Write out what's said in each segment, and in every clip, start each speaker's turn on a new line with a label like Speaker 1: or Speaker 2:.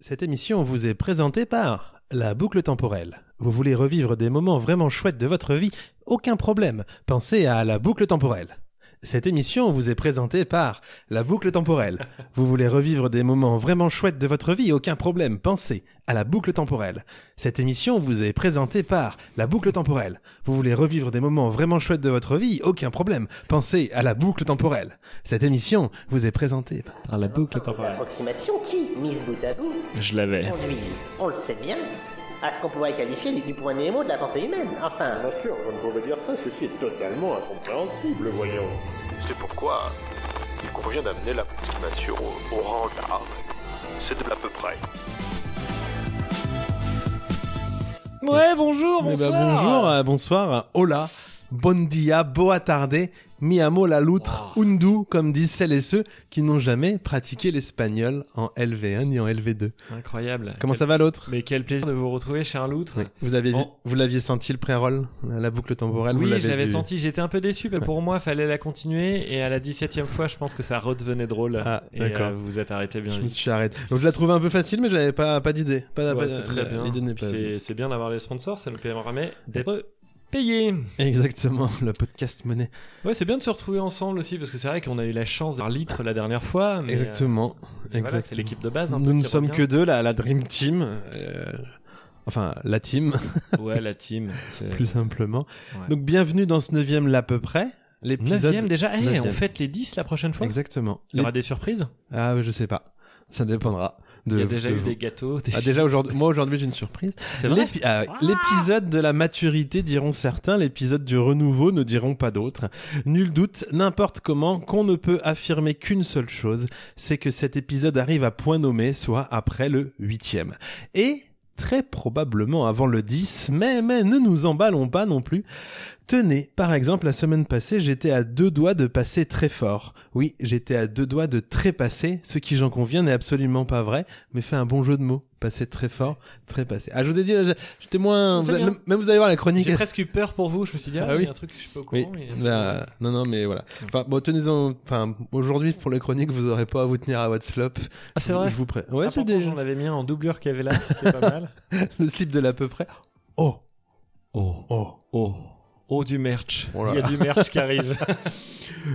Speaker 1: Cette émission vous est présentée par La boucle temporelle. Vous voulez revivre des moments vraiment chouettes de votre vie Aucun problème, pensez à La boucle temporelle. Cette émission vous est présentée par La boucle temporelle. Vous voulez revivre des moments vraiment chouettes de votre vie Aucun problème, pensez à La boucle temporelle. Cette émission vous est présentée par La boucle temporelle. Vous voulez revivre des moments vraiment chouettes de votre vie Aucun problème, pensez à La boucle temporelle. Cette émission vous est présentée par...
Speaker 2: Ah, la boucle temporelle.
Speaker 3: approximation qui, mise bout à bout,
Speaker 2: Je l'avais.
Speaker 3: conduit, on le sait bien, à ce qu'on pourrait qualifier du point Nemo de la pensée humaine. Enfin,
Speaker 4: Bien sûr, vous ne pouvez dire ça, ceci est totalement incompréhensible, voyons.
Speaker 5: C'est pourquoi il convient d'amener l'approximation au, au rang d'art. C'est de l'à peu près.
Speaker 2: Ouais, bonjour,
Speaker 1: Eh ben, bonjour, euh, bonsoir, euh, hola, bon dia, boa tarde, mi amo la loutre,
Speaker 2: Oh.
Speaker 1: undu, comme disent celles et ceux qui n'ont jamais pratiqué l'espagnol en LV1 ni en LV2.
Speaker 2: Incroyable.
Speaker 1: Comment
Speaker 2: Quel-
Speaker 1: ça va l'autre
Speaker 2: Mais quel plaisir de vous retrouver chez un loutre.
Speaker 1: Oui. Vous avez vu,
Speaker 2: Oh.
Speaker 1: vous l'aviez senti le pré-roll, la la boucle temporelle, vous
Speaker 2: Oui,
Speaker 1: l'avez
Speaker 2: je l'avais
Speaker 1: Ah, vu.
Speaker 2: senti, j'étais un peu déçu, mais pour moi, fallait la continuer. Et à la 17 e fois, je pense que ça redevenait drôle.
Speaker 1: Ah,
Speaker 2: et
Speaker 1: d'accord.
Speaker 2: euh, vous vous êtes arrêté bien
Speaker 1: Je me
Speaker 2: vite.
Speaker 1: suis ah, bah, arrêté. Donc je la trouvais un peu facile, mais j'avais pas pas d'idée. Pas,
Speaker 2: Ouais,
Speaker 1: pas-
Speaker 2: c'est très
Speaker 1: la-
Speaker 2: bien.
Speaker 1: l'idée n'est
Speaker 2: Puis
Speaker 1: pas-
Speaker 2: c'est- C'est bien d'avoir les sponsors, ça nous permet d'être payés.
Speaker 1: Exactement, le podcast monnaie.
Speaker 2: Ouais, c'est bien de se retrouver ensemble aussi, parce que c'est vrai qu'on a eu la chance d'avoir litre la dernière fois. Mais, euh,
Speaker 1: Exactement,
Speaker 2: voilà, c'est
Speaker 1: exactement.
Speaker 2: l'équipe de base. hein, un peu
Speaker 1: Nous ne
Speaker 2: qui
Speaker 1: sommes que
Speaker 2: revient.
Speaker 1: deux, la, la Dream Team. euh, enfin, la team.
Speaker 2: Ouais, la team. c'est-
Speaker 1: plus simplement.
Speaker 2: Ouais.
Speaker 1: Donc bienvenue dans ce neuvième là à peu près,
Speaker 2: Neuvième
Speaker 1: l'épisode.
Speaker 2: déjà. Eh,
Speaker 1: Neuvième.
Speaker 2: on fête les 10 la prochaine fois.
Speaker 1: Exactement.
Speaker 2: Il y aura des surprises.
Speaker 1: Ah je sais pas, ça dépendra. De,
Speaker 2: Il y a déjà
Speaker 1: de
Speaker 2: eu
Speaker 1: vous.
Speaker 2: des gâteaux. Des
Speaker 1: Ah déjà aujourd'hui, moi aujourd'hui j'ai une surprise.
Speaker 2: C'est vrai.
Speaker 1: L'épi- ah, L'épisode de la maturité diront certains, l'épisode du renouveau ne diront pas d'autres. Nul doute, n'importe comment, qu'on ne peut affirmer qu'une seule chose, c'est que cet épisode arrive à point nommé, soit après le huitième. Et très probablement avant le 10, mais, mais ne nous emballons pas non plus. Tenez, par exemple, la semaine passée, j'étais à deux doigts de passer très fort. Oui, j'étais à deux doigts de trépasser, ce qui, j'en conviens, n'est absolument pas vrai, mais fait un bon jeu de mots. Passer très fort, trépasser. Ah, je vous ai dit, là, je- j'étais moins...
Speaker 2: C'est
Speaker 1: vous allez-
Speaker 2: bien.
Speaker 1: même vous allez voir la chronique.
Speaker 2: J'ai presque hein. eu peur pour vous. Je me suis dit, ah, Bah,
Speaker 1: Ah
Speaker 2: il y
Speaker 1: oui.
Speaker 2: a un truc que je suis pas au
Speaker 1: Oui,
Speaker 2: courant. mais-
Speaker 1: là, non, non, mais voilà. Enfin, bon, tenez-en. Enfin, aujourd'hui, pour les chroniques, vous aurez pas à vous tenir à votre slop.
Speaker 2: Ah, c'est vrai.
Speaker 1: Je vous pré- Ouais,
Speaker 2: Ah,
Speaker 1: c'est
Speaker 2: pourtant,
Speaker 1: des-
Speaker 2: J'en avais mis un en doublure qu'il y avait là. C'était pas mal.
Speaker 1: le slip de l'à peu près. Oh,
Speaker 2: Oh,
Speaker 1: oh.
Speaker 2: oh, oh, du merch.
Speaker 1: Oh là
Speaker 2: Il y a du merch qui arrive.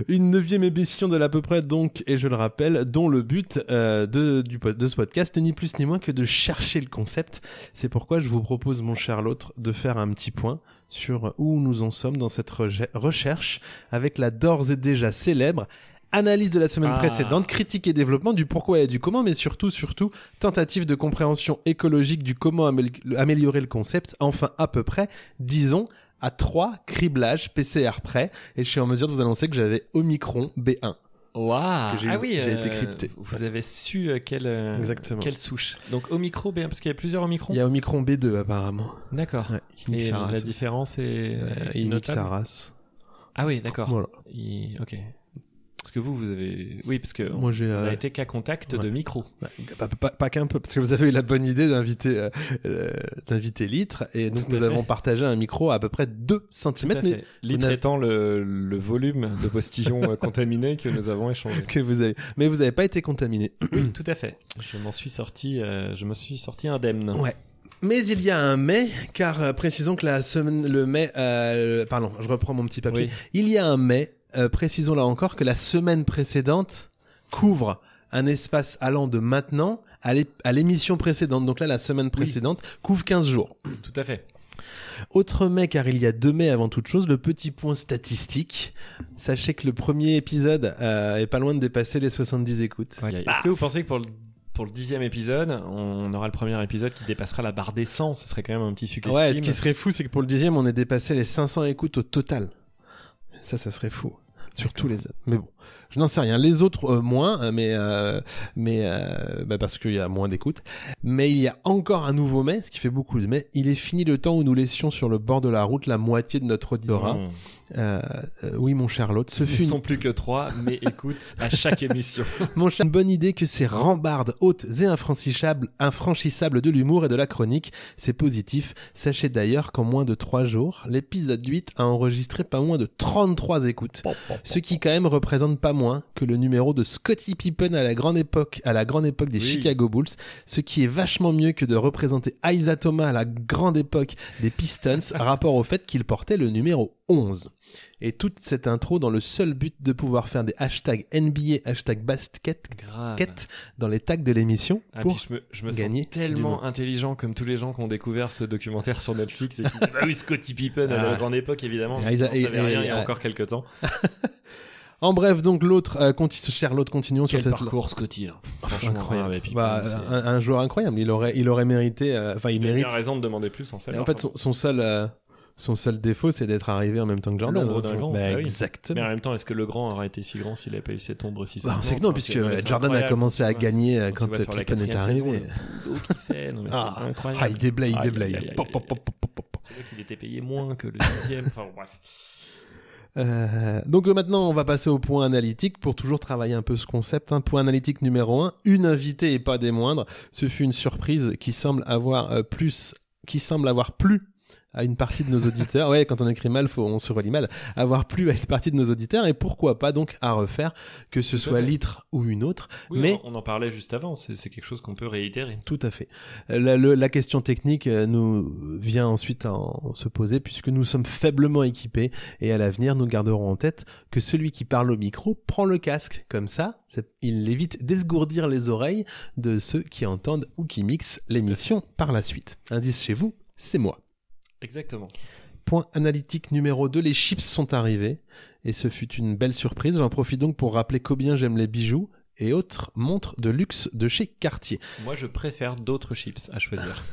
Speaker 1: Une neuvième émission de l'à peu près, donc, et je le rappelle, dont le but euh, de, du, po- de ce podcast n'est ni plus ni moins que de chercher le concept. C'est pourquoi je vous propose, mon cher l'autre, de faire un petit point sur où nous en sommes dans cette reje- recherche avec la d'ores et déjà célèbre analyse de la semaine
Speaker 2: Ah.
Speaker 1: précédente, critique et développement du pourquoi et du comment, mais surtout, surtout, tentative de compréhension écologique du comment amél- améliorer le concept, enfin à peu près, disons, à trois criblages PCR près, et je suis en mesure de vous annoncer que j'avais Omicron B1.
Speaker 2: Waouh.
Speaker 1: que j'ai eu-
Speaker 2: Ah oui.
Speaker 1: j'ai
Speaker 2: euh,
Speaker 1: été crypté.
Speaker 2: Vous avez su euh, quelle, euh,
Speaker 1: Exactement.
Speaker 2: quelle souche. Donc au micro, bien parce qu'il y a plusieurs au micro.
Speaker 1: Il y a Omicron B2 apparemment.
Speaker 2: D'accord.
Speaker 1: Ouais, qui nique
Speaker 2: Et
Speaker 1: sa
Speaker 2: la
Speaker 1: race.
Speaker 2: différence est
Speaker 1: Euh,
Speaker 2: est
Speaker 1: il nique
Speaker 2: notable.
Speaker 1: sa race.
Speaker 2: Ah oui, d'accord.
Speaker 1: Voilà.
Speaker 2: Il- Ok. Parce que vous, vous avez. Oui, parce que
Speaker 1: Moi j'ai
Speaker 2: on
Speaker 1: euh,
Speaker 2: a été qu'à contact de
Speaker 1: ouais.
Speaker 2: micro.
Speaker 1: bah, pas, pas- pas qu'un peu parce que vous avez eu la bonne idée d'inviter euh, euh, d'inviter Litre et donc
Speaker 2: Tout à
Speaker 1: nous
Speaker 2: fait.
Speaker 1: avons partagé un micro à à peu près 2 cm
Speaker 2: Tout à fait. Litre
Speaker 1: on a-
Speaker 2: étant le, le volume de postillons euh, contaminés que nous avons échangé.
Speaker 1: que vous avez mais vous n'avez pas été contaminé.
Speaker 2: Oui, tout à fait. Je m'en suis sorti, euh, je me suis sorti indemne.
Speaker 1: Ouais. Mais il y a un mai, car euh, précisons que la semaine, le mai, euh, pardon, je reprends mon petit papier.
Speaker 2: Oui.
Speaker 1: Il y a un mai, euh, précisons là encore que la semaine précédente couvre un espace allant de maintenant à l'ép- à l'émission précédente. Donc là, la semaine précédente couvre 15 jours.
Speaker 2: Tout à fait.
Speaker 1: Autre mai, car il y a deux mai avant toute chose, le petit point statistique. Sachez que le premier épisode euh, est pas loin de dépasser les 70 écoutes.
Speaker 2: Est-ce que vous pensez que pour le pour le dixième épisode, on aura le premier épisode qui dépassera la barre des 100. Ce serait quand même un petit succès.
Speaker 1: Ouais, ce qui serait fou, c'est que pour le dixième, on ait dépassé les 500 écoutes au total. Ça, ça serait fou. Sur tous les... Mais bon, je n'en sais rien. Les autres, euh, moins, euh, mais, euh, mais euh, bah, parce qu'il y a moins d'écoutes. Mais il y a encore un nouveau mais, ce qui fait beaucoup de mais. Il est fini le temps où nous laissions sur le bord de la route la moitié de notre auditorat. Euh, euh, oui, mon Charlotte, ce fut
Speaker 2: Ils
Speaker 1: une
Speaker 2: sont plus que trois, mais écoute à chaque émission.
Speaker 1: Mon cher, une bonne idée que ces rambardes hautes et infranchissables, infranchissables de l'humour et de la chronique, c'est positif. Sachez d'ailleurs qu'en moins de 3 jours, l'épisode 8 a enregistré pas moins de 33 écoutes. ce qui quand même représente pas moins que le numéro de Scottie Pippen à la grande époque, à la grande époque des
Speaker 2: Oui.
Speaker 1: Chicago Bulls, ce qui est vachement mieux que de représenter Isaiah Thomas à la grande époque des Pistons, rapport au fait qu'il portait le numéro 11. Et toute cette intro dans le seul but de pouvoir faire des hashtags NBA, hashtag basket,
Speaker 2: Grave.
Speaker 1: quête dans les tags de l'émission
Speaker 2: bah. Ah,
Speaker 1: pour
Speaker 2: puis je me, je me
Speaker 1: gagner
Speaker 2: sens
Speaker 1: du
Speaker 2: tellement
Speaker 1: monde.
Speaker 2: intelligent comme tous les gens qui ont découvert ce documentaire sur Netflix et qui disent bah oui Scottie Pippen à
Speaker 1: Ah.
Speaker 2: la grande époque évidemment
Speaker 1: Ah, ils a-
Speaker 2: on savait
Speaker 1: et-
Speaker 2: rien
Speaker 1: et-
Speaker 2: il y a
Speaker 1: ah.
Speaker 2: encore quelques temps
Speaker 1: En bref, donc l'autre, euh, conti- cher l'autre, continuons sur
Speaker 2: quel
Speaker 1: cette
Speaker 2: parcours Scottie hein. franchement
Speaker 1: incroyable.
Speaker 2: ouais, Pippen,
Speaker 1: Bah,
Speaker 2: c'est-
Speaker 1: un, un joueur incroyable. Il aurait, il aurait mérité. euh, Enfin, il
Speaker 2: il a
Speaker 1: mérite.
Speaker 2: bien raison de demander plus en hein.
Speaker 1: Et
Speaker 2: savoir
Speaker 1: en fait, son, son seul, euh, son seul défaut, c'est d'être arrivé en même temps que Jordan.
Speaker 2: L'ombre d'un grand,
Speaker 1: Bah,
Speaker 2: bah oui. mais
Speaker 1: Exactement.
Speaker 2: en même temps est-ce que le grand aurait été si grand s'il n'avait pas eu cette ombre si
Speaker 1: Bah, on
Speaker 2: sanglante,
Speaker 1: sait que non,
Speaker 2: hein,
Speaker 1: puisque
Speaker 2: c'est-
Speaker 1: euh,
Speaker 2: ouais, c'est
Speaker 1: Jordan a
Speaker 2: incroyable.
Speaker 1: commencé à gagner euh,
Speaker 2: tu
Speaker 1: quand
Speaker 2: vois,
Speaker 1: euh,
Speaker 2: sur la
Speaker 1: Pippen est
Speaker 2: quatrième
Speaker 1: arrivé.
Speaker 2: saison, le boulot qu'il fait, non, mais c'est
Speaker 1: Ah,
Speaker 2: incroyable.
Speaker 1: Ah, il déblaye, il
Speaker 2: Aïe, aïe, aïe,
Speaker 1: déblaye.
Speaker 2: aïe,
Speaker 1: Pop, pop,
Speaker 2: aïe,
Speaker 1: pop, pop, pop, pop.
Speaker 2: aïe. Il était payé moins que le dixième. Enfin, bref.
Speaker 1: Euh, donc euh, maintenant, on va passer au point analytique pour toujours travailler un peu ce concept. hein. Point analytique numéro 1, une invitée et pas des moindres. Ce fut une surprise qui semble avoir euh, plus, qui semble avoir plu à une partie de nos auditeurs. Ouais, quand on écrit mal, faut, on se relit mal. Avoir plu à une partie de nos auditeurs et pourquoi pas donc à refaire, que ce soit
Speaker 2: fait.
Speaker 1: litre ou une autre.
Speaker 2: Oui,
Speaker 1: Mais-
Speaker 2: on on en parlait juste avant. C'est c'est quelque chose qu'on peut réitérer.
Speaker 1: Tout à fait. Euh, La, le- la question technique euh, nous vient ensuite à en- se poser puisque nous sommes faiblement équipés et à l'avenir nous garderons en tête que celui qui parle au micro prend le casque. Comme ça, c'est- il évite d'esgourdir les oreilles de ceux qui entendent ou qui mixent l'émission par la suite. Indice chez vous, c'est moi.
Speaker 2: Exactement.
Speaker 1: Point analytique numéro 2, les chips sont arrivés et ce fut une belle surprise. J'en profite donc pour rappeler combien j'aime les bijoux et autres montres de luxe de chez Cartier.
Speaker 2: Moi, je préfère d'autres chips à choisir.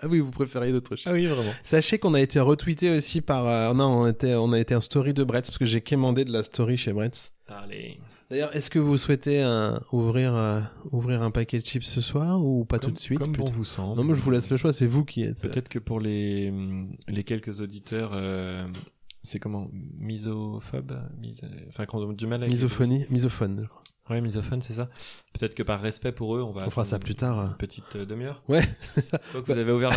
Speaker 1: Ah oui, vous préférez d'autres chips.
Speaker 2: oui, vraiment.
Speaker 1: Sachez qu'on a été retweeté aussi par. euh, non, on, était, on a été en story de Bretz parce que j'ai commandé de la story chez Bretz.
Speaker 2: Allez.
Speaker 1: D'ailleurs, est-ce que vous souhaitez euh, ouvrir, euh, ouvrir un paquet de chips ce soir ou pas tout de suite
Speaker 2: Comme bon
Speaker 1: plutôt
Speaker 2: vous semble.
Speaker 1: Non, moi je vous laisse le choix, c'est vous qui êtes. euh,
Speaker 2: Peut-être que pour les, les quelques auditeurs, euh, c'est comment Misophobes Mis- Enfin, qui ont du mal avec.
Speaker 1: Misophonie, misophone. je crois.
Speaker 2: Ouais, misophone, c'est ça. Peut-être que par respect pour eux, on va.
Speaker 1: On fera ça
Speaker 2: attendre
Speaker 1: plus tard.
Speaker 2: Une petite euh, demi-heure.
Speaker 1: Ouais.
Speaker 2: Donc vous avez ouvert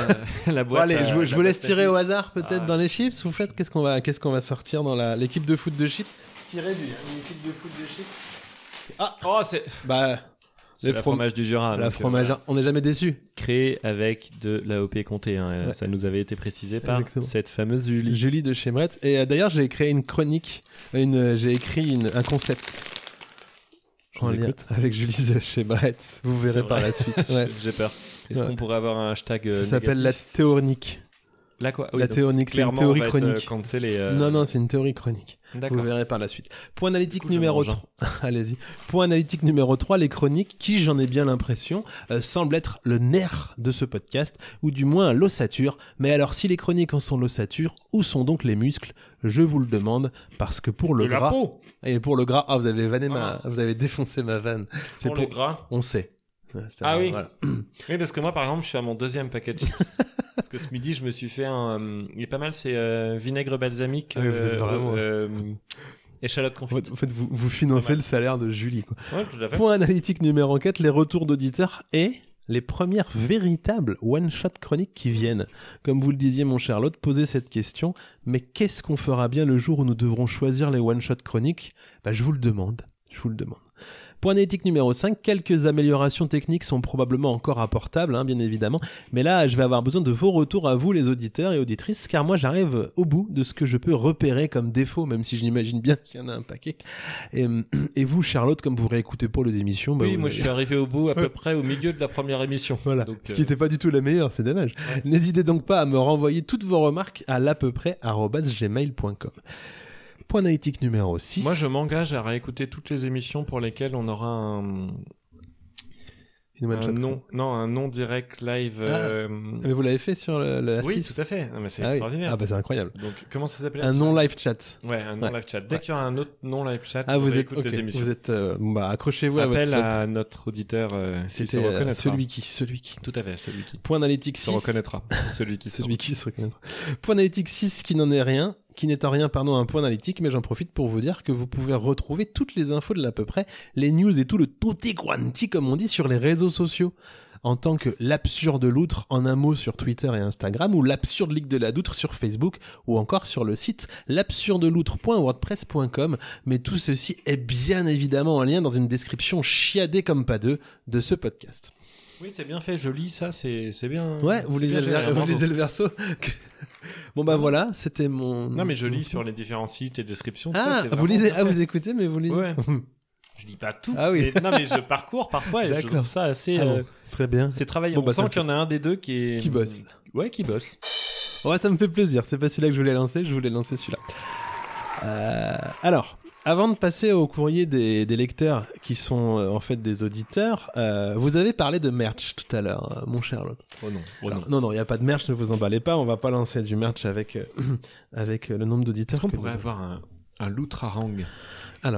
Speaker 2: la, la
Speaker 1: Bon,
Speaker 2: boîte.
Speaker 1: allez,
Speaker 2: euh,
Speaker 1: je, vous- je vous
Speaker 2: la boîte
Speaker 1: laisse tirer au
Speaker 2: à
Speaker 1: hasard peut-être
Speaker 2: Ah.
Speaker 1: dans les chips. Vous faites qu'est-ce qu'on va, qu'est-ce qu'on va sortir dans la- l'équipe de foot de chips Tirer du- une équipe de foot de chips.
Speaker 2: six. Oh, c'est.
Speaker 1: Bah,
Speaker 2: C'est la
Speaker 1: from-
Speaker 2: fromage du Jura.
Speaker 1: la
Speaker 2: donc, euh,
Speaker 1: fromage, hein.
Speaker 2: voilà.
Speaker 1: on n'est jamais déçu.
Speaker 2: Créé avec de l'AOP Comté. hein, euh,
Speaker 1: Ouais.
Speaker 2: Ça nous avait été précisé par
Speaker 1: Exactement.
Speaker 2: cette fameuse Julie.
Speaker 1: Julie de chez Brett. Et euh, d'ailleurs, j'ai créé une chronique, une, euh, j'ai écrit une- un concept
Speaker 2: Je vous
Speaker 1: en lien
Speaker 2: écoute.
Speaker 1: avec Julie de chez Brett. Vous verrez
Speaker 2: C'est
Speaker 1: par
Speaker 2: vrai.
Speaker 1: la suite. Ouais.
Speaker 2: J'ai peur. Est-ce
Speaker 1: Ouais.
Speaker 2: qu'on pourrait avoir un hashtag euh,
Speaker 1: Ça s'appelle la
Speaker 2: négatif
Speaker 1: théornique.
Speaker 2: la quoi Oui,
Speaker 1: la
Speaker 2: donc,
Speaker 1: théornique, c'est une
Speaker 2: clairement,
Speaker 1: théorie
Speaker 2: on va être, euh,
Speaker 1: chronique.
Speaker 2: cancel et, euh,
Speaker 1: Non, non, c'est une théorie chronique. Vous
Speaker 2: D'accord.
Speaker 1: verrez par la suite. Point analytique
Speaker 2: Du coup, je
Speaker 1: numéro
Speaker 2: mange, hein.
Speaker 1: 3. Allez-y. Point analytique numéro 3, les chroniques qui, j'en ai bien l'impression, euh, semblent être le nerf de ce podcast, ou du moins l'ossature. Mais alors, si les chroniques en sont l'ossature, où sont donc les muscles Je vous le demande, parce que pour le
Speaker 2: De la
Speaker 1: gras...
Speaker 2: peau
Speaker 1: Et pour le gras, ah, vous avez vanné ma, vous avez défoncé ma vanne. C'est
Speaker 2: pour, le gras.
Speaker 1: On sait. Ouais, c'est-
Speaker 2: Ah oui.
Speaker 1: voilà.
Speaker 2: Oui, parce que moi, par exemple, je suis à mon deuxième paquet de chips. parce que ce midi, je me suis fait un. euh, Il est pas mal, c'est euh, vinaigre balsamique.
Speaker 1: Ah oui, vous êtes vraiment-
Speaker 2: euh, échalote
Speaker 1: En fait,
Speaker 2: confite.
Speaker 1: en fait, vous, hein. vous financez le salaire de Julie. quoi.
Speaker 2: Ouais, tout à fait.
Speaker 1: Point analytique numéro 4, les retours d'auditeurs et les premières véritables one-shot chroniques qui viennent. Comme vous le disiez, mon Charlotte, posez cette question. Mais qu'est-ce qu'on fera bien le jour où nous devrons choisir les one-shot chroniques bah, Je vous le demande. Je vous le demande. Point analytique numéro 5, quelques améliorations techniques sont probablement encore apportables, hein, bien évidemment. Mais là, je vais avoir besoin de vos retours à vous, les auditeurs et auditrices, car moi, j'arrive au bout de ce que je peux repérer comme défaut, même si j'imagine bien qu'il y en a un paquet. Et, et vous, Charlotte, comme vous réécoutez pas les émissions, bah,
Speaker 2: oui,
Speaker 1: vous-
Speaker 2: moi, je suis arrivé au bout, à peu près au milieu de la première émission.
Speaker 1: Voilà,
Speaker 2: Donc,
Speaker 1: ce
Speaker 2: euh,
Speaker 1: qui n'était pas du tout la meilleure, c'est dommage. N'hésitez donc pas à me renvoyer toutes vos remarques à l'à peu près gmail.com. Point analytique numéro 6.
Speaker 2: Moi, je m'engage à réécouter toutes les émissions pour lesquelles on aura un,
Speaker 1: Une one
Speaker 2: un
Speaker 1: shot.
Speaker 2: nom, non, un nom direct live.
Speaker 1: Ah,
Speaker 2: euh,
Speaker 1: Mais vous l'avez fait sur le, la
Speaker 2: oui,
Speaker 1: 6
Speaker 2: tout à fait. Non, mais c'est
Speaker 1: Ah oui.
Speaker 2: extraordinaire.
Speaker 1: Ah bah c'est incroyable.
Speaker 2: Donc, comment ça s'appelait
Speaker 1: Un non live chat.
Speaker 2: Ouais, un non
Speaker 1: Ouais.
Speaker 2: live chat. Dès
Speaker 1: Ouais.
Speaker 2: qu'il y aura un autre non live chat,
Speaker 1: Ah
Speaker 2: on
Speaker 1: vous êtes
Speaker 2: réécoute
Speaker 1: ok,
Speaker 2: les émissions.
Speaker 1: vous êtes euh, bon, bah accrochez-vous à votre
Speaker 2: Appel
Speaker 1: slip.
Speaker 2: à notre auditeur euh, qui se
Speaker 1: C'était euh,
Speaker 2: reconnaîtra.
Speaker 1: celui qui, celui qui.
Speaker 2: Tout à fait, celui qui
Speaker 1: Point analytique
Speaker 2: se
Speaker 1: 6.
Speaker 2: reconnaîtra. celui qui se
Speaker 1: Celui qui se reconnaîtra. Point analytique 6 qui n'en est rien, qui n'est en rien, pardon, un point analytique, mais j'en profite pour vous dire que vous pouvez retrouver toutes les infos de l'à peu près, les news et tout le tutti quanti, comme on dit, sur les réseaux sociaux. en tant que l'absurde loutre en un mot sur Twitter et Instagram ou l'absurde ligue de la doutre sur Facebook ou encore sur le site l'absurdeloutre.wordpress.com. Mais tout ceci est bien évidemment en lien dans une description chiadée comme pas deux de ce podcast.
Speaker 2: Oui, c'est bien fait, je lis ça, c'est c'est bien.
Speaker 1: Ouais, vous
Speaker 2: c'est bien
Speaker 1: lisez, le,
Speaker 2: géré, hein,
Speaker 1: ver- vous
Speaker 2: bravo.
Speaker 1: lisez le verso. que- bon bah voilà, c'était mon.
Speaker 2: Non, mais je lis sur les différents sites et descriptions. ça,
Speaker 1: Ah,
Speaker 2: c'est
Speaker 1: vous
Speaker 2: vraiment
Speaker 1: lisez,
Speaker 2: bien
Speaker 1: ah,
Speaker 2: fait.
Speaker 1: vous écoutez, mais vous lisez.
Speaker 2: Ouais. Je lis pas tout.
Speaker 1: Ah oui.
Speaker 2: mais- non, mais je parcours parfois et je
Speaker 1: D'accord.
Speaker 2: trouve ça assez.
Speaker 1: Ah bon,
Speaker 2: euh,
Speaker 1: Très bien.
Speaker 2: c'est travaillé.
Speaker 1: Bon,
Speaker 2: On
Speaker 1: bah, ça
Speaker 2: sent
Speaker 1: me
Speaker 2: qu'il y en a un des deux qui est. euh,
Speaker 1: Qui bosse.
Speaker 2: Ouais, qui bosse.
Speaker 1: Ouais, ça me fait plaisir. C'est pas celui-là que je voulais lancer, je voulais lancer celui-là. Euh, alors, avant de passer au courrier des, des lecteurs qui sont euh, en fait des auditeurs, euh, vous avez parlé de merch tout à l'heure, euh, mon cher Lot.
Speaker 2: Oh non. Oh non.
Speaker 1: Alors, non, non, il n'y a pas de merch, ne vous emballez pas, on va pas lancer du merch avec, euh, avec euh, le nombre d'auditeurs.
Speaker 2: Est-ce qu'on
Speaker 1: que
Speaker 2: pourrait
Speaker 1: nous avons.
Speaker 2: avoir un, un loutre à rang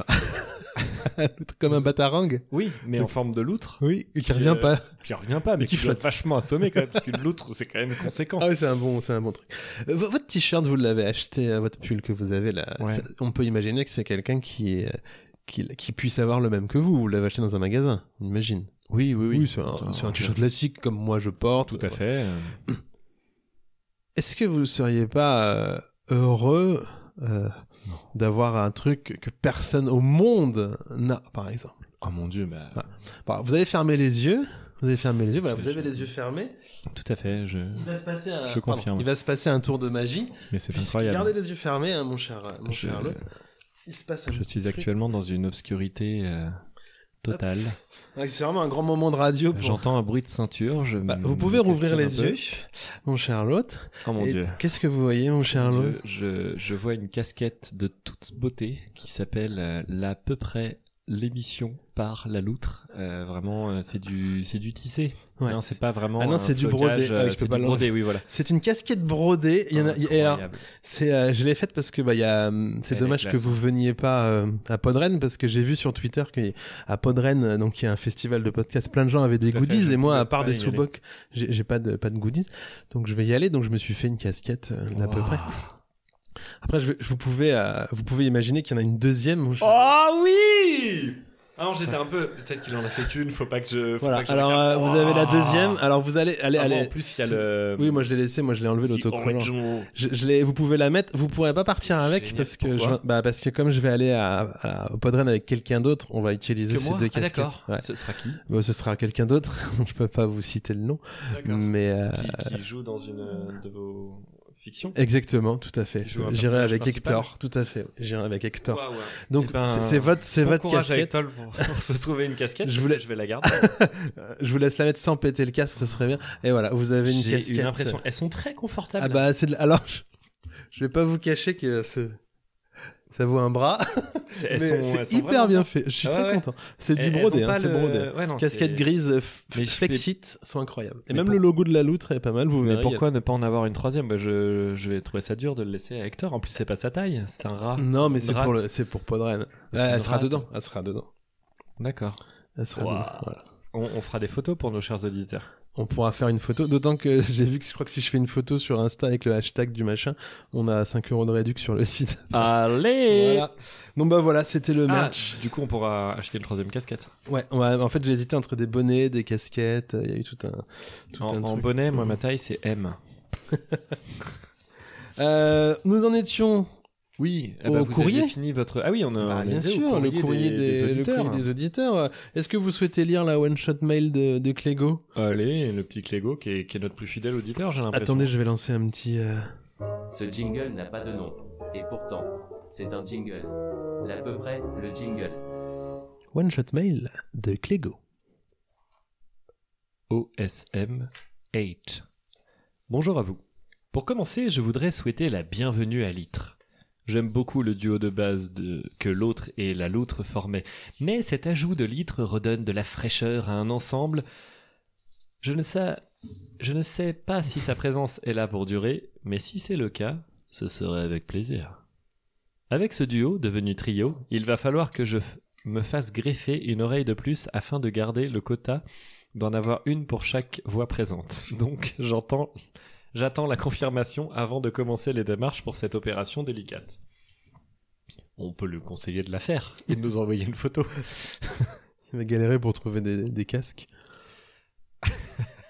Speaker 1: Comme un batarang
Speaker 2: Oui, mais en forme de loutre.
Speaker 1: Oui, qui
Speaker 2: euh,
Speaker 1: revient pas.
Speaker 2: Qui revient pas, mais
Speaker 1: Mais qui
Speaker 2: qui doit
Speaker 1: flotte.
Speaker 2: vachement assommé quand même, parce qu'une loutre, c'est quand même conséquent.
Speaker 1: Ah oui, c'est un bon, c'est un bon truc. Euh, vo- votre t-shirt, vous l'avez acheté, euh, votre pull que vous avez là.
Speaker 2: Ouais.
Speaker 1: c'est- On peut imaginer que c'est quelqu'un qui, est- euh, qui, qui puisse avoir le même que vous. Vous l'avez acheté dans un magasin, on imagine.
Speaker 2: Oui, oui,
Speaker 1: Oui, c'est un, c'est un t-shirt classique comme moi je porte.
Speaker 2: Tout à fait. euh,
Speaker 1: Est-ce que vous ne seriez pas euh, heureux euh, d'avoir un truc que personne au monde n'a, par exemple?
Speaker 2: Oh mon dieu, bah.
Speaker 1: Ah. Bon, vous avez fermé les yeux. Vous avez fermé les yeux. Voilà, vous avez les yeux fermés.
Speaker 2: Tout à fait, je.
Speaker 1: Il va se passer un,
Speaker 2: Je confirme.
Speaker 1: il va se passer un tour de magie.
Speaker 2: Mais c'est
Speaker 1: Puisque-
Speaker 2: incroyable.
Speaker 1: Gardez les yeux fermés, hein, mon cher, mon
Speaker 2: Je-
Speaker 1: cher Lot. Il se passe un
Speaker 2: Je
Speaker 1: petit
Speaker 2: suis
Speaker 1: truc.
Speaker 2: actuellement dans une obscurité euh, totale.
Speaker 1: Ah, C'est vraiment un grand moment de radio. pour-
Speaker 2: J'entends un bruit de ceinture. Je
Speaker 1: Bah,
Speaker 2: me-
Speaker 1: vous pouvez
Speaker 2: me
Speaker 1: rouvrir
Speaker 2: questionne
Speaker 1: les
Speaker 2: un peu.
Speaker 1: yeux, mon cher Lot.
Speaker 2: Oh mon
Speaker 1: Et
Speaker 2: dieu.
Speaker 1: Qu'est-ce que vous voyez, mon cher Lot
Speaker 2: Je, je- je vois une casquette de toute beauté qui s'appelle euh, l'à peu près l'émission par la loutre. Euh, vraiment, euh, c'est du, c'est du tissé.
Speaker 1: Ouais.
Speaker 2: Non, c'est pas vraiment.
Speaker 1: Ah non,
Speaker 2: un
Speaker 1: c'est du
Speaker 2: flocage,
Speaker 1: brodé. Ah oui,
Speaker 2: euh,
Speaker 1: je peux
Speaker 2: c'est
Speaker 1: pas
Speaker 2: du
Speaker 1: le-
Speaker 2: brodé, oui, voilà.
Speaker 1: C'est une casquette brodée. Il y en a, il y a- et alors,
Speaker 2: Incroyable.
Speaker 1: c'est, euh, je l'ai faite parce que bah, il y a, hum, c'est
Speaker 2: Elle est
Speaker 1: dommage que
Speaker 2: classe.
Speaker 1: vous veniez pas euh, à Podren parce que j'ai vu sur Twitter qu'à Podren, euh, donc il y a un festival de podcasts, plein de gens avaient des
Speaker 2: Tout à fait,
Speaker 1: goodies
Speaker 2: je
Speaker 1: et moi,
Speaker 2: pouvais
Speaker 1: à part
Speaker 2: pas
Speaker 1: des
Speaker 2: y aller.
Speaker 1: sous-bocs, j'ai j'ai pas de, pas de goodies. Donc je vais y aller. Donc je me suis fait une casquette euh, là, à peu
Speaker 2: Wow.
Speaker 1: près. Après, je, vais- je vous pouvez, euh, vous pouvez imaginer qu'il y en a une deuxième. mon cher-
Speaker 2: Oh oui Ah non, j'étais un peu. Peut-être qu'il en a fait une, faut pas que je. faut
Speaker 1: Voilà.
Speaker 2: pas que je
Speaker 1: Alors
Speaker 2: regarde.
Speaker 1: euh, vous avez la
Speaker 2: Wow.
Speaker 1: deuxième. Alors vous allez, allez,
Speaker 2: Ah bon,
Speaker 1: allez.
Speaker 2: en plus, il y a le.
Speaker 1: Oui, moi je l'ai laissé. Moi je l'ai enlevé
Speaker 2: The
Speaker 1: l'autocollant.
Speaker 2: original.
Speaker 1: Je, je l'ai- vous pouvez la mettre. Vous pourrez pas
Speaker 2: C'est
Speaker 1: partir avec
Speaker 2: génial.
Speaker 1: parce que
Speaker 2: Pourquoi
Speaker 1: je- bah parce que comme je vais aller à, à- au Podren avec quelqu'un d'autre, on va utiliser
Speaker 2: Que
Speaker 1: ces
Speaker 2: moi
Speaker 1: deux
Speaker 2: Ah,
Speaker 1: casquettes.
Speaker 2: d'accord.
Speaker 1: Ouais.
Speaker 2: Ce sera qui
Speaker 1: Bon, ce sera quelqu'un d'autre. donc je peux pas vous citer le nom,
Speaker 2: D'accord.
Speaker 1: mais euh,
Speaker 2: Qui, qui joue dans une euh, de vos fictions
Speaker 1: exactement, tout à fait.
Speaker 2: Qui joue un
Speaker 1: J'irai
Speaker 2: personnage
Speaker 1: avec
Speaker 2: principal
Speaker 1: Hector, tout à fait. J'irai avec Hector.
Speaker 2: Waouh, ouais.
Speaker 1: Donc
Speaker 2: Eh ben,
Speaker 1: c'est- c'est votre c'est
Speaker 2: Bon
Speaker 1: votre
Speaker 2: courage à
Speaker 1: casquette.
Speaker 2: Hector pour, pour se trouver une casquette.
Speaker 1: Je
Speaker 2: Je
Speaker 1: voulais-
Speaker 2: voulais, je vais la garder.
Speaker 1: Euh, Je vous laisse la mettre sans péter le casque, ce serait bien. Et voilà, vous avez une
Speaker 2: J'ai
Speaker 1: casquette.
Speaker 2: une impression. Elles sont très confortables.
Speaker 1: Ah bah c'est de... alors je... je vais pas vous cacher que ce- ça vaut un bras.
Speaker 2: c'est elles
Speaker 1: Mais
Speaker 2: sont-
Speaker 1: c'est
Speaker 2: elles sont
Speaker 1: hyper
Speaker 2: vraiment-
Speaker 1: bien fait. Je suis
Speaker 2: Ah
Speaker 1: très
Speaker 2: ouais, ouais.
Speaker 1: content. C'est du
Speaker 2: Elles-
Speaker 1: brodé,
Speaker 2: elles ont
Speaker 1: hein,
Speaker 2: pas
Speaker 1: c'est
Speaker 2: le-
Speaker 1: brodé.
Speaker 2: ouais, non,
Speaker 1: Casquette
Speaker 2: c'est-
Speaker 1: grise, euh, f-
Speaker 2: Mais je-
Speaker 1: flexit sont incroyables. Et
Speaker 2: Mais
Speaker 1: même
Speaker 2: pour-
Speaker 1: le logo de la loutre est pas mal, vous verrez.
Speaker 2: Mais pourquoi ne pas en avoir une troisième Bah, je, je vais trouver ça dur de le laisser à Hector. En plus, c'est pas sa taille. C'est un rat.
Speaker 1: il y a- Non, mais
Speaker 2: Une
Speaker 1: c'est pour,
Speaker 2: rate.
Speaker 1: le... c'est pour Podren.
Speaker 2: C'est
Speaker 1: Ouais,
Speaker 2: une
Speaker 1: elle sera
Speaker 2: rate.
Speaker 1: dedans. Elle sera dedans.
Speaker 2: D'accord.
Speaker 1: Elle sera
Speaker 2: Waouh.
Speaker 1: dedans. Voilà.
Speaker 2: On, on fera des photos pour nos chers auditeurs.
Speaker 1: On pourra faire une photo. D'autant que j'ai vu que je crois que si je fais une photo sur Insta avec le hashtag du machin, on a 5 euros de réduction sur le site.
Speaker 2: Allez
Speaker 1: Voilà. Donc bah voilà, c'était le
Speaker 2: Ah,
Speaker 1: match.
Speaker 2: Du coup, on pourra acheter une troisième casquette.
Speaker 1: Ouais, on va- en fait, j'ai hésité entre des bonnets, des casquettes. euh, Il y a eu tout un. Tout
Speaker 2: En,
Speaker 1: un
Speaker 2: en
Speaker 1: truc. Mm.
Speaker 2: bonnet, moi, ma taille, c'est M.
Speaker 1: Euh, nous en étions
Speaker 2: Oui,
Speaker 1: Au
Speaker 2: Eh ben, vous
Speaker 1: courrier
Speaker 2: aviez fini votre. Ah oui, on a.
Speaker 1: Bah,
Speaker 2: on
Speaker 1: bien
Speaker 2: était au
Speaker 1: sûr, le courrier des, le
Speaker 2: auditeurs.
Speaker 1: courrier des auditeurs. Est-ce que vous souhaitez lire la one-shot mail de, de Clégo
Speaker 2: Allez, le petit Clégo qui est, qui est notre plus fidèle auditeur, j'ai l'impression.
Speaker 1: Attendez, je vais lancer un petit. euh,
Speaker 6: Ce jingle n'a pas de nom. Et pourtant, c'est un jingle. L'à peu près, le jingle.
Speaker 1: one-shot mail de Clégo.
Speaker 2: OSM 8. Bonjour à vous. Pour commencer, je voudrais souhaiter la bienvenue à Litre. J'aime beaucoup le duo de base de... que l'autre et la loutre formaient, mais cet ajout de Litre redonne de la fraîcheur à un ensemble. Je ne sais, je ne sais pas si sa présence est là pour durer, mais si c'est le cas, ce serait avec plaisir. Avec ce duo devenu trio, il va falloir que je f- me fasse greffer une oreille de plus afin de garder le quota d'en avoir une pour chaque voix présente. Donc j'entends, j'attends la confirmation avant de commencer les démarches pour cette opération délicate. On peut lui conseiller de la faire et de nous envoyer une photo.
Speaker 1: Il va galérer pour trouver des, des casques.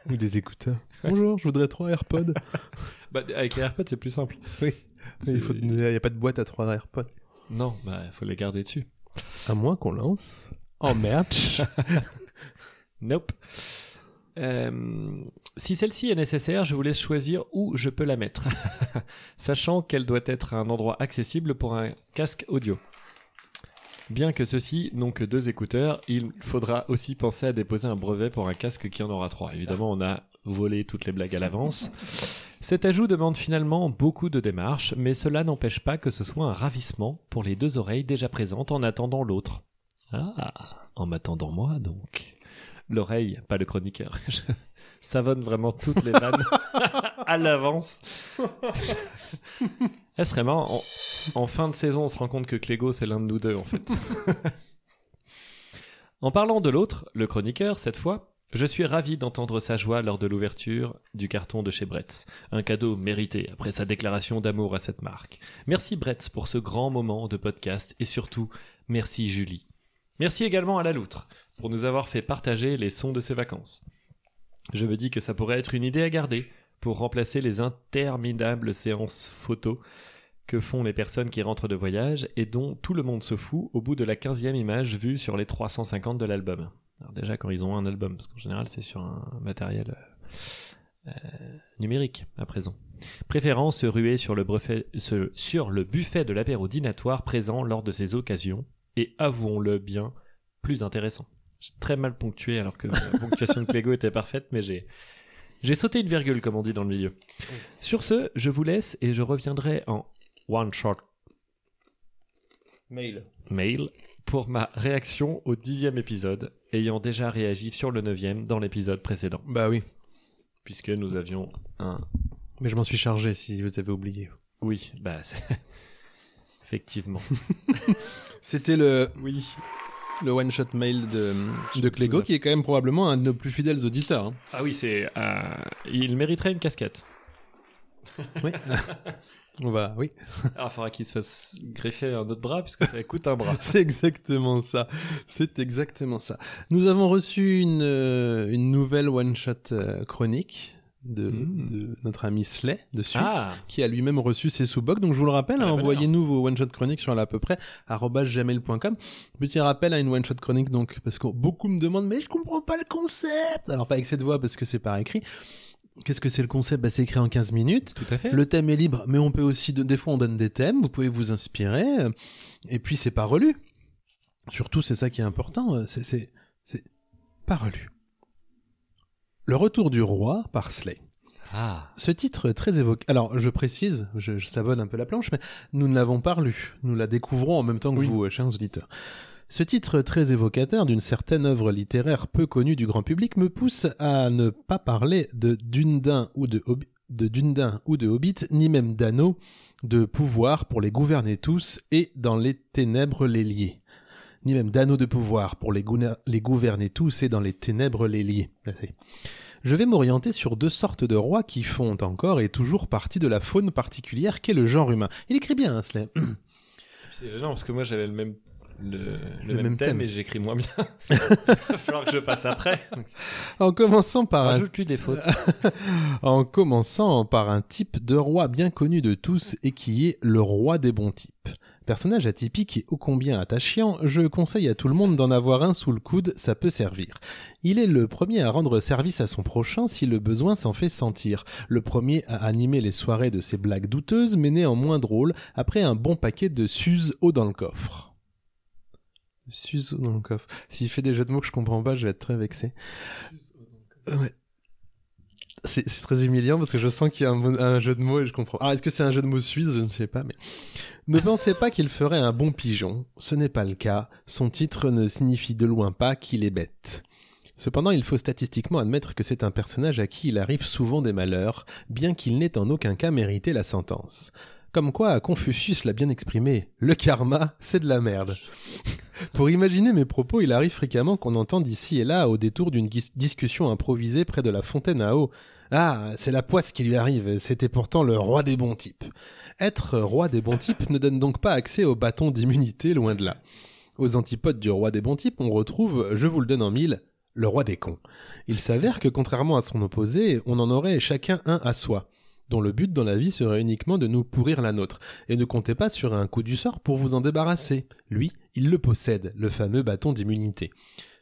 Speaker 1: Ou des écouteurs. Bonjour, je voudrais trois AirPods.
Speaker 2: Bah, avec les AirPods, c'est plus simple.
Speaker 1: Il faut- il n'y a pas de boîte à trois AirPods.
Speaker 2: Non, bah, il faut les garder dessus.
Speaker 1: À moins qu'on lance en merch.
Speaker 2: Nope. Euh, si celle-ci est nécessaire, je vous laisse choisir où je peux la mettre, sachant qu'elle doit être à un endroit accessible pour un casque audio. Bien que ceux-ci n'ont que deux écouteurs, il faudra aussi penser à déposer un brevet pour un casque qui en aura trois. Évidemment, on a volé toutes les blagues à l'avance. Cet ajout demande finalement beaucoup de démarches, mais cela n'empêche pas que ce soit un ravissement pour les deux oreilles déjà présentes en attendant l'autre. Ah, en m'attendant moi donc l'oreille, pas le chroniqueur. Je savonne vraiment toutes les vannes à l'avance. Eh, serait marrant. En, en fin de saison, on se rend compte que Clégo, c'est l'un de nous deux, en fait. en parlant de l'autre, le chroniqueur, cette fois, je suis ravi d'entendre sa joie lors de l'ouverture du carton de chez Bretz. Un cadeau mérité après sa déclaration d'amour à cette marque. Merci Bretz pour ce grand moment de podcast et surtout, merci Julie. Merci également à la loutre pour nous avoir fait partager les sons de ses vacances. Je me dis que ça pourrait être une idée à garder pour remplacer les interminables séances photos que font les personnes qui rentrent de voyage et dont tout le monde se fout au bout de la 15e image vue sur les 350 de l'album. Alors déjà quand ils ont un album, parce qu'en général c'est sur un matériel euh, euh, numérique à présent. Préférant se ruer sur le, brevet- se- sur le buffet de l'apéro dînatoire présent lors de ces occasions et avouons-le bien, plus intéressant. J'ai très mal ponctué alors que la ponctuation de Clégo était parfaite, mais j'ai j'ai sauté une virgule comme on dit dans le milieu. Sur ce, je vous laisse et je reviendrai en one shot
Speaker 7: Mail.
Speaker 2: mail pour ma réaction au dixième épisode, ayant déjà réagi sur le neuvième dans l'épisode précédent,
Speaker 1: bah oui.
Speaker 2: puisque nous avions un
Speaker 1: Mais je m'en suis chargé si vous avez oublié.
Speaker 2: oui, bah c'est- effectivement.
Speaker 1: C'était le,
Speaker 2: Oui.
Speaker 1: le one-shot mail de, de
Speaker 2: me
Speaker 1: Clégo,
Speaker 2: souviens.
Speaker 1: qui est quand même probablement un de nos plus fidèles auditeurs. hein.
Speaker 2: Ah oui, c'est euh, il mériterait une casquette.
Speaker 1: Oui. On va, oui.
Speaker 2: Ah, faudra qu'il se fasse greffer un autre bras puisque ça coûte un bras.
Speaker 1: C'est exactement ça. C'est exactement ça. Nous avons reçu une, euh, une nouvelle one-shot euh, chronique de,
Speaker 2: Mm.
Speaker 1: de notre ami Slay de Suisse.
Speaker 2: Ah,
Speaker 1: qui a lui-même reçu ses sous-bocs. Donc je vous le rappelle, hein,
Speaker 2: Ah, la bonne
Speaker 1: envoyez-nous vos one-shot chroniques sur à peu près arobase gmail.com. Petit rappel à une one-shot chronique donc parce que beaucoup me demandent mais je comprends pas le concept. Alors pas avec cette voix parce que c'est par écrit. Qu'est-ce que c'est le concept Bah c'est écrit en 15 minutes.
Speaker 2: tout à fait.
Speaker 1: Le thème est libre, mais on peut aussi, de- des fois, on donne des thèmes, vous pouvez vous inspirer, euh, et puis c'est pas relu. Surtout, c'est ça qui est important, euh, c'est- c'est c'est pas relu. Le retour du roi par Slay.
Speaker 2: Ah,
Speaker 1: Ce titre est très évoqué. Alors, je précise, je, je savonne un peu la planche, mais nous ne l'avons pas lu. Nous la découvrons en même temps que vous, euh, chers auditeurs. Ce titre très évocateur d'une certaine œuvre littéraire peu connue du grand public me pousse à ne pas parler de Dundin ou de, Hob- de Dundin ou de Hobbit, ni même d'anneaux, de pouvoir pour les gouverner tous et dans les ténèbres les lier. Ni même d'anneaux de pouvoir pour les, gouverner- les gouverner tous et dans les ténèbres les lier. Là, c'est- je vais m'orienter sur deux sortes de rois qui font encore et toujours partie de la faune particulière qu'est le genre humain. Il écrit bien, hein, Slay.
Speaker 2: C'est gênant parce que moi j'avais le même le, le
Speaker 1: Le
Speaker 2: même,
Speaker 1: même
Speaker 2: thème,
Speaker 1: thème.
Speaker 2: et j'écris moins bien. Il va falloir que je passe après.
Speaker 1: En commençant par un
Speaker 2: Rajoute-lui des fautes.
Speaker 1: en commençant par un type de roi bien connu de tous et qui est le roi des bons types. Personnage atypique et ô combien attachant, je conseille à tout le monde d'en avoir un sous le coude, ça peut servir. Il est le premier à rendre service à son prochain si le besoin s'en fait sentir, le premier à animer les soirées de ses blagues douteuses mais néanmoins drôles après un bon paquet de suzes haut dans le coffre. Suzes haut dans le coffre. S'il fait des jeux de mots que je comprends pas, je vais être très vexé. Ouais. C'est c'est très humiliant parce que je sens qu'il y a un, mo- un jeu de mots et je comprends. Ah, est-ce que c'est un jeu de mots suisse Je ne sais pas, mais. Ne pensez pas qu'il ferait un bon pigeon. Ce n'est pas le cas. Son titre ne signifie de loin pas qu'il est bête. Cependant, il faut statistiquement admettre que c'est un personnage à qui il arrive souvent des malheurs, bien qu'il n'ait en aucun cas mérité la sentence. Comme quoi, Confucius l'a bien exprimé, le karma, c'est de la merde. Pour imaginer mes propos, il arrive fréquemment qu'on entende ici et là, au détour d'une guis- discussion improvisée près de la fontaine à eau, ah, c'est la poisse qui lui arrive, c'était pourtant le roi des bons types. Être roi des bons types ne donne donc pas accès au bâton d'immunité, loin de là. Aux antipodes du roi des bons types, on retrouve, je vous le donne en mille, le roi des cons. Il s'avère que contrairement à son opposé, on en aurait chacun un à soi, dont le but dans la vie serait uniquement de nous pourrir la nôtre, et ne comptez pas sur un coup du sort pour vous en débarrasser. Lui, il le possède, le fameux bâton d'immunité.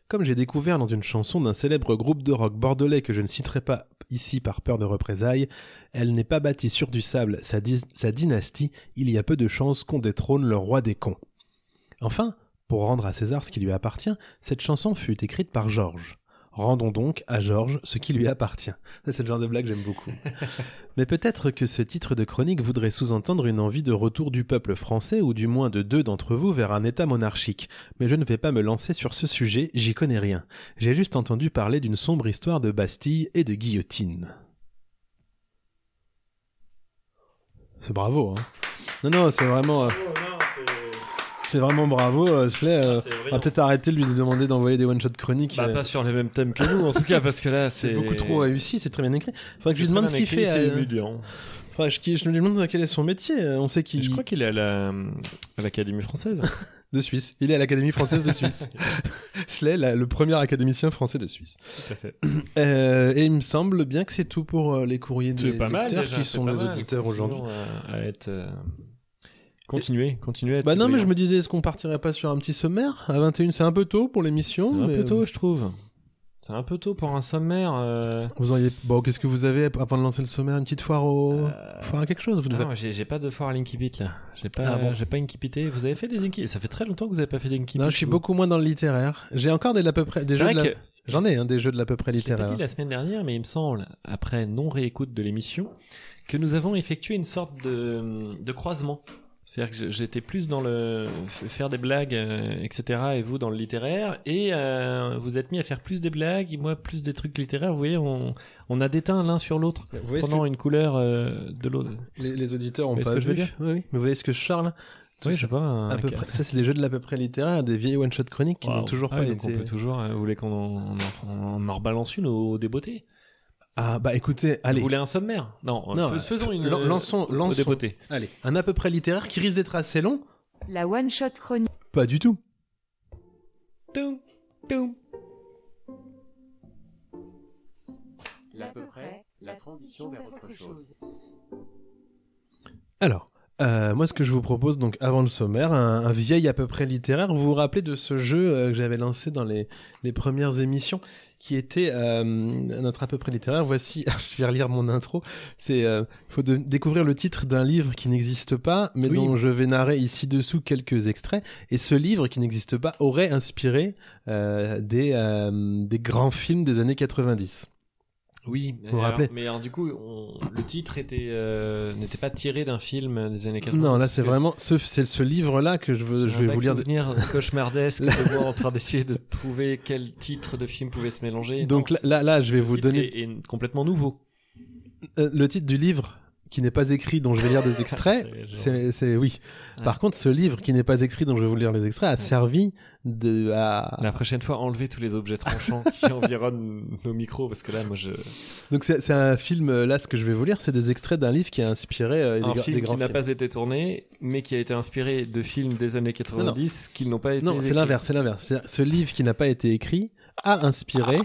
Speaker 1: Comme j'ai découvert dans une chanson d'un célèbre groupe de rock bordelais que je ne citerai pas ici par peur de représailles, elle n'est pas bâtie sur du sable, sa, dis- sa dynastie, il y a peu de chances qu'on détrône le roi des cons. Enfin, pour rendre à César ce qui lui appartient, cette chanson fut écrite par Georges. Rendons donc à Georges ce qui lui appartient. Ça, c'est le genre de blague que j'aime beaucoup. Mais peut-être que ce titre de chronique voudrait sous-entendre une envie de retour du peuple français, ou du moins de deux d'entre vous, vers un État monarchique. Mais je ne vais pas me lancer sur ce sujet, j'y connais rien. J'ai juste entendu parler d'une sombre histoire de Bastille et de guillotine. C'est bravo, hein. Non, non, c'est vraiment, euh, c'est vraiment bravo, euh, Slay,
Speaker 2: Ah,
Speaker 1: euh, on va peut-être arrêter de lui demander d'envoyer des one-shot chroniques.
Speaker 2: hein. Bah,
Speaker 1: euh,
Speaker 2: pas sur les mêmes thèmes que nous, en tout cas, parce que là,
Speaker 1: c'est
Speaker 2: c'est.
Speaker 1: beaucoup trop réussi, c'est très bien écrit. Faudrait que je lui
Speaker 2: C'est
Speaker 1: demande
Speaker 2: très
Speaker 1: ce qu'il
Speaker 2: bien
Speaker 1: fait.
Speaker 2: écrit,
Speaker 1: euh,
Speaker 2: C'est humiliant.
Speaker 1: faudrait que je, je lui demande quel est son métier. euh, On sait qu'il
Speaker 2: Je crois qu'il est à la- à l'Académie française.
Speaker 1: de Suisse. Il est à l'Académie française de Suisse. Slay, la- le premier académicien français de Suisse.
Speaker 2: Tout à fait.
Speaker 1: Euh, et il me semble bien que c'est tout pour euh, les courriers des
Speaker 2: C'est pas mal
Speaker 1: lecteurs
Speaker 2: déjà,
Speaker 1: qui
Speaker 2: c'est
Speaker 1: sont
Speaker 2: pas
Speaker 1: les
Speaker 2: mal.
Speaker 1: auditeurs
Speaker 2: Continuons
Speaker 1: aujourd'hui.
Speaker 2: À, à être. euh, Continuez, continuez à être.
Speaker 1: Bah non, mais je me disais, est-ce qu'on partirait pas sur un petit sommaire à 21 C'est un peu tôt pour l'émission.
Speaker 2: Un
Speaker 1: mais,
Speaker 2: peu
Speaker 1: euh,
Speaker 2: tôt, je trouve. C'est un peu tôt pour un sommaire. euh,
Speaker 1: Vous auriez. Bon, qu'est-ce que vous avez avant de lancer le sommaire Une petite foire au.
Speaker 2: euh,
Speaker 1: Foire à quelque chose vous devez...
Speaker 2: Non, j'ai j'ai pas de fort à l'inkipit là. J'ai pas,
Speaker 1: Ah bon
Speaker 2: j'ai pas inkipité. Vous avez fait des inkipits Ça fait très longtemps que vous avez pas fait d'inkipit.
Speaker 1: Non, je suis
Speaker 2: vous.
Speaker 1: beaucoup moins dans le littéraire. J'ai encore des, à peu près, des
Speaker 2: C'est
Speaker 1: jeux de
Speaker 2: vrai
Speaker 1: la...
Speaker 2: que
Speaker 1: J'en ai hein, des jeux de l'à peu près
Speaker 2: je l'ai pas dit
Speaker 1: littéraire.
Speaker 2: la semaine dernière, mais il me semble, après non réécoute de l'émission, que nous avons effectué une sorte de, de croisement. C'est-à-dire que je- j'étais plus dans le f- faire des blagues, euh, etc. Et vous dans le littéraire, et euh, vous êtes mis à faire plus des blagues, et moi plus des trucs littéraires. Vous voyez, on, on a déteint l'un sur l'autre,
Speaker 1: Vous voyez ce
Speaker 2: prenant une couleur euh, de l'autre.
Speaker 1: que les, les auditeurs ont
Speaker 2: Vous voyez ce
Speaker 1: pas
Speaker 2: que je veux
Speaker 1: vu.
Speaker 2: dire
Speaker 1: Oui, oui. Mais vous voyez ce que Charles,
Speaker 2: Oui, je sais pas. un-
Speaker 1: à peu
Speaker 2: un-
Speaker 1: près. Ça, c'est des jeux de l'à peu près littéraire, des vieilles one-shot chroniques qui
Speaker 2: Waouh.
Speaker 1: n'ont toujours
Speaker 2: Ah
Speaker 1: pas
Speaker 2: oui, donc
Speaker 1: été.
Speaker 2: on peut toujours. euh, vous voulez qu'on en, on en, on en rebalance une au débeauté
Speaker 1: Ah bah écoutez, allez.
Speaker 2: Vous voulez un sommaire Non, euh,
Speaker 1: Non, euh,
Speaker 2: fais- faisons une.
Speaker 1: lan- lançons,
Speaker 2: euh, au
Speaker 1: lançons.
Speaker 2: débeauté.
Speaker 1: Allez, un à peu près littéraire qui risque d'être assez long.
Speaker 7: La One Shot Chronique.
Speaker 1: Pas du tout.
Speaker 2: Toum, toum.
Speaker 6: L'à peu près, la transition vers autre chose.
Speaker 1: Alors, euh, moi, ce que je vous propose, donc, avant le sommaire, un, un vieil à peu près littéraire. Vous vous rappelez de ce jeu euh, que j'avais lancé dans les, les premières émissions, qui était euh, notre à peu près littéraire. Voici, je vais relire mon intro. C'est, euh, faut de- découvrir le titre d'un livre qui n'existe pas, mais
Speaker 2: Oui.
Speaker 1: dont je vais narrer ici-dessous quelques extraits. Et ce livre qui n'existe pas aurait inspiré euh, des, euh, des grands films des années 90.
Speaker 2: Oui,
Speaker 1: vous
Speaker 2: alors-
Speaker 1: rappelez
Speaker 2: mais alors du coup, on- le titre était euh, n'était pas tiré d'un film des années 80.
Speaker 1: Non, là,
Speaker 2: parce
Speaker 1: c'est
Speaker 2: que
Speaker 1: vraiment ce, c'est ce livre-là que je, veux,
Speaker 2: j'ai
Speaker 1: je
Speaker 2: un
Speaker 1: vais
Speaker 2: vague
Speaker 1: vous lire.
Speaker 2: souvenir cauchemardesque de moi en train d'essayer de trouver quel titre de film pouvait se mélanger.
Speaker 1: Donc
Speaker 2: Non,
Speaker 1: là, là, là, je vais
Speaker 2: le
Speaker 1: vous
Speaker 2: titre
Speaker 1: donner
Speaker 2: est- est complètement nouveau.
Speaker 1: Euh, le titre du livre qui n'est pas écrit, dont je vais lire des extraits,
Speaker 2: Ah, C'est-
Speaker 1: c'est c'est- oui.
Speaker 2: Ouais.
Speaker 1: Par contre, ce livre qui n'est pas écrit, dont je vais vous lire les extraits, a servi de à...
Speaker 2: La prochaine fois, enlevez tous les objets tranchants qui environnent nos micros parce que là, moi, je
Speaker 1: Donc c'est c'est un film euh, là, ce que je vais vous lire, c'est des extraits d'un livre qui a inspiré euh, des,
Speaker 2: un
Speaker 1: gra-
Speaker 2: film
Speaker 1: des
Speaker 2: qui
Speaker 1: grands
Speaker 2: n'a
Speaker 1: films.
Speaker 2: pas été tourné, mais qui a été inspiré de films des années 90 qui n'ont pas été.
Speaker 1: Non, c'est
Speaker 2: écrits.
Speaker 1: l'inverse, c'est l'inverse. C'est- Ce livre qui n'a pas été écrit a inspiré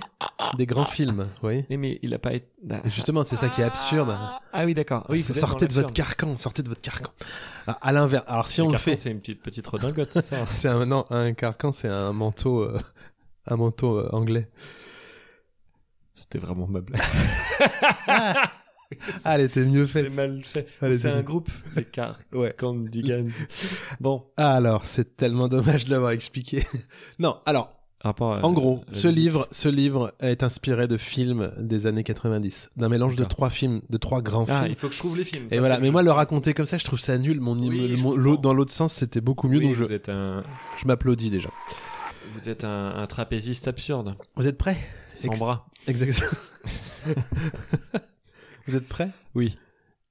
Speaker 1: des grands films. Vous voyez
Speaker 2: Mais, mais il n'a pas été. Ah,
Speaker 1: Et justement, c'est ça qui est absurde.
Speaker 2: ah oui, d'accord. Oui, vous êtes
Speaker 1: sortez
Speaker 2: dans
Speaker 1: de votre
Speaker 2: l'absurde.
Speaker 1: carcan, sortez de votre carcan. À, à l'inverse. Alors si on le
Speaker 2: carton,
Speaker 1: fait,
Speaker 2: c'est une petite petite redingote, c'est ça.
Speaker 1: C'est un, non, un carcan, c'est un manteau, euh, un manteau euh, anglais.
Speaker 2: C'était vraiment ma blague.
Speaker 1: Ah, elle était mieux
Speaker 2: C'est
Speaker 1: faite.
Speaker 2: mal fait.
Speaker 1: Allez,
Speaker 2: c'est
Speaker 1: vas-y.
Speaker 2: un groupe, les Car
Speaker 1: Ouais.
Speaker 2: Candigans. Bon,
Speaker 1: Ah, alors, c'est tellement dommage de l'avoir expliqué. non, alors,
Speaker 2: rapport. à-
Speaker 1: en gros,
Speaker 2: à-
Speaker 1: ce
Speaker 2: à-
Speaker 1: livre, ce livre est inspiré de films des années 90, d'un mélange de
Speaker 2: D'accord.
Speaker 1: trois films, de trois grands
Speaker 2: Ah,
Speaker 1: films.
Speaker 2: il faut que je trouve les films.
Speaker 1: Et voilà, mais moi le raconter comme ça, je trouve ça nul. Mon,
Speaker 2: Oui,
Speaker 1: mon-
Speaker 2: je
Speaker 1: mon-
Speaker 2: comprends.
Speaker 1: l'autre- dans l'autre sens, c'était beaucoup mieux,
Speaker 2: mieux
Speaker 1: donc je,
Speaker 2: Vous êtes un,
Speaker 1: je m'applaudis déjà.
Speaker 2: vous êtes un, un trapéziste absurde,
Speaker 1: Vous êtes prêts
Speaker 2: sans
Speaker 1: Ex-
Speaker 2: bras.
Speaker 1: Exactement. Vous êtes prêts
Speaker 2: Oui.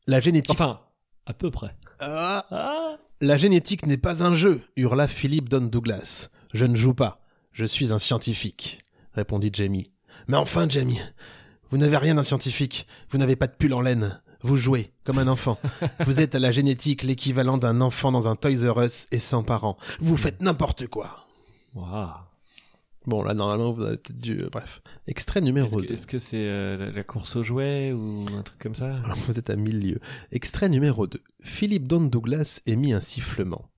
Speaker 1: La génétique.
Speaker 2: Enfin, à peu près.
Speaker 1: Ah
Speaker 2: Ah.
Speaker 1: La génétique n'est pas un jeu, hurla Philip Don Douglas. Je ne joue pas, je suis un scientifique, répondit Jamie. Mais enfin, Jamie, vous n'avez rien d'un scientifique, vous n'avez pas de pull en laine, vous jouez comme un enfant. Vous êtes à la génétique l'équivalent d'un enfant dans un Toys R Us et sans parents. Vous faites n'importe quoi.
Speaker 2: Waouh.
Speaker 1: Bon, là, normalement, vous avez peut-être dû. euh, Bref. Extrait numéro
Speaker 2: Est-ce
Speaker 1: 2.
Speaker 2: que- est-ce que c'est euh, la- la course aux jouets ou un truc comme ça
Speaker 1: Alors, vous êtes à mille lieues. Extrait numéro 2. Philippe Don Douglas émit un sifflement.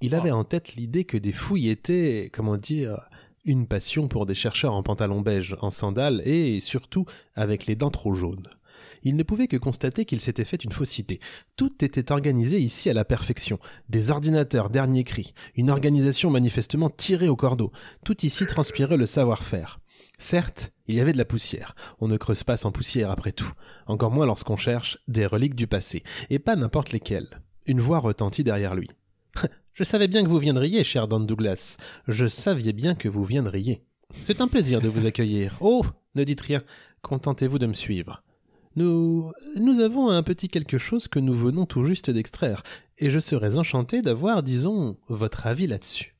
Speaker 1: Il avait en tête l'idée que des fouilles étaient, comment dire, une passion pour des chercheurs en pantalon beige, en sandales et, surtout avec les dents trop jaunes. Il ne pouvait que constater qu'il s'était fait une faussité. Tout était organisé ici à la perfection. Des ordinateurs dernier cri, une organisation manifestement tirée au cordeau. Tout ici transpirait le savoir-faire. Certes, il y avait de la poussière. On ne creuse pas sans poussière après tout encore moins lorsqu'on cherche des reliques du passé, et pas n'importe lesquelles. Une voix retentit derrière lui. Je savais bien que vous viendriez, cher Dan Douglas. Je saviez bien que vous viendriez. C'est un plaisir de vous accueillir. Oh, ne dites rien. Contentez-vous de me suivre. Nous, nous avons un petit quelque chose que nous venons tout juste d'extraire, et je serais enchanté d'avoir, disons, votre avis là-dessus.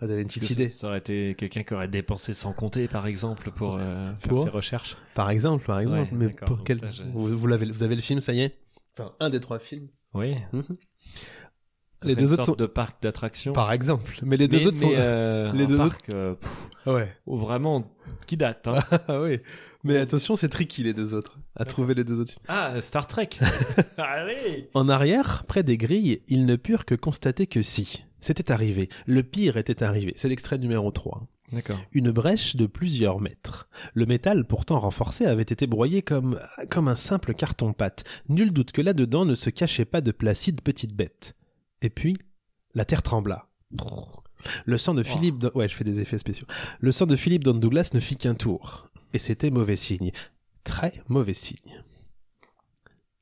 Speaker 1: Ah, Vous avez une
Speaker 2: Parce
Speaker 1: petite
Speaker 2: que
Speaker 1: idée,
Speaker 2: Ça, ça aurait été quelqu'un qui aurait dépensé sans compter, par exemple, pour euh, faire
Speaker 1: Pour
Speaker 2: ses recherches.
Speaker 1: par exemple, par exemple.
Speaker 2: Ouais,
Speaker 1: mais
Speaker 2: d'accord,
Speaker 1: pour
Speaker 2: donc
Speaker 1: quel-
Speaker 2: ça, je-
Speaker 1: vous, vous l'avez- vous avez le film, ça y est. Enfin, un des trois films.
Speaker 2: Oui. Ce
Speaker 1: Les
Speaker 2: serait
Speaker 1: deux
Speaker 2: une
Speaker 1: autres
Speaker 2: sorte
Speaker 1: sont-
Speaker 2: de parc d'attractions.
Speaker 1: Par exemple. Mais les deux
Speaker 2: Mais-
Speaker 1: autres sont.
Speaker 2: mais, euh,
Speaker 1: les
Speaker 2: un
Speaker 1: deux
Speaker 2: parc, euh, pff,
Speaker 1: Ouais.
Speaker 2: oh, vraiment qui date. hein.
Speaker 1: Ah oui. Mais attention, c'est tricky les deux autres. À trouver les deux autres.
Speaker 2: ah, Star Trek. Allez.
Speaker 1: En arrière, près des grilles, ils ne purent que constater que si. C'était arrivé. Le pire était arrivé. C'est l'extrait numéro 3.
Speaker 2: D'accord.
Speaker 1: Une brèche de plusieurs mètres. Le métal, pourtant renforcé, avait été broyé comme, comme un simple carton-pâte. Nul doute que là-dedans ne se cachait pas de placides petites bêtes. Et puis, la terre trembla. Le sang de Philippe... Don- Ouais, je fais des effets spéciaux. Le sang de Philippe Don Douglas ne fit qu'un tour. Et c'était mauvais signe. Très mauvais signe.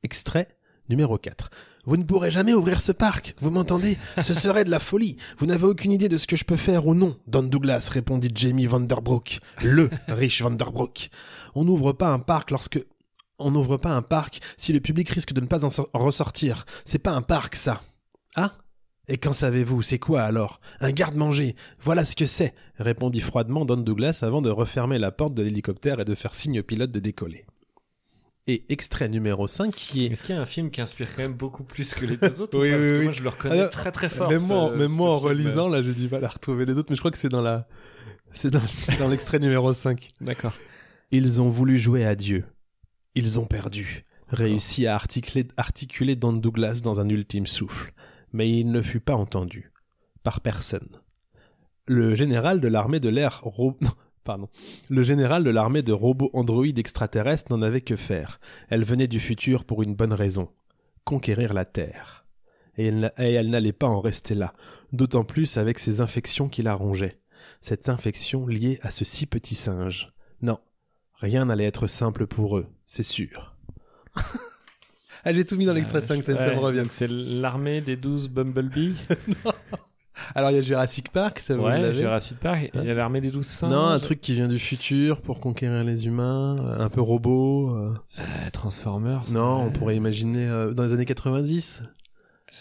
Speaker 1: Extrait numéro 4. Vous ne pourrez jamais ouvrir ce parc, vous m'entendez Ce serait de la folie. Vous n'avez aucune idée de ce que je peux faire ou non, Don Douglas, répondit Jamie Vanderbroek, le riche Vanderbroek. On n'ouvre pas un parc lorsque... On n'ouvre pas un parc si le public risque de ne pas en so- en ressortir. C'est pas un parc, ça. Ah Et qu'en savez-vous C'est quoi alors Un garde-manger Voilà ce que c'est répondit froidement Don Douglas avant de refermer la porte de l'hélicoptère et de faire signe au pilote de décoller. Et extrait numéro 5 qui est...
Speaker 2: Est-ce qu'il y a un film qui inspire quand même beaucoup plus que les deux autres ou
Speaker 1: Oui,
Speaker 2: pas Parce
Speaker 1: oui,
Speaker 2: que
Speaker 1: oui.
Speaker 2: moi, je le reconnais
Speaker 1: Alors,
Speaker 2: très très fort.
Speaker 1: même moi,
Speaker 2: ce-
Speaker 1: même moi, en
Speaker 2: ce film. euh.
Speaker 1: relisant, là, j'ai du mal à retrouver les autres, mais je crois que c'est dans la. C'est dans, c'est dans l'extrait numéro 5.
Speaker 2: D'accord.
Speaker 1: Ils ont voulu jouer à Dieu. Ils ont perdu. Réussi à articuler, articuler Don Douglas dans un ultime souffle. Mais il ne fut pas entendu. Par personne. Le général de l'armée de l'air. Ro- non, Pardon. Le général de l'armée de robots androïdes extraterrestres n'en avait que faire. Elle venait du futur pour une bonne raison. Conquérir la Terre. Et elle, n'a- et elle n'allait pas en rester là. D'autant plus avec ces infections qui la rongeaient. Cette infection liée à ce si petit singe. Non, Rien n'allait être simple pour eux, c'est sûr. ah, j'ai tout mis dans l'extrait 5, ça, ça me
Speaker 2: Ouais,
Speaker 1: revient.
Speaker 2: donc C'est l'armée des 12 Bumblebee.
Speaker 1: Alors, il y a Jurassic Park, ça vous
Speaker 2: ouais,
Speaker 1: l'avez Hein
Speaker 2: Jurassic Park. Il y a l'armée des 12 singes.
Speaker 1: Non, un truc qui vient du futur pour conquérir les humains, euh, un peu robot. euh.
Speaker 2: Euh, Transformers.
Speaker 1: Non,
Speaker 2: ouais.
Speaker 1: on pourrait imaginer euh, dans les années 90.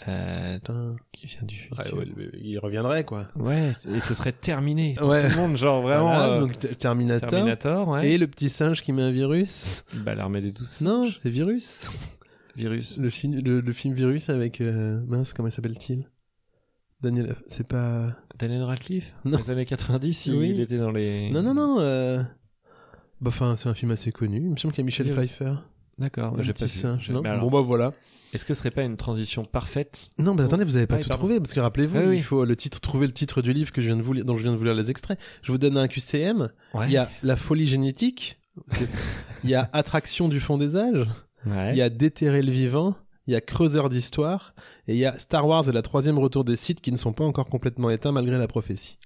Speaker 2: Euh,
Speaker 1: Putain.
Speaker 2: qui vient du futur.
Speaker 1: Ah, Ouais, ouais, le- il reviendrait, quoi.
Speaker 2: Ouais, et ce serait terminé. pour
Speaker 1: Ouais.
Speaker 2: Tout le monde, genre vraiment.
Speaker 1: Voilà,
Speaker 2: euh,
Speaker 1: donc, T- Terminator.
Speaker 2: Terminator, ouais.
Speaker 1: Et le petit singe qui met un virus.
Speaker 2: Bah, l'armée des douze
Speaker 1: Non,
Speaker 2: singes.
Speaker 1: c'est Virus.
Speaker 2: Virus.
Speaker 1: Le, film- le- le film Virus avec. euh, mince, comment s'appelle-t-il Daniel. euh, C'est pas.
Speaker 2: Daniel Radcliffe
Speaker 1: Non.
Speaker 2: Dans les années 90, il,
Speaker 1: Oui.
Speaker 2: il était dans les.
Speaker 1: Non, non, non. euh, Bah, enfin, c'est un film assez connu. Il me semble qu'il y a Michel
Speaker 2: Virus.
Speaker 1: Pfeiffer.
Speaker 2: D'accord,
Speaker 1: Le
Speaker 2: j'ai
Speaker 1: petit
Speaker 2: pas vu.
Speaker 1: singe,
Speaker 2: J'ai-
Speaker 1: non
Speaker 2: mais alors,
Speaker 1: Bon, bah voilà.
Speaker 2: Est-ce que ce serait pas une transition parfaite
Speaker 1: Non, mais attendez, vous avez pas
Speaker 2: Ah oui,
Speaker 1: tout
Speaker 2: pardon.
Speaker 1: trouvé. Parce que rappelez-vous,
Speaker 2: Ah oui.
Speaker 1: il faut le titre, trouver le titre du livre que je viens de vous lire- dont je viens de vous lire les extraits. Je vous donne un QCM.
Speaker 2: Ouais.
Speaker 1: Il y a La folie génétique. il y a Attraction du fond des âges.
Speaker 2: Ouais.
Speaker 1: Il y a Déterrer le vivant. Il y a Creuseur d'histoire. Et il y a Star Wars et la troisième retour des sites qui ne sont pas encore complètement éteints malgré la prophétie.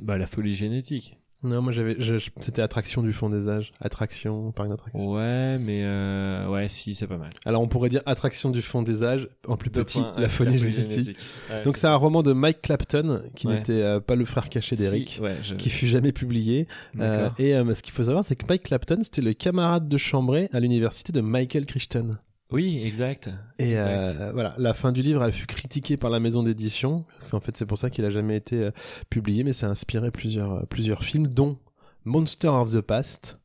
Speaker 2: Bah, la folie génétique.
Speaker 1: Non, moi j'avais. je- je- C'était Attraction du fond des âges. Attraction, par une attraction.
Speaker 2: Oh. Ouais, mais. euh, Ouais, si, c'est pas mal.
Speaker 1: Alors on pourrait dire Attraction du fond des âges, en plus
Speaker 2: Deux
Speaker 1: petit,
Speaker 2: points,
Speaker 1: La
Speaker 2: ouais,
Speaker 1: folie génétique.
Speaker 2: Ouais,
Speaker 1: Donc c'est un roman de Mike Clapton, qui
Speaker 2: Ouais.
Speaker 1: n'était euh, pas le frère caché
Speaker 2: Si,
Speaker 1: d'Eric,
Speaker 2: ouais, je-
Speaker 1: qui fut jamais publié. Euh,
Speaker 2: D'accord.
Speaker 1: et euh, ce qu'il faut savoir, c'est que Mike Clapton, c'était le camarade de chambrée à l'université de Michael Crichton.
Speaker 2: Oui, exact.
Speaker 1: Et euh,
Speaker 2: Exact.
Speaker 1: voilà, la fin du livre, elle fut critiquée par la maison d'édition. En fait, c'est pour ça qu'il a jamais été euh, publié, mais ça a inspiré plusieurs, euh, plusieurs films, dont Monster of the Past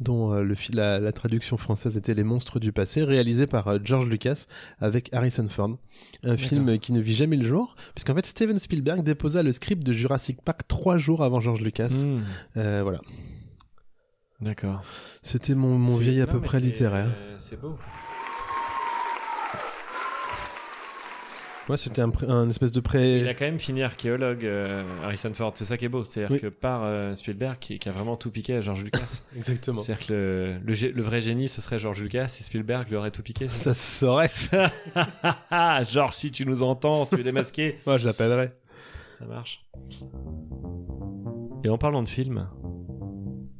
Speaker 1: dont euh, le, fi- la, la traduction française était Les monstres du passé, réalisé par euh, George Lucas avec Harrison Ford. Un film euh, qui ne vit jamais le jour, puisqu'en fait Steven Spielberg déposa le script de Jurassic Park trois jours avant George Lucas.
Speaker 2: Hmm,
Speaker 1: Euh, voilà.
Speaker 2: D'accord.
Speaker 1: C'était mon, mon
Speaker 2: C'est-
Speaker 1: vieil à
Speaker 2: non,
Speaker 1: peu
Speaker 2: mais
Speaker 1: près
Speaker 2: c'est-
Speaker 1: littéraire.
Speaker 2: euh, C'est beau.
Speaker 1: Moi, c'était un, pré- un espèce de pré.
Speaker 2: Il a quand même fini archéologue, euh, Harrison Ford. C'est ça qui est beau. C'est-à-dire
Speaker 1: Oui.
Speaker 2: que par euh, Spielberg, qui, qui a vraiment tout piqué à George Lucas.
Speaker 1: Exactement.
Speaker 2: C'est-à-dire que le, le gé- le vrai génie, ce serait George Lucas et Spielberg lui aurait tout piqué. c'est
Speaker 1: Ça
Speaker 2: ça
Speaker 1: se saurait.
Speaker 2: Ah, George, si tu nous entends, tu es démasqué.
Speaker 1: Moi, je l'appellerais.
Speaker 2: ça marche. Et en parlant de films,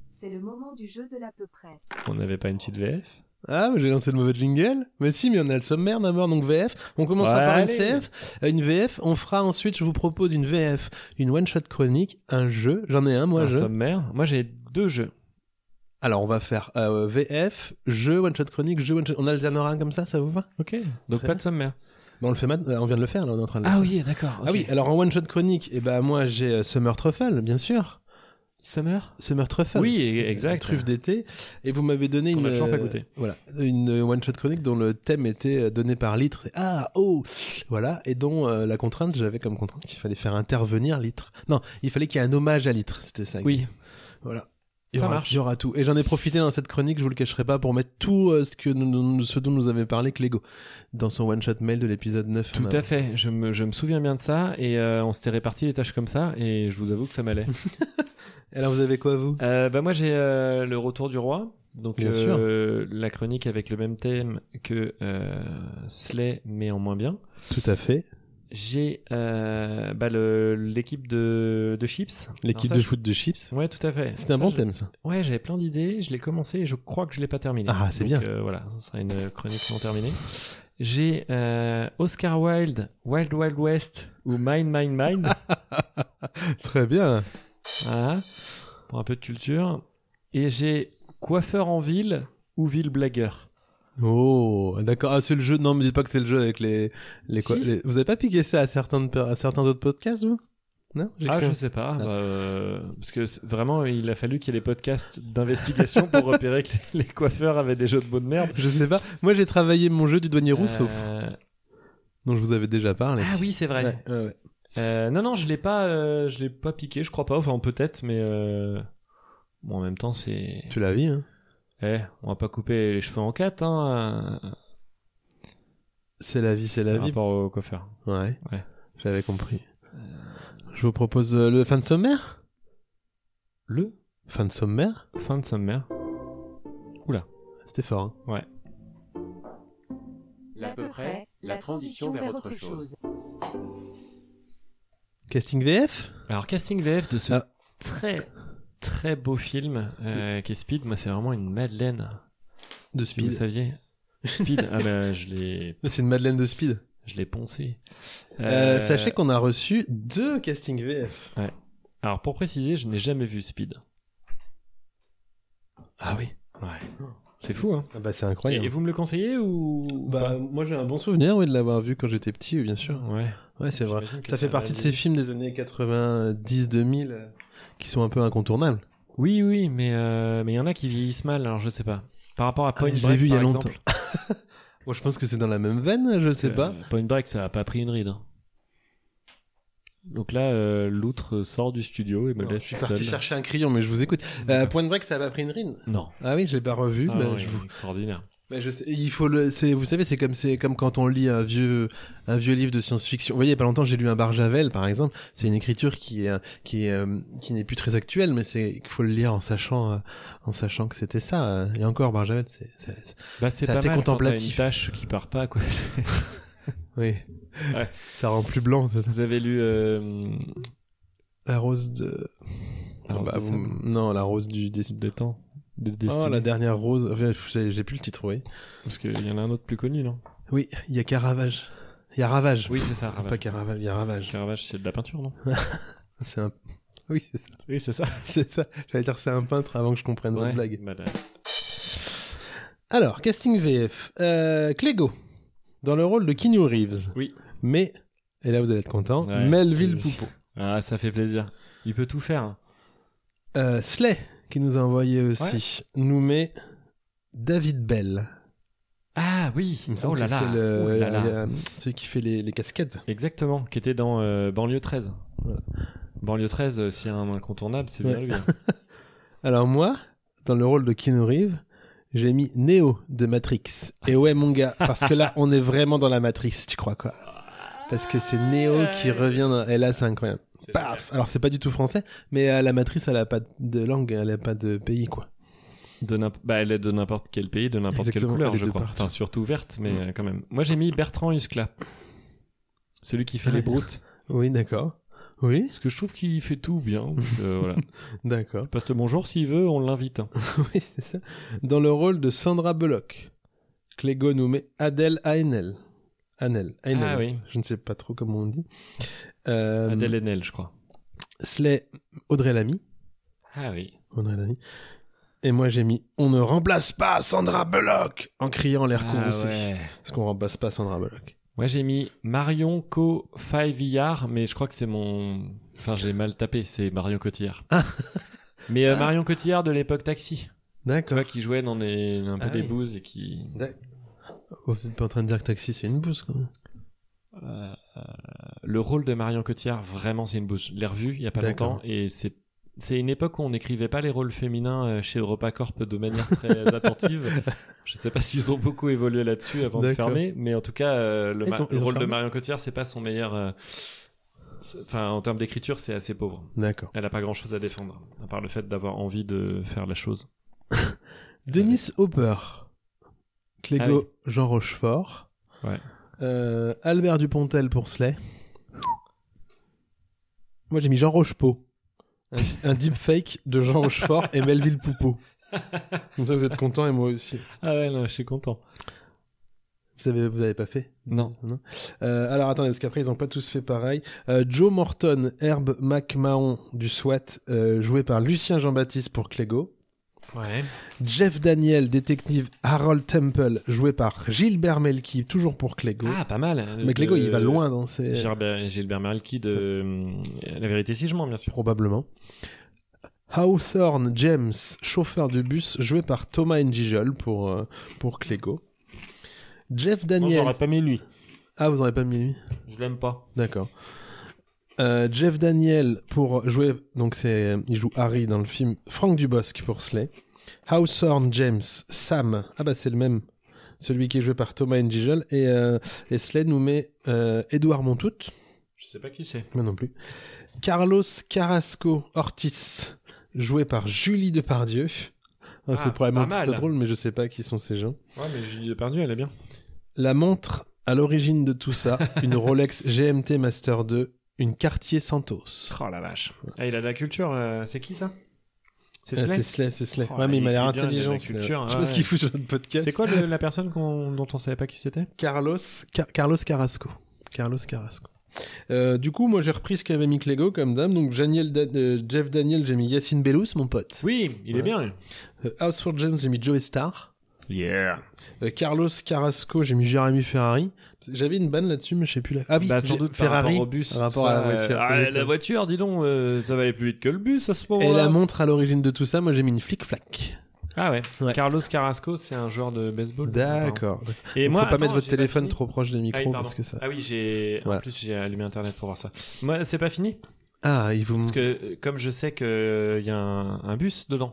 Speaker 7: C'est le moment du jeu de l'à peu près.
Speaker 2: on n'avait pas une petite VF
Speaker 1: Ah, mais j'ai lancé le mauvais jingle. Mais si, mais on a le sommaire d'abord, donc VF. On commencera
Speaker 2: Ouais,
Speaker 1: par une
Speaker 2: allez.
Speaker 1: CF, euh, une VF. On fera ensuite, je vous propose une VF, une one-shot chronique, un jeu. J'en ai un, moi,
Speaker 2: Un
Speaker 1: jeu.
Speaker 2: sommaire Moi, j'ai deux jeux.
Speaker 1: Alors, on va faire euh, VF, jeu, one-shot chronique, jeu, one-shot. On alternera un comme ça, ça vous va
Speaker 2: Ok, donc
Speaker 1: Très
Speaker 2: pas de sommaire.
Speaker 1: Bah, On le fait maintenant. On vient de le faire, là, on est en train de le
Speaker 2: Ah
Speaker 1: faire.
Speaker 2: oui, euh, d'accord.
Speaker 1: Ah oui, alors en one-shot chronique, eh ben, moi, j'ai euh, Summer Truffle, bien sûr.
Speaker 2: Summer
Speaker 1: Summer Truffle.
Speaker 2: Oui, e- exact.
Speaker 1: Truffe d'été. Et vous m'avez donné
Speaker 2: Qu'on
Speaker 1: une.
Speaker 2: a toujours pas
Speaker 1: euh,
Speaker 2: goûté.
Speaker 1: Voilà, une euh, one shot chronique dont le thème était euh, donné par Litre. Ah, oh Voilà, et dont euh, la contrainte, j'avais comme contrainte qu'il fallait faire intervenir Litre. Non, il fallait qu'il y ait un hommage à Litre, c'était ça.
Speaker 2: Oui,
Speaker 1: Voilà. Il y,
Speaker 2: Ça
Speaker 1: aura,
Speaker 2: marche.
Speaker 1: il y aura tout. Et j'en ai profité dans cette chronique, je vous le cacherai pas, pour mettre tout euh, ce, que nous- nous- ce dont nous avait parlé Clégo dans son one-shot mail de l'épisode 9.
Speaker 2: tout à fait. Je me, je me souviens bien de ça et euh, on s'était réparti les tâches comme ça et je vous avoue que ça m'allait.
Speaker 1: Alors vous avez quoi, vous
Speaker 2: Euh, bah moi j'ai euh, le retour du roi, donc
Speaker 1: Bien
Speaker 2: euh, la chronique avec le même thème que euh, Slay mais en moins bien.
Speaker 1: Tout à fait.
Speaker 2: J'ai euh, bah, le- l'équipe de, de Chips.
Speaker 1: L'équipe
Speaker 2: Alors ça,
Speaker 1: de
Speaker 2: je-
Speaker 1: foot de Chips.
Speaker 2: Ouais, tout à fait.
Speaker 1: C'était un
Speaker 2: Ça,
Speaker 1: bon
Speaker 2: je-
Speaker 1: thème, ça.
Speaker 2: Ouais, j'avais plein d'idées, je l'ai commencé et je crois que je l'ai pas terminé.
Speaker 1: Ah, c'est
Speaker 2: Donc,
Speaker 1: bien.
Speaker 2: euh, voilà, ça sera une chronique non terminée. J'ai euh, Oscar Wilde, Wild Wild West ou Mine Mine Mine.
Speaker 1: Très bien.
Speaker 2: Voilà. Pour un peu de culture. Et j'ai coiffeur en ville ou ville blagueur.
Speaker 1: Oh, d'accord. Ah, c'est le jeu. Non, me dites pas que c'est le jeu avec les. les,
Speaker 2: Si.
Speaker 1: quoi- les- Vous avez pas piqué ça à certains, de- à certains autres podcasts, vous Non J'ai
Speaker 2: Ah,
Speaker 1: cru-
Speaker 2: je sais pas. bah, euh, parce que c'est- vraiment, il a fallu qu'il y ait des podcasts d'investigation pour repérer que les, les coiffeurs avaient des jeux de mots de merde.
Speaker 1: je sais pas. Moi, j'ai travaillé mon jeu du douanier Rousseau,
Speaker 2: Euh,
Speaker 1: dont je vous avais déjà parlé.
Speaker 2: Ah oui, c'est vrai.
Speaker 1: Ouais, ouais, ouais.
Speaker 2: Euh, non, non, je l'ai pas, euh, je l'ai pas piqué, je crois pas. Enfin, peut-être, mais euh, bon, en même temps, c'est.
Speaker 1: Tu l'as vu, hein
Speaker 2: Eh, on va pas couper les cheveux en quatre, hein. euh,
Speaker 1: C'est la vie, c'est la
Speaker 2: par
Speaker 1: vie.
Speaker 2: rapport au coiffeur.
Speaker 1: Ouais.
Speaker 2: Ouais. Euh.
Speaker 1: J'avais compris. Je vous propose euh, le fin de sommaire
Speaker 2: Le
Speaker 1: Fin de sommaire
Speaker 2: fin de sommaire.
Speaker 1: C'était fort. hein.
Speaker 6: L'à peu près, la transition vers autre chose.
Speaker 1: Casting VF
Speaker 2: Alors, casting VF de ce
Speaker 1: Ah.
Speaker 2: très très beau film euh, qui est Speed, moi c'est vraiment une madeleine.
Speaker 1: De
Speaker 2: Si vous le
Speaker 1: Speed.
Speaker 2: saviez. Speed, ah ben je l'ai
Speaker 1: C'est une Madeleine de Speed.
Speaker 2: je l'ai poncé.
Speaker 1: Euh,
Speaker 2: Euh,
Speaker 1: sachez qu'on a reçu deux castings VF.
Speaker 2: Alors pour préciser, je n'ai jamais vu Speed.
Speaker 1: Ah oui.
Speaker 2: Ouais. C'est fou hein.
Speaker 1: Ah bah, c'est
Speaker 2: Et,
Speaker 1: incroyable.
Speaker 2: et vous me le conseillez ou ou
Speaker 1: Bah, moi j'ai un bon souvenir oui, de l'avoir vu quand j'étais petit, oui, bien
Speaker 2: pas
Speaker 1: sûr.
Speaker 2: Ouais.
Speaker 1: Ouais, c'est vrai.
Speaker 2: J'imagine que
Speaker 1: Ça fait
Speaker 2: va
Speaker 1: partie de
Speaker 2: aller.
Speaker 1: ces films des années 90-2000 euh, qui sont un peu incontournables.
Speaker 2: Oui oui, mais euh, mais il y en a qui vieillissent mal, alors je sais pas. Par rapport à Point
Speaker 1: mais Ah, je l'ai
Speaker 2: Break
Speaker 1: vu il y a
Speaker 2: par
Speaker 1: longtemps.
Speaker 2: exemple,
Speaker 1: Bon, je pense que c'est dans la même veine, je sais
Speaker 2: euh,
Speaker 1: pas.
Speaker 2: Point Break ça a pas pris une ride. hein. Donc là, euh, l'outre sort du studio et me
Speaker 1: Alors,
Speaker 2: laisse
Speaker 1: je suis
Speaker 2: seul.
Speaker 1: parti chercher un crayon, mais je vous écoute. Euh, Point Break, ça a pas pris une ride
Speaker 2: Non.
Speaker 1: Ah oui, je l'ai pas revu.
Speaker 2: Ah
Speaker 1: mais
Speaker 2: ouais,
Speaker 1: je vous...
Speaker 2: Extraordinaire.
Speaker 1: mais Bah, je sais- il faut le, c'est, vous savez, c'est comme c'est comme quand on lit un vieux un vieux livre de science-fiction. Vous voyez, il y a pas longtemps, j'ai lu un Barjavel, par exemple. C'est une écriture qui est qui est, euh, qui n'est plus très actuelle, mais c'est qu'il faut le lire en sachant euh, en sachant que c'était ça. euh. Et encore Barjavel, c'est, c'est, c'est-
Speaker 2: Bah,
Speaker 1: C'est
Speaker 2: c'est pas
Speaker 1: assez
Speaker 2: mal
Speaker 1: contemplatif.
Speaker 2: Quand t'as une tâche qui part pas, quoi.
Speaker 1: oui,
Speaker 2: Ouais.
Speaker 1: ça rend plus blanc. c'est ça.
Speaker 2: Vous avez lu. euh,
Speaker 1: La rose de.
Speaker 2: La rose
Speaker 1: Bah,
Speaker 2: de
Speaker 1: vous-
Speaker 2: sable.
Speaker 1: Non, la rose du destin.
Speaker 2: de temps. De
Speaker 1: Oh,
Speaker 2: destinée.
Speaker 1: la dernière rose. Enfin, je sais- j'ai plus le titre, oui.
Speaker 2: Parce qu'il y en a un autre plus connu, non
Speaker 1: Oui, il y a Caravage. Il y a Ravage.
Speaker 2: Oui, c'est ça, Ravage.
Speaker 1: Pas Caravage, il y a Ravage.
Speaker 2: Caravage, c'est de la peinture, non
Speaker 1: C'est un. Oui, c'est ça.
Speaker 2: Oui, c'est ça.
Speaker 1: C'est ça. J'allais dire c'est un peintre avant que je comprenne votre blague.
Speaker 2: Bah, là,
Speaker 1: Alors, casting VF. Euh, Clégo, dans le rôle de Keanu Reeves.
Speaker 2: Oui.
Speaker 1: Mais, et là vous allez être content,
Speaker 2: Ouais. Euh,
Speaker 1: Melville
Speaker 2: Oui.
Speaker 1: Poupeau.
Speaker 2: Ah, ça fait plaisir. Il peut tout faire. hein.
Speaker 1: Euh, Slay, qui nous a envoyé aussi, nous met David Bell.
Speaker 2: Ah oui,
Speaker 1: Il me semble
Speaker 2: oh là
Speaker 1: que
Speaker 2: là,
Speaker 1: c'est le-
Speaker 2: oh là là.
Speaker 1: euh, celui qui fait les, les casquettes.
Speaker 2: Exactement, qui était dans euh, Banlieue 13.
Speaker 1: Voilà.
Speaker 2: Banlieue 13, euh, s'il y a un incontournable, c'est
Speaker 1: Ouais.
Speaker 2: bien lui. hein.
Speaker 1: Alors moi, dans le rôle de Keanu Reeves, j'ai mis Neo de Matrix. Et ouais mon gars, parce que là, on est vraiment dans la matrice, tu crois quoi Parce que c'est
Speaker 2: Ah.
Speaker 1: Neo qui revient dans... Et là, c'est incroyable. Paf Alors c'est pas du tout français, mais euh, la matrice, elle a pas de langue, elle a pas de pays quoi.
Speaker 2: De n'imp- bah, elle est de n'importe quel pays, de n'importe quelle
Speaker 1: Exactement,
Speaker 2: couleur,
Speaker 1: elle est
Speaker 2: je
Speaker 1: de
Speaker 2: crois.
Speaker 1: partout.
Speaker 2: Enfin, surtout verte, mais euh, quand même. Moi, j'ai mis Bertrand Huskla. Celui qui fait
Speaker 1: Ah
Speaker 2: les broutes.
Speaker 1: Oui, d'accord. Oui,
Speaker 2: Parce que je trouve qu'il fait tout bien. donc, euh, voilà.
Speaker 1: d'accord.
Speaker 2: Parce que bonjour, s'il veut, on l'invite. hein.
Speaker 1: Oui, c'est ça. Dans le rôle de Sandra Bullock, Clégo nous met Adèle Haenel. Hanel. Haenel.
Speaker 2: Ah oui.
Speaker 1: Je ne sais pas trop comment on dit. Euh,
Speaker 2: Adèle Haenel, je crois.
Speaker 1: Slay, Audrey Lamy.
Speaker 2: Ah oui.
Speaker 1: Audrey Lamy. Et moi j'ai mis On ne remplace pas Sandra Bullock en criant l'air
Speaker 2: Ah
Speaker 1: courroucé.
Speaker 2: ouais.
Speaker 1: Parce qu'on remplace pas Sandra Bullock.
Speaker 2: Moi, j'ai mis Marion Co. Faivillard, mais je crois que c'est mon. Enfin, j'ai mal tapé, c'est Marion Cotillard.
Speaker 1: Ah.
Speaker 2: mais euh, Marion Cotillard de l'époque Taxi. Tu
Speaker 1: D'accord.
Speaker 2: vois, qui jouait dans des, un peu
Speaker 1: Ah
Speaker 2: des
Speaker 1: oui.
Speaker 2: bouses et qui.
Speaker 1: Oh, vous n'êtes pas en train de dire que Taxi c'est une bouse quand même.
Speaker 2: Euh, euh, le rôle de Marion Cotillard, vraiment, c'est une bouche. Je l'ai revu il y a pas
Speaker 1: D'accord.
Speaker 2: longtemps et c'est. C'est une époque où on n'écrivait pas les rôles féminins euh, chez EuropaCorp de manière très attentive. Je sais pas s'ils ont beaucoup évolué là-dessus avant de
Speaker 1: D'accord.
Speaker 2: fermer, mais en tout cas, euh, le,
Speaker 1: Ils
Speaker 2: ma-
Speaker 1: ont-
Speaker 2: le
Speaker 1: ils ont
Speaker 2: rôle de
Speaker 1: fermé
Speaker 2: Marion Cotillard, c'est pas son meilleur. euh, c'est- Enfin, en termes d'écriture, c'est assez pauvre.
Speaker 1: D'accord.
Speaker 2: Elle a pas grand-chose à défendre, à part le fait d'avoir envie de faire la chose.
Speaker 1: Denis Hopper. Clégo,
Speaker 2: Ah oui.
Speaker 1: Jean Rochefort.
Speaker 2: Ouais.
Speaker 1: Euh, Albert Dupontel pour Slay. Moi j'ai mis Jean Rochepeau. Un, un deepfake de Jean Rochefort et Melville Poupeau. Comme ça vous êtes content et moi aussi.
Speaker 2: Ah ouais, non, je suis content.
Speaker 1: Vous avez, vous avez pas fait
Speaker 2: Non.
Speaker 1: Euh, alors attendez, parce qu'après ils n'ont pas tous fait pareil. Euh, Joe Morton, Herb McMahon du SWAT, euh, joué par Lucien Jean-Baptiste pour Clégo.
Speaker 2: Ouais.
Speaker 1: Jeff Daniel, détective Harold Temple, joué par Gilbert Melki, toujours pour Clégo.
Speaker 2: Ah, pas mal. hein,
Speaker 1: Mais Clégo
Speaker 2: de-
Speaker 1: il va loin dans ses...
Speaker 2: Gilbert, Gilbert Malki de euh, La vérité si je mens, bien sûr.
Speaker 1: Probablement. Hawthorne James, chauffeur de bus, joué par Thomas Njijol pour, euh, pour Clégo. Jeff Daniel...
Speaker 2: Oh, pas mis lui.
Speaker 1: Ah, vous n'aurez pas mis lui
Speaker 2: Je l'aime pas.
Speaker 1: D'accord. Euh, Jeff Daniel pour jouer, donc c'est, il joue Harry dans le film. Franck Dubosc pour Slay. Hawthorne James, Sam. Ah bah c'est le même, celui qui est joué par Thomas Njigel. Et, euh, et Slay nous met euh, Edouard Montout,
Speaker 2: Je sais pas qui c'est.
Speaker 1: moi non plus. Carlos Carrasco Ortiz, joué par Julie Depardieu. Ah,
Speaker 2: Ah,
Speaker 1: c'est probablement
Speaker 2: pas mal.
Speaker 1: très drôle, mais je sais pas qui sont ces gens.
Speaker 2: Ouais, mais Julie Depardieu, elle est bien.
Speaker 1: La montre à l'origine de tout ça, une Rolex GMT Master 2, une Cartier Santos.
Speaker 2: Oh la vache. Ah, il a de la culture. euh, c'est qui ça C'est
Speaker 1: Ah,
Speaker 2: Slay
Speaker 1: C'est Slay, c'est Slay.
Speaker 2: Oh,
Speaker 1: ouais, mais il
Speaker 2: il
Speaker 1: m'a l'air
Speaker 2: fait bien, il a de la
Speaker 1: intelligent. Slay.
Speaker 2: culture,
Speaker 1: Je sais
Speaker 2: ouais,
Speaker 1: pas ce qu'il
Speaker 2: ouais.
Speaker 1: fout sur notre podcast.
Speaker 2: C'est quoi le- la personne qu'on- dont on savait pas qui c'était
Speaker 1: Carlos, Ca- Carlos Carrasco. Carlos Carrasco. Euh, du coup, moi j'ai repris ce qu'avait mis Clégo comme dame. Donc Janiel Da- euh, Jeff Daniel, j'ai mis Yacine Bellous, mon pote.
Speaker 2: Oui, il
Speaker 1: Ouais.
Speaker 2: est bien. lui.
Speaker 1: Euh, Houseford James, j'ai mis Joe Star.
Speaker 2: Yeah.
Speaker 1: Carlos Carrasco, j'ai mis Jérémy Ferrari. J'avais une banne là-dessus, mais je sais plus la. Ah oui,
Speaker 2: bah, sans
Speaker 1: j'ai-
Speaker 2: doute par
Speaker 1: Ferrari.
Speaker 2: rapport au bus.
Speaker 1: par rapport
Speaker 2: ça,
Speaker 1: à la
Speaker 2: euh,
Speaker 1: voiture,
Speaker 2: ah, la
Speaker 1: exactement.
Speaker 2: voiture, dis donc, euh, ça va aller plus vite que le bus à ce moment-là.
Speaker 1: Et la montre à l'origine de tout ça, moi j'ai mis une flic-flac.
Speaker 2: Ah ouais.
Speaker 1: Ouais.
Speaker 2: Carlos Carrasco, c'est un joueur de baseball.
Speaker 1: D'accord.
Speaker 2: Et
Speaker 1: Il faut
Speaker 2: moi,
Speaker 1: pas mettre
Speaker 2: attends,
Speaker 1: votre
Speaker 2: j'ai pas
Speaker 1: téléphone
Speaker 2: fini.
Speaker 1: trop proche des
Speaker 2: Ah oui,
Speaker 1: micros
Speaker 2: pardon.
Speaker 1: parce que ça.
Speaker 2: Ah oui, j'ai.
Speaker 1: Voilà.
Speaker 2: En plus, j'ai allumé Internet pour voir ça. Moi, c'est pas fini.
Speaker 1: Ah, il vous.
Speaker 2: Parce que, euh, comme je sais qu'il y a un, un bus dedans.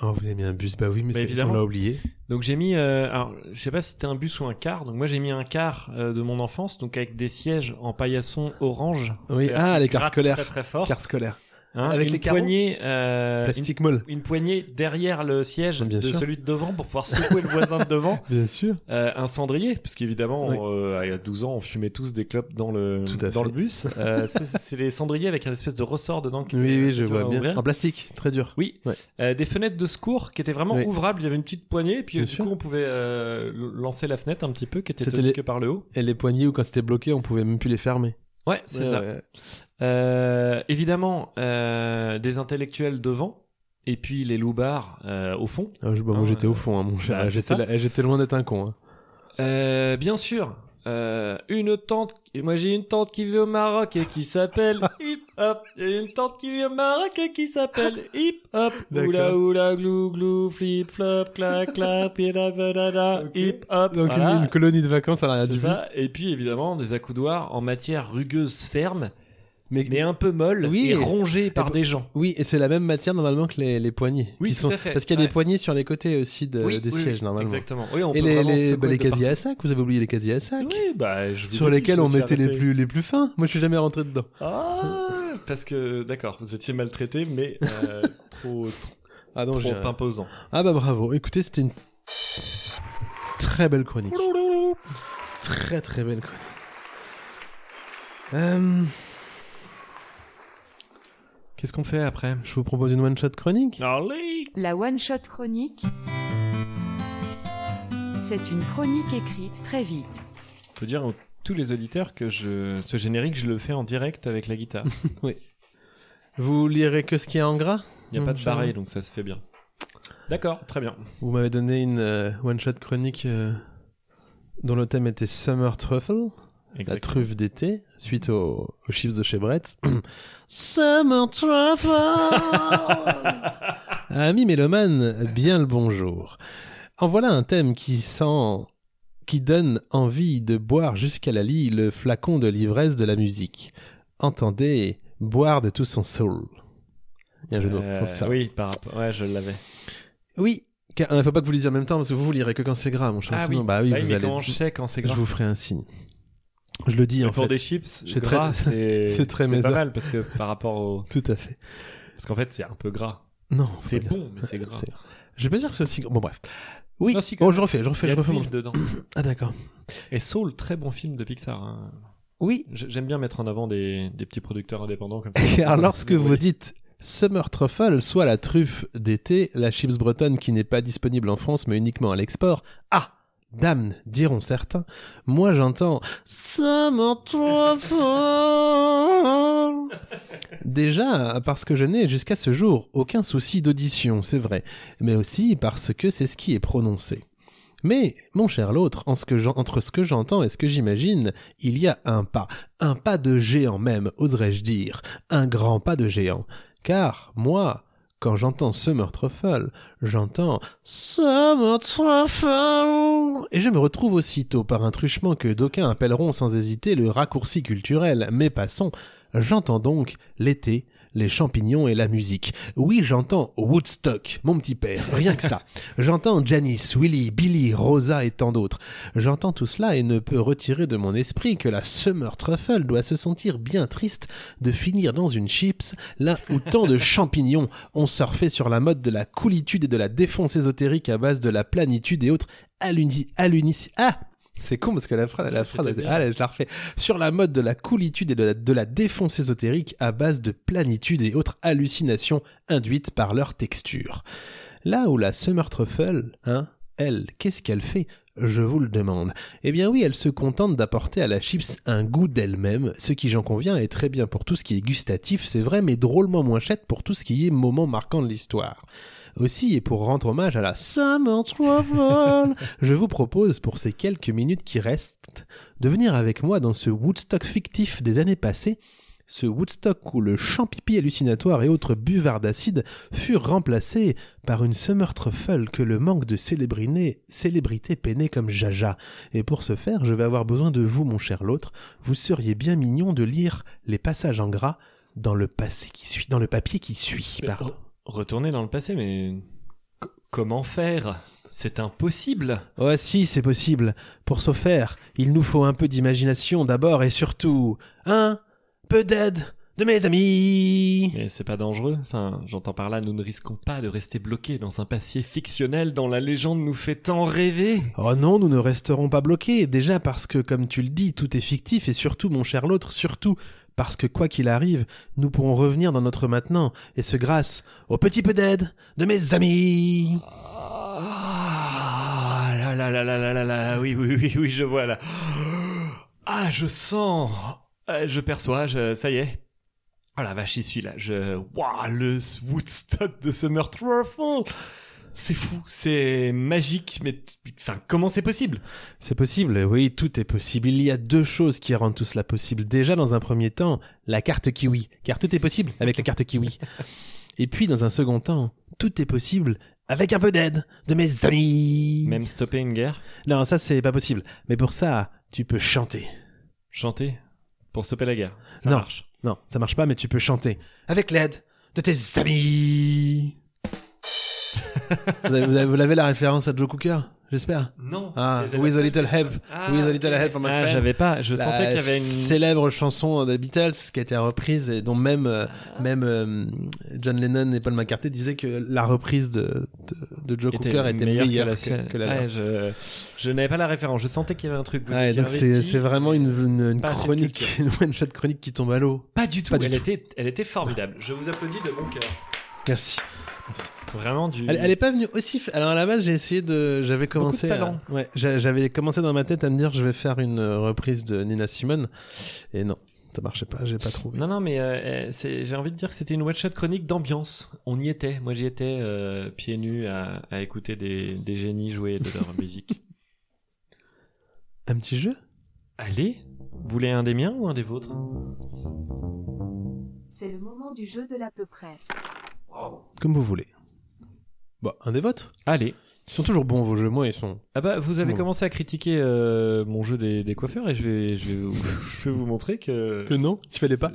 Speaker 1: Oh, vous avez mis un bus, bah oui, mais
Speaker 2: Bah,
Speaker 1: c'est on
Speaker 2: évidemment.
Speaker 1: l'a oublié.
Speaker 2: Donc, j'ai mis. euh, alors, je sais pas si c'était un bus ou un car. Donc, moi, j'ai mis un car euh, de mon enfance. Donc, avec des sièges en paillasson orange.
Speaker 1: Oui,
Speaker 2: C'est-à-dire
Speaker 1: ah,
Speaker 2: qu'ils
Speaker 1: les cartes
Speaker 2: grattent
Speaker 1: scolaires.
Speaker 2: Très, très fort.
Speaker 1: Carte scolaire.
Speaker 2: Hein,
Speaker 1: Avec
Speaker 2: une
Speaker 1: les carreaux
Speaker 2: poignée, euh,
Speaker 1: Plastic Mall.
Speaker 2: Une, une poignée derrière le siège
Speaker 1: Bien
Speaker 2: de
Speaker 1: sûr.
Speaker 2: celui de devant pour pouvoir secouer le voisin de devant.
Speaker 1: Bien sûr.
Speaker 2: Euh, un cendrier, parce qu'évidemment,
Speaker 1: Oui.
Speaker 2: euh, à 12 ans, on fumait tous des clopes dans le,
Speaker 1: Tout à
Speaker 2: dans
Speaker 1: fait.
Speaker 2: le bus. Euh, c'est- c'est les cendriers avec un espèce de ressort dedans. qui
Speaker 1: Oui,
Speaker 2: était-
Speaker 1: oui, je
Speaker 2: tu
Speaker 1: vois
Speaker 2: à
Speaker 1: bien.
Speaker 2: ouvrir.
Speaker 1: En plastique, très dur.
Speaker 2: Oui,
Speaker 1: Ouais.
Speaker 2: Euh, des fenêtres de secours qui étaient vraiment
Speaker 1: Oui.
Speaker 2: ouvrables. Il y avait une petite poignée, et puis
Speaker 1: Bien
Speaker 2: du
Speaker 1: sûr.
Speaker 2: coup, on pouvait euh, lancer la fenêtre un petit peu, qui était
Speaker 1: C'était
Speaker 2: tenue
Speaker 1: les-
Speaker 2: que par le haut.
Speaker 1: Et les poignées, où quand c'était bloqué, on pouvait même plus les fermer.
Speaker 2: Ouais, c'est
Speaker 1: Ouais,
Speaker 2: ça.
Speaker 1: ouais.
Speaker 2: Euh, évidemment, euh, des intellectuels devant, et puis les loupards euh, au fond.
Speaker 1: Ah, je- bah, moi,
Speaker 2: Ah,
Speaker 1: j'étais
Speaker 2: euh,
Speaker 1: au fond, hein, mon cher.
Speaker 2: bah, c'est
Speaker 1: j'étais,
Speaker 2: ça.
Speaker 1: là- j'étais loin d'être un con. hein.
Speaker 2: Euh, bien sûr, euh, une tante. Moi, j'ai une tante qui vit au Maroc et qui s'appelle Hip Hop. J'ai une tante qui vit au Maroc et qui s'appelle Hip Hop.
Speaker 1: D'accord.
Speaker 2: Oula oula glou glou flip flop clac clac pida badada
Speaker 1: Ok.
Speaker 2: Hip Hop.
Speaker 1: Donc
Speaker 2: Voilà.
Speaker 1: une, une colonie de vacances à l'arrière
Speaker 2: C'est
Speaker 1: Ah, du bus.
Speaker 2: ça. Et puis évidemment des accoudoirs en matière rugueuse ferme,
Speaker 1: Mais,
Speaker 2: mais un peu molle
Speaker 1: Oui.
Speaker 2: et rongée par
Speaker 1: Et-
Speaker 2: des gens.
Speaker 1: oui, et c'est la même matière normalement que les, les poignées.
Speaker 2: Oui,
Speaker 1: qui
Speaker 2: tout
Speaker 1: sont-
Speaker 2: à fait,
Speaker 1: Parce qu'il y a
Speaker 2: ouais.
Speaker 1: des poignées sur les côtés aussi de- des sièges normalement.
Speaker 2: Exactement. Oui, on
Speaker 1: Et
Speaker 2: peut
Speaker 1: les,
Speaker 2: vraiment
Speaker 1: les-
Speaker 2: se
Speaker 1: bah, les
Speaker 2: secouer de
Speaker 1: casiers à sac, vous avez oublié les casiers à sac
Speaker 2: partout. Oui, bah, je vous
Speaker 1: sur
Speaker 2: ai dit,
Speaker 1: lesquels
Speaker 2: je me
Speaker 1: on
Speaker 2: suis
Speaker 1: mettait les
Speaker 2: arrêté.
Speaker 1: plus, les plus fins. Moi, je suis jamais rentré dedans.
Speaker 2: Ah, parce que d'accord, vous étiez maltraité, mais euh, trop, trop,
Speaker 1: Ah non,
Speaker 2: trop
Speaker 1: j'ai.
Speaker 2: imposant.
Speaker 1: Ah bah bravo. Écoutez, c'était une très belle chronique. Très très belle chronique. Euh,
Speaker 2: Qu'est-ce qu'on fait après
Speaker 1: je vous propose une one shot chronique.
Speaker 2: Allez
Speaker 7: La One Shot Chronique. C'est une chronique écrite très vite.
Speaker 2: Je peux dire à tous les auditeurs que je, ce générique, je le fais en direct avec la guitare.
Speaker 1: Vous lirez que ce qui est en gras.
Speaker 2: Il n'y a
Speaker 1: Non,
Speaker 2: pas de
Speaker 1: je-
Speaker 2: barré, donc ça se fait bien. D'accord, très bien.
Speaker 1: Vous m'avez donné une one shot chronique euh, dont le thème était Summer Truffle. la
Speaker 2: Exact.
Speaker 1: truffe d'été suite aux, aux chips de chez Brett. Summer truffle Ami mélomane, bien le bonjour. En voilà un thème qui sent qui donne envie de boire jusqu'à la lie le flacon de l'ivresse de la musique. Entendez boire de tout son soul. Il y a un jeu de mots,
Speaker 2: Euh,
Speaker 1: sans ça.
Speaker 2: oui, par rapport. Ouais, je l'avais.
Speaker 1: Oui, car- euh, faut pas que vous lisiez en même temps parce que vous vous lirez que quand c'est gras, mon
Speaker 2: Ah
Speaker 1: cher. Sinon, bah oui, vous
Speaker 2: mais
Speaker 1: allez.
Speaker 2: comment je sais quand c'est
Speaker 1: Je
Speaker 2: gras
Speaker 1: vous ferai un signe. Je le dis en
Speaker 2: Pour
Speaker 1: fait.
Speaker 2: des chips,
Speaker 1: C'est
Speaker 2: gras,
Speaker 1: très-
Speaker 2: c'est
Speaker 1: c'est très
Speaker 2: c'est pas
Speaker 1: mésa.
Speaker 2: mal parce que par rapport au
Speaker 1: Tout à fait.
Speaker 2: parce qu'en fait c'est un peu gras.
Speaker 1: Non,
Speaker 2: C'est
Speaker 1: faut
Speaker 2: bon, mais c'est
Speaker 1: C'est-
Speaker 2: gras.
Speaker 1: Je vais pas dire que c'est aussi gros. Bon, bref. Oui,
Speaker 2: Non, si, quand
Speaker 1: oh,
Speaker 2: même.
Speaker 1: je refais, je refais,
Speaker 2: Il y
Speaker 1: je
Speaker 2: a
Speaker 1: refais
Speaker 2: de
Speaker 1: mon.
Speaker 2: l'huile dedans.
Speaker 1: Ah, d'accord.
Speaker 2: Et Soul, très bon film de Pixar. hein.
Speaker 1: Oui,
Speaker 2: J- J'aime bien mettre en avant des, des petits producteurs indépendants comme ça.
Speaker 1: car lorsque
Speaker 2: Oui.
Speaker 1: vous dites Summer Truffle, soit la truffe d'été, la chips bretonne qui n'est pas disponible en France mais uniquement à l'export, ah Damn, diront certains. Moi, j'entends Summer Truffle. Déjà, parce que je n'ai jusqu'à ce jour aucun souci d'audition, c'est vrai, mais aussi parce que c'est ce qui est prononcé. Mais, mon cher l'autre, en ce que j'en- entre ce que j'entends et ce que j'imagine, il y a un pas, un pas de géant même, oserais-je dire, un grand pas de géant. Car, moi, quand j'entends Summer Truffle, j'entends Summer Truffle Et je me retrouve aussitôt par un truchement que d'aucuns appelleront sans hésiter le raccourci culturel. Mais passons, j'entends donc l'été, les champignons et la musique. Oui, j'entends Woodstock, mon petit père, rien que ça. J'entends Janice, Willy, Billy, Rosa et tant d'autres. J'entends tout cela et ne peux retirer de mon esprit que la Summer Truffle doit se sentir bien triste de finir dans une chips, là où tant de champignons ont surfé sur la mode de la coolitude et de la défonce ésotérique à base de la planitude et autres aluni... aluni- ah c'est con parce que la phrase, la
Speaker 2: Ouais,
Speaker 1: phrase,
Speaker 2: c'était bien.
Speaker 1: allez, je la refais. Sur la mode de la coolitude et de la, de la défonce ésotérique à base de planitude et autres hallucinations induites par leur texture. Là où la Summer Truffle, hein, elle, qu'est-ce qu'elle fait Je vous le demande. Eh bien oui, elle se contente d'apporter à la chips un goût d'elle-même, ce qui, j'en conviens, est très bien pour tout ce qui est gustatif, c'est vrai, mais drôlement moins chète pour tout ce qui est moment marquant de l'histoire. Aussi, et pour rendre hommage à la Summer Truffle, je vous propose, pour ces quelques minutes qui restent, de venir avec moi dans ce Woodstock fictif des années passées, ce Woodstock où le champipi hallucinatoire et autres buvards d'acide furent remplacés par une summer truffle que le manque de célébrité, célébrité peinait comme jaja. Et pour ce faire, je vais avoir besoin de vous, mon cher l'autre. Vous seriez bien mignon de lire les passages en gras dans le passé qui suit, dans le papier qui suit,
Speaker 2: Mais
Speaker 1: pardon.
Speaker 2: Retourner dans le passé, mais co- comment faire C'est impossible.
Speaker 1: Oh si, c'est possible. Pour ce faire, il nous faut un peu d'imagination d'abord et surtout un peu d'aide de mes amis.
Speaker 2: Mais c'est pas dangereux. Enfin, j'entends par là, nous ne risquons pas de rester bloqués dans un passé fictionnel dont la légende nous fait tant rêver.
Speaker 1: Oh non, nous ne resterons pas bloqués, déjà parce que, comme tu le dis, tout est fictif, et surtout, mon cher l'autre, surtout parce que, quoi qu'il arrive, nous pourrons revenir dans notre maintenant, et ce grâce au petit peu d'aide de mes amis.
Speaker 2: Ah là là là là là là là, oui oui oui oui, je vois là. Ah, je sens, Euh, je perçois, je- ça y est. Oh la vache, j'y suis là. Je, waouh, le Woodstock de Summer Truffle. C'est fou, c'est magique, mais enfin, comment c'est possible
Speaker 1: C'est possible, oui, tout est possible. Il y a deux choses qui rendent tout cela possible. Déjà, dans un premier temps, la carte kiwi, car tout est possible avec la carte kiwi. Et puis, dans un second temps, tout est possible avec un peu d'aide de mes amis.
Speaker 2: Même stopper une guerre
Speaker 1: Non, ça, c'est pas possible. Mais pour ça, tu peux chanter.
Speaker 2: Chanter pour stopper la guerre. Ça
Speaker 1: Non.
Speaker 2: marche.
Speaker 1: Non, ça marche pas, mais tu peux chanter avec l'aide de tes amis. vous avez- vous avez- vous l'avez la référence à Joe Cooker, j'espère
Speaker 2: Non.
Speaker 1: Ah,
Speaker 2: c'est-
Speaker 1: with a little help.
Speaker 2: Ah,
Speaker 1: with a little help from my
Speaker 2: Ah,
Speaker 1: friend.
Speaker 2: j'avais pas, je
Speaker 1: La
Speaker 2: sentais qu'il y avait une.
Speaker 1: Bah, célèbre chanson des Beatles qui a été reprise et dont même euh, même euh, John Lennon et Paul McCartney disaient que la reprise de de, de Joe Cooker était meilleure,
Speaker 2: que la
Speaker 1: que,
Speaker 2: sienne.
Speaker 1: que la leur.
Speaker 2: Ouais, je je n'avais pas la référence, je sentais qu'il y avait un truc. Vous
Speaker 1: Ouais,
Speaker 2: étiez
Speaker 1: donc c'est
Speaker 2: investi.
Speaker 1: c'est vraiment une, une, une
Speaker 2: Pas assez de
Speaker 1: chronique, une one shot chronique qui tombe à l'eau.
Speaker 2: Pas du tout,
Speaker 1: Pas du
Speaker 2: elle,
Speaker 1: tout.
Speaker 2: Était, elle était formidable. Je vous applaudis de mon cœur.
Speaker 1: Merci.
Speaker 2: Vraiment du.
Speaker 1: Elle, elle est pas venue aussi. fa- Alors à la base, j'ai essayé de. J'avais commencé.
Speaker 2: Beaucoup de talent.
Speaker 1: à- ouais, j'a- j'avais commencé dans ma tête à me dire je vais faire une euh, reprise de Nina Simone. Et non, ça marchait pas. J'ai pas trouvé.
Speaker 2: Non, non, mais euh, euh, c'est- j'ai envie de dire que c'était une one-shot chronique d'ambiance. On y était. Moi, j'y étais euh, pieds nus à, à écouter des, des génies jouer de leur musique.
Speaker 1: Un petit jeu.
Speaker 2: Allez, vous voulez un des miens ou un des vôtres
Speaker 7: C'est le moment du jeu de l'à peu près.
Speaker 1: Comme vous voulez. Bon, un des vôtres.
Speaker 2: Allez.
Speaker 1: Ils sont toujours bons vos jeux. Moi, ils sont.
Speaker 2: Ah bah, vous avez
Speaker 1: Bon.
Speaker 2: commencé à critiquer euh, mon jeu des, des coiffeurs et je vais, je vais, vous, je vais vous montrer que.
Speaker 1: Que non, il fallait pas.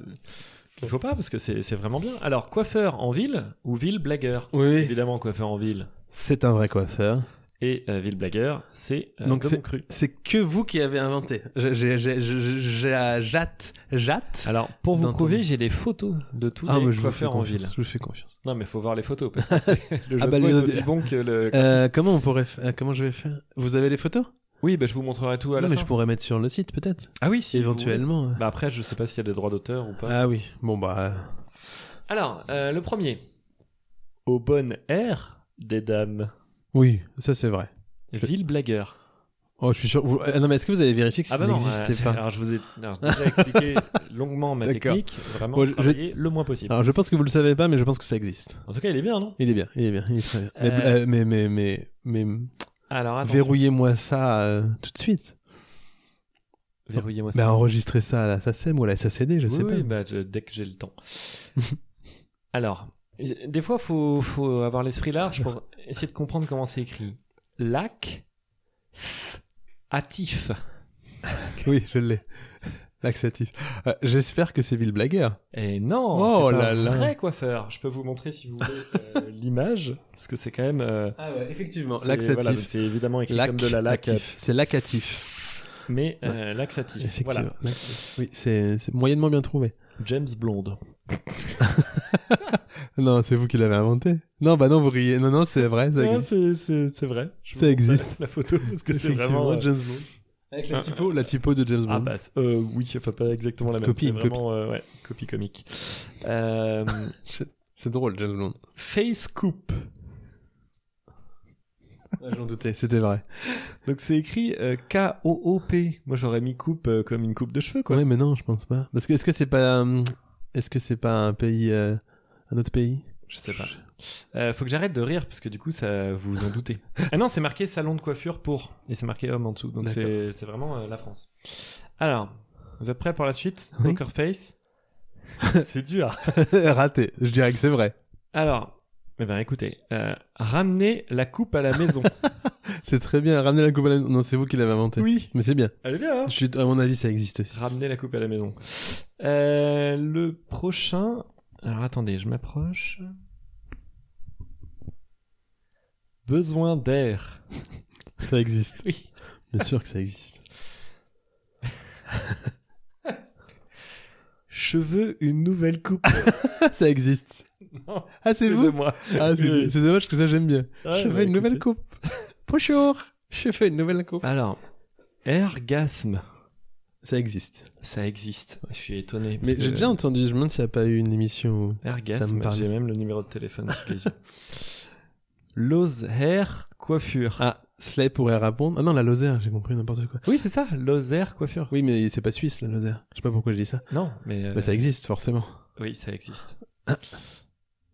Speaker 2: Il faut pas parce que c'est c'est vraiment bien. Alors, coiffeur en ville ou ville blagueur
Speaker 1: Oui.
Speaker 2: Évidemment, coiffeur en ville
Speaker 1: C'est un vrai coiffeur.
Speaker 2: et euh, ville blagueur, c'est euh,
Speaker 1: Donc
Speaker 2: de
Speaker 1: c'est-
Speaker 2: mon cru.
Speaker 1: C'est que vous qui avez inventé. J'ai- j'ai- j'ai- j'ai- j'ai- J'atte, j'atte.
Speaker 2: Alors, pour vous
Speaker 1: D'entendre.
Speaker 2: prouver, j'ai des photos de tous les coiffeurs en ville.
Speaker 1: Ah, Je vous fais confiance.
Speaker 2: Non, mais faut voir les photos parce que c'est- le jeu
Speaker 1: Ah
Speaker 2: de
Speaker 1: bah,
Speaker 2: mots
Speaker 1: les
Speaker 2: est
Speaker 1: autres-
Speaker 2: aussi bon que le.
Speaker 1: Euh, comment on pourrait, fa- euh, comment je vais faire Vous avez les photos
Speaker 2: Oui, bah, je vous montrerai tout à
Speaker 1: Non,
Speaker 2: la
Speaker 1: mais
Speaker 2: fin.
Speaker 1: je pourrais mettre sur le site peut-être.
Speaker 2: Ah oui, si vous
Speaker 1: Éventuellement.
Speaker 2: voulez. Bah après, je sais pas s'il y a des droits d'auteur ou pas.
Speaker 1: Ah oui. Bon bah.
Speaker 2: Alors, euh, le premier. Au bon air des dames.
Speaker 1: Oui, ça c'est vrai.
Speaker 2: Ville blagueur.
Speaker 1: Oh, je suis sûr. vous- euh, Non mais est-ce que vous avez vérifié que ça
Speaker 2: non,
Speaker 1: n'existait
Speaker 2: euh,
Speaker 1: pas
Speaker 2: Alors, je vous ai alors, déjà expliqué longuement ma
Speaker 1: D'accord.
Speaker 2: technique. Vraiment,
Speaker 1: Bon, je- Ah.
Speaker 2: travailler le moins possible.
Speaker 1: Alors je pense que vous le savez pas, mais je pense que ça existe.
Speaker 2: En tout cas, il est bien, non
Speaker 1: Il est bien, il est bien, il est très bien. Mais,
Speaker 2: Euh,
Speaker 1: euh, mais mais mais mais,
Speaker 2: Alors, attention.
Speaker 1: verrouillez-moi ça euh, tout de suite.
Speaker 2: Verrouillez-moi ça.
Speaker 1: Bah enregistrez ça à la SACEM E ou à la SACD, je
Speaker 2: Oui,
Speaker 1: sais pas.
Speaker 2: oui, bah, je- dès que j'ai le temps. Alors, y- des fois, faut, faut avoir l'esprit large pour essayer de comprendre comment c'est écrit. Lac, s- atif.
Speaker 1: Oui, je l'ai. Laxatif. Euh, J'espère que c'est Ville Blagueur.
Speaker 2: Et non,
Speaker 1: Oh
Speaker 2: c'est pas
Speaker 1: là
Speaker 2: un
Speaker 1: là.
Speaker 2: vrai coiffeur. Je peux vous montrer si vous voulez euh, l'image, parce que c'est quand même. euh,
Speaker 1: Ah ouais, effectivement.
Speaker 2: c'est-
Speaker 1: Laxatif.
Speaker 2: voilà, donc c'est évidemment écrit
Speaker 1: Lac-
Speaker 2: comme de la lac,
Speaker 1: actif. C'est lacatif.
Speaker 2: euh, mais euh, laxatif.
Speaker 1: Effectivement.
Speaker 2: Voilà.
Speaker 1: Laxatif. Oui, c'est c'est moyennement bien trouvé.
Speaker 2: James Blonde.
Speaker 1: Non, c'est vous qui l'avez inventé. Non, bah non, vous riez. Non, non, c'est vrai. Ça
Speaker 2: Non,
Speaker 1: existe.
Speaker 2: Ah, C'est c'est- c'est vrai. Je vous
Speaker 1: Ça
Speaker 2: montre
Speaker 1: existe.
Speaker 2: La photo, parce que c'est
Speaker 1: Effectivement,
Speaker 2: vraiment. euh,
Speaker 1: James Bond. Avec la typo, la typo de James Bond.
Speaker 2: Ah bah c'est- euh, oui, enfin pas exactement la même.
Speaker 1: Copie,
Speaker 2: c'est
Speaker 1: une copie.
Speaker 2: vraiment, euh, ouais, copie comique. Euh,
Speaker 1: C'est drôle, James Bond.
Speaker 2: face coupe. Ah,
Speaker 1: J'en doutais, c'était vrai.
Speaker 2: Donc c'est écrit euh, K-O-O-P. Moi j'aurais mis coupe euh, comme une coupe de cheveux quoi.
Speaker 1: Ouais, mais non, je pense pas. Parce que est-ce que c'est pas, hum, est-ce que c'est pas un pays, euh, un autre pays
Speaker 2: Je sais pas. Euh, faut que j'arrête de rire parce que du coup ça vous en doutez. ah non, c'est marqué salon de coiffure pour et c'est marqué homme en dessous. Donc
Speaker 1: D'accord.
Speaker 2: c'est c'est vraiment euh, la France. Alors, vous êtes prêts pour la suite
Speaker 1: Oui.
Speaker 2: Poker face. c'est dur.
Speaker 1: Raté. Je dirais que c'est vrai.
Speaker 2: Alors, eh ben écoutez, euh, ramener la coupe à la maison.
Speaker 1: C'est très bien. Ramener la coupe à la... Non, c'est vous qui l'avez inventé.
Speaker 2: oui.
Speaker 1: Mais c'est bien.
Speaker 2: Elle est bien. Hein
Speaker 1: Je suis... À mon avis, ça existe aussi.
Speaker 2: Ramener la coupe à la maison. Euh, le prochain. Alors attendez, je m'approche. Besoin d'air.
Speaker 1: Ça existe.
Speaker 2: Oui.
Speaker 1: Bien sûr que ça existe.
Speaker 2: Cheveux, une nouvelle coupe.
Speaker 1: ça existe.
Speaker 2: Non,
Speaker 1: Ah, c'est
Speaker 2: de
Speaker 1: vous
Speaker 2: moi.
Speaker 1: Ah, c'est
Speaker 2: Oui.
Speaker 1: c'est dommage que ça, j'aime bien.
Speaker 2: Ouais,
Speaker 1: je fais
Speaker 2: bah,
Speaker 1: une nouvelle
Speaker 2: écoutez.
Speaker 1: coupe. Bonjour. Je fais une nouvelle coupe.
Speaker 2: Alors, ergasme.
Speaker 1: Ça existe.
Speaker 2: Ça existe. Je suis étonné. parce
Speaker 1: Mais
Speaker 2: que
Speaker 1: j'ai déjà entendu, je me demande s'il n'y a pas eu une émission où... ça me
Speaker 2: Ergasme,
Speaker 1: parle.
Speaker 2: j'ai même le numéro de téléphone sous les yeux. Lose hair coiffure.
Speaker 1: Ah, Slay pourrait répondre. Ah non, la Lozère, j'ai compris n'importe quoi.
Speaker 2: Oui, c'est ça, Lose hair coiffure.
Speaker 1: Oui, Bah, mais c'est pas suisse, la Lozère. Je sais pas pourquoi je dis ça.
Speaker 2: Non, mais. euh,
Speaker 1: Mais ça existe, forcément.
Speaker 2: Oui, ça existe.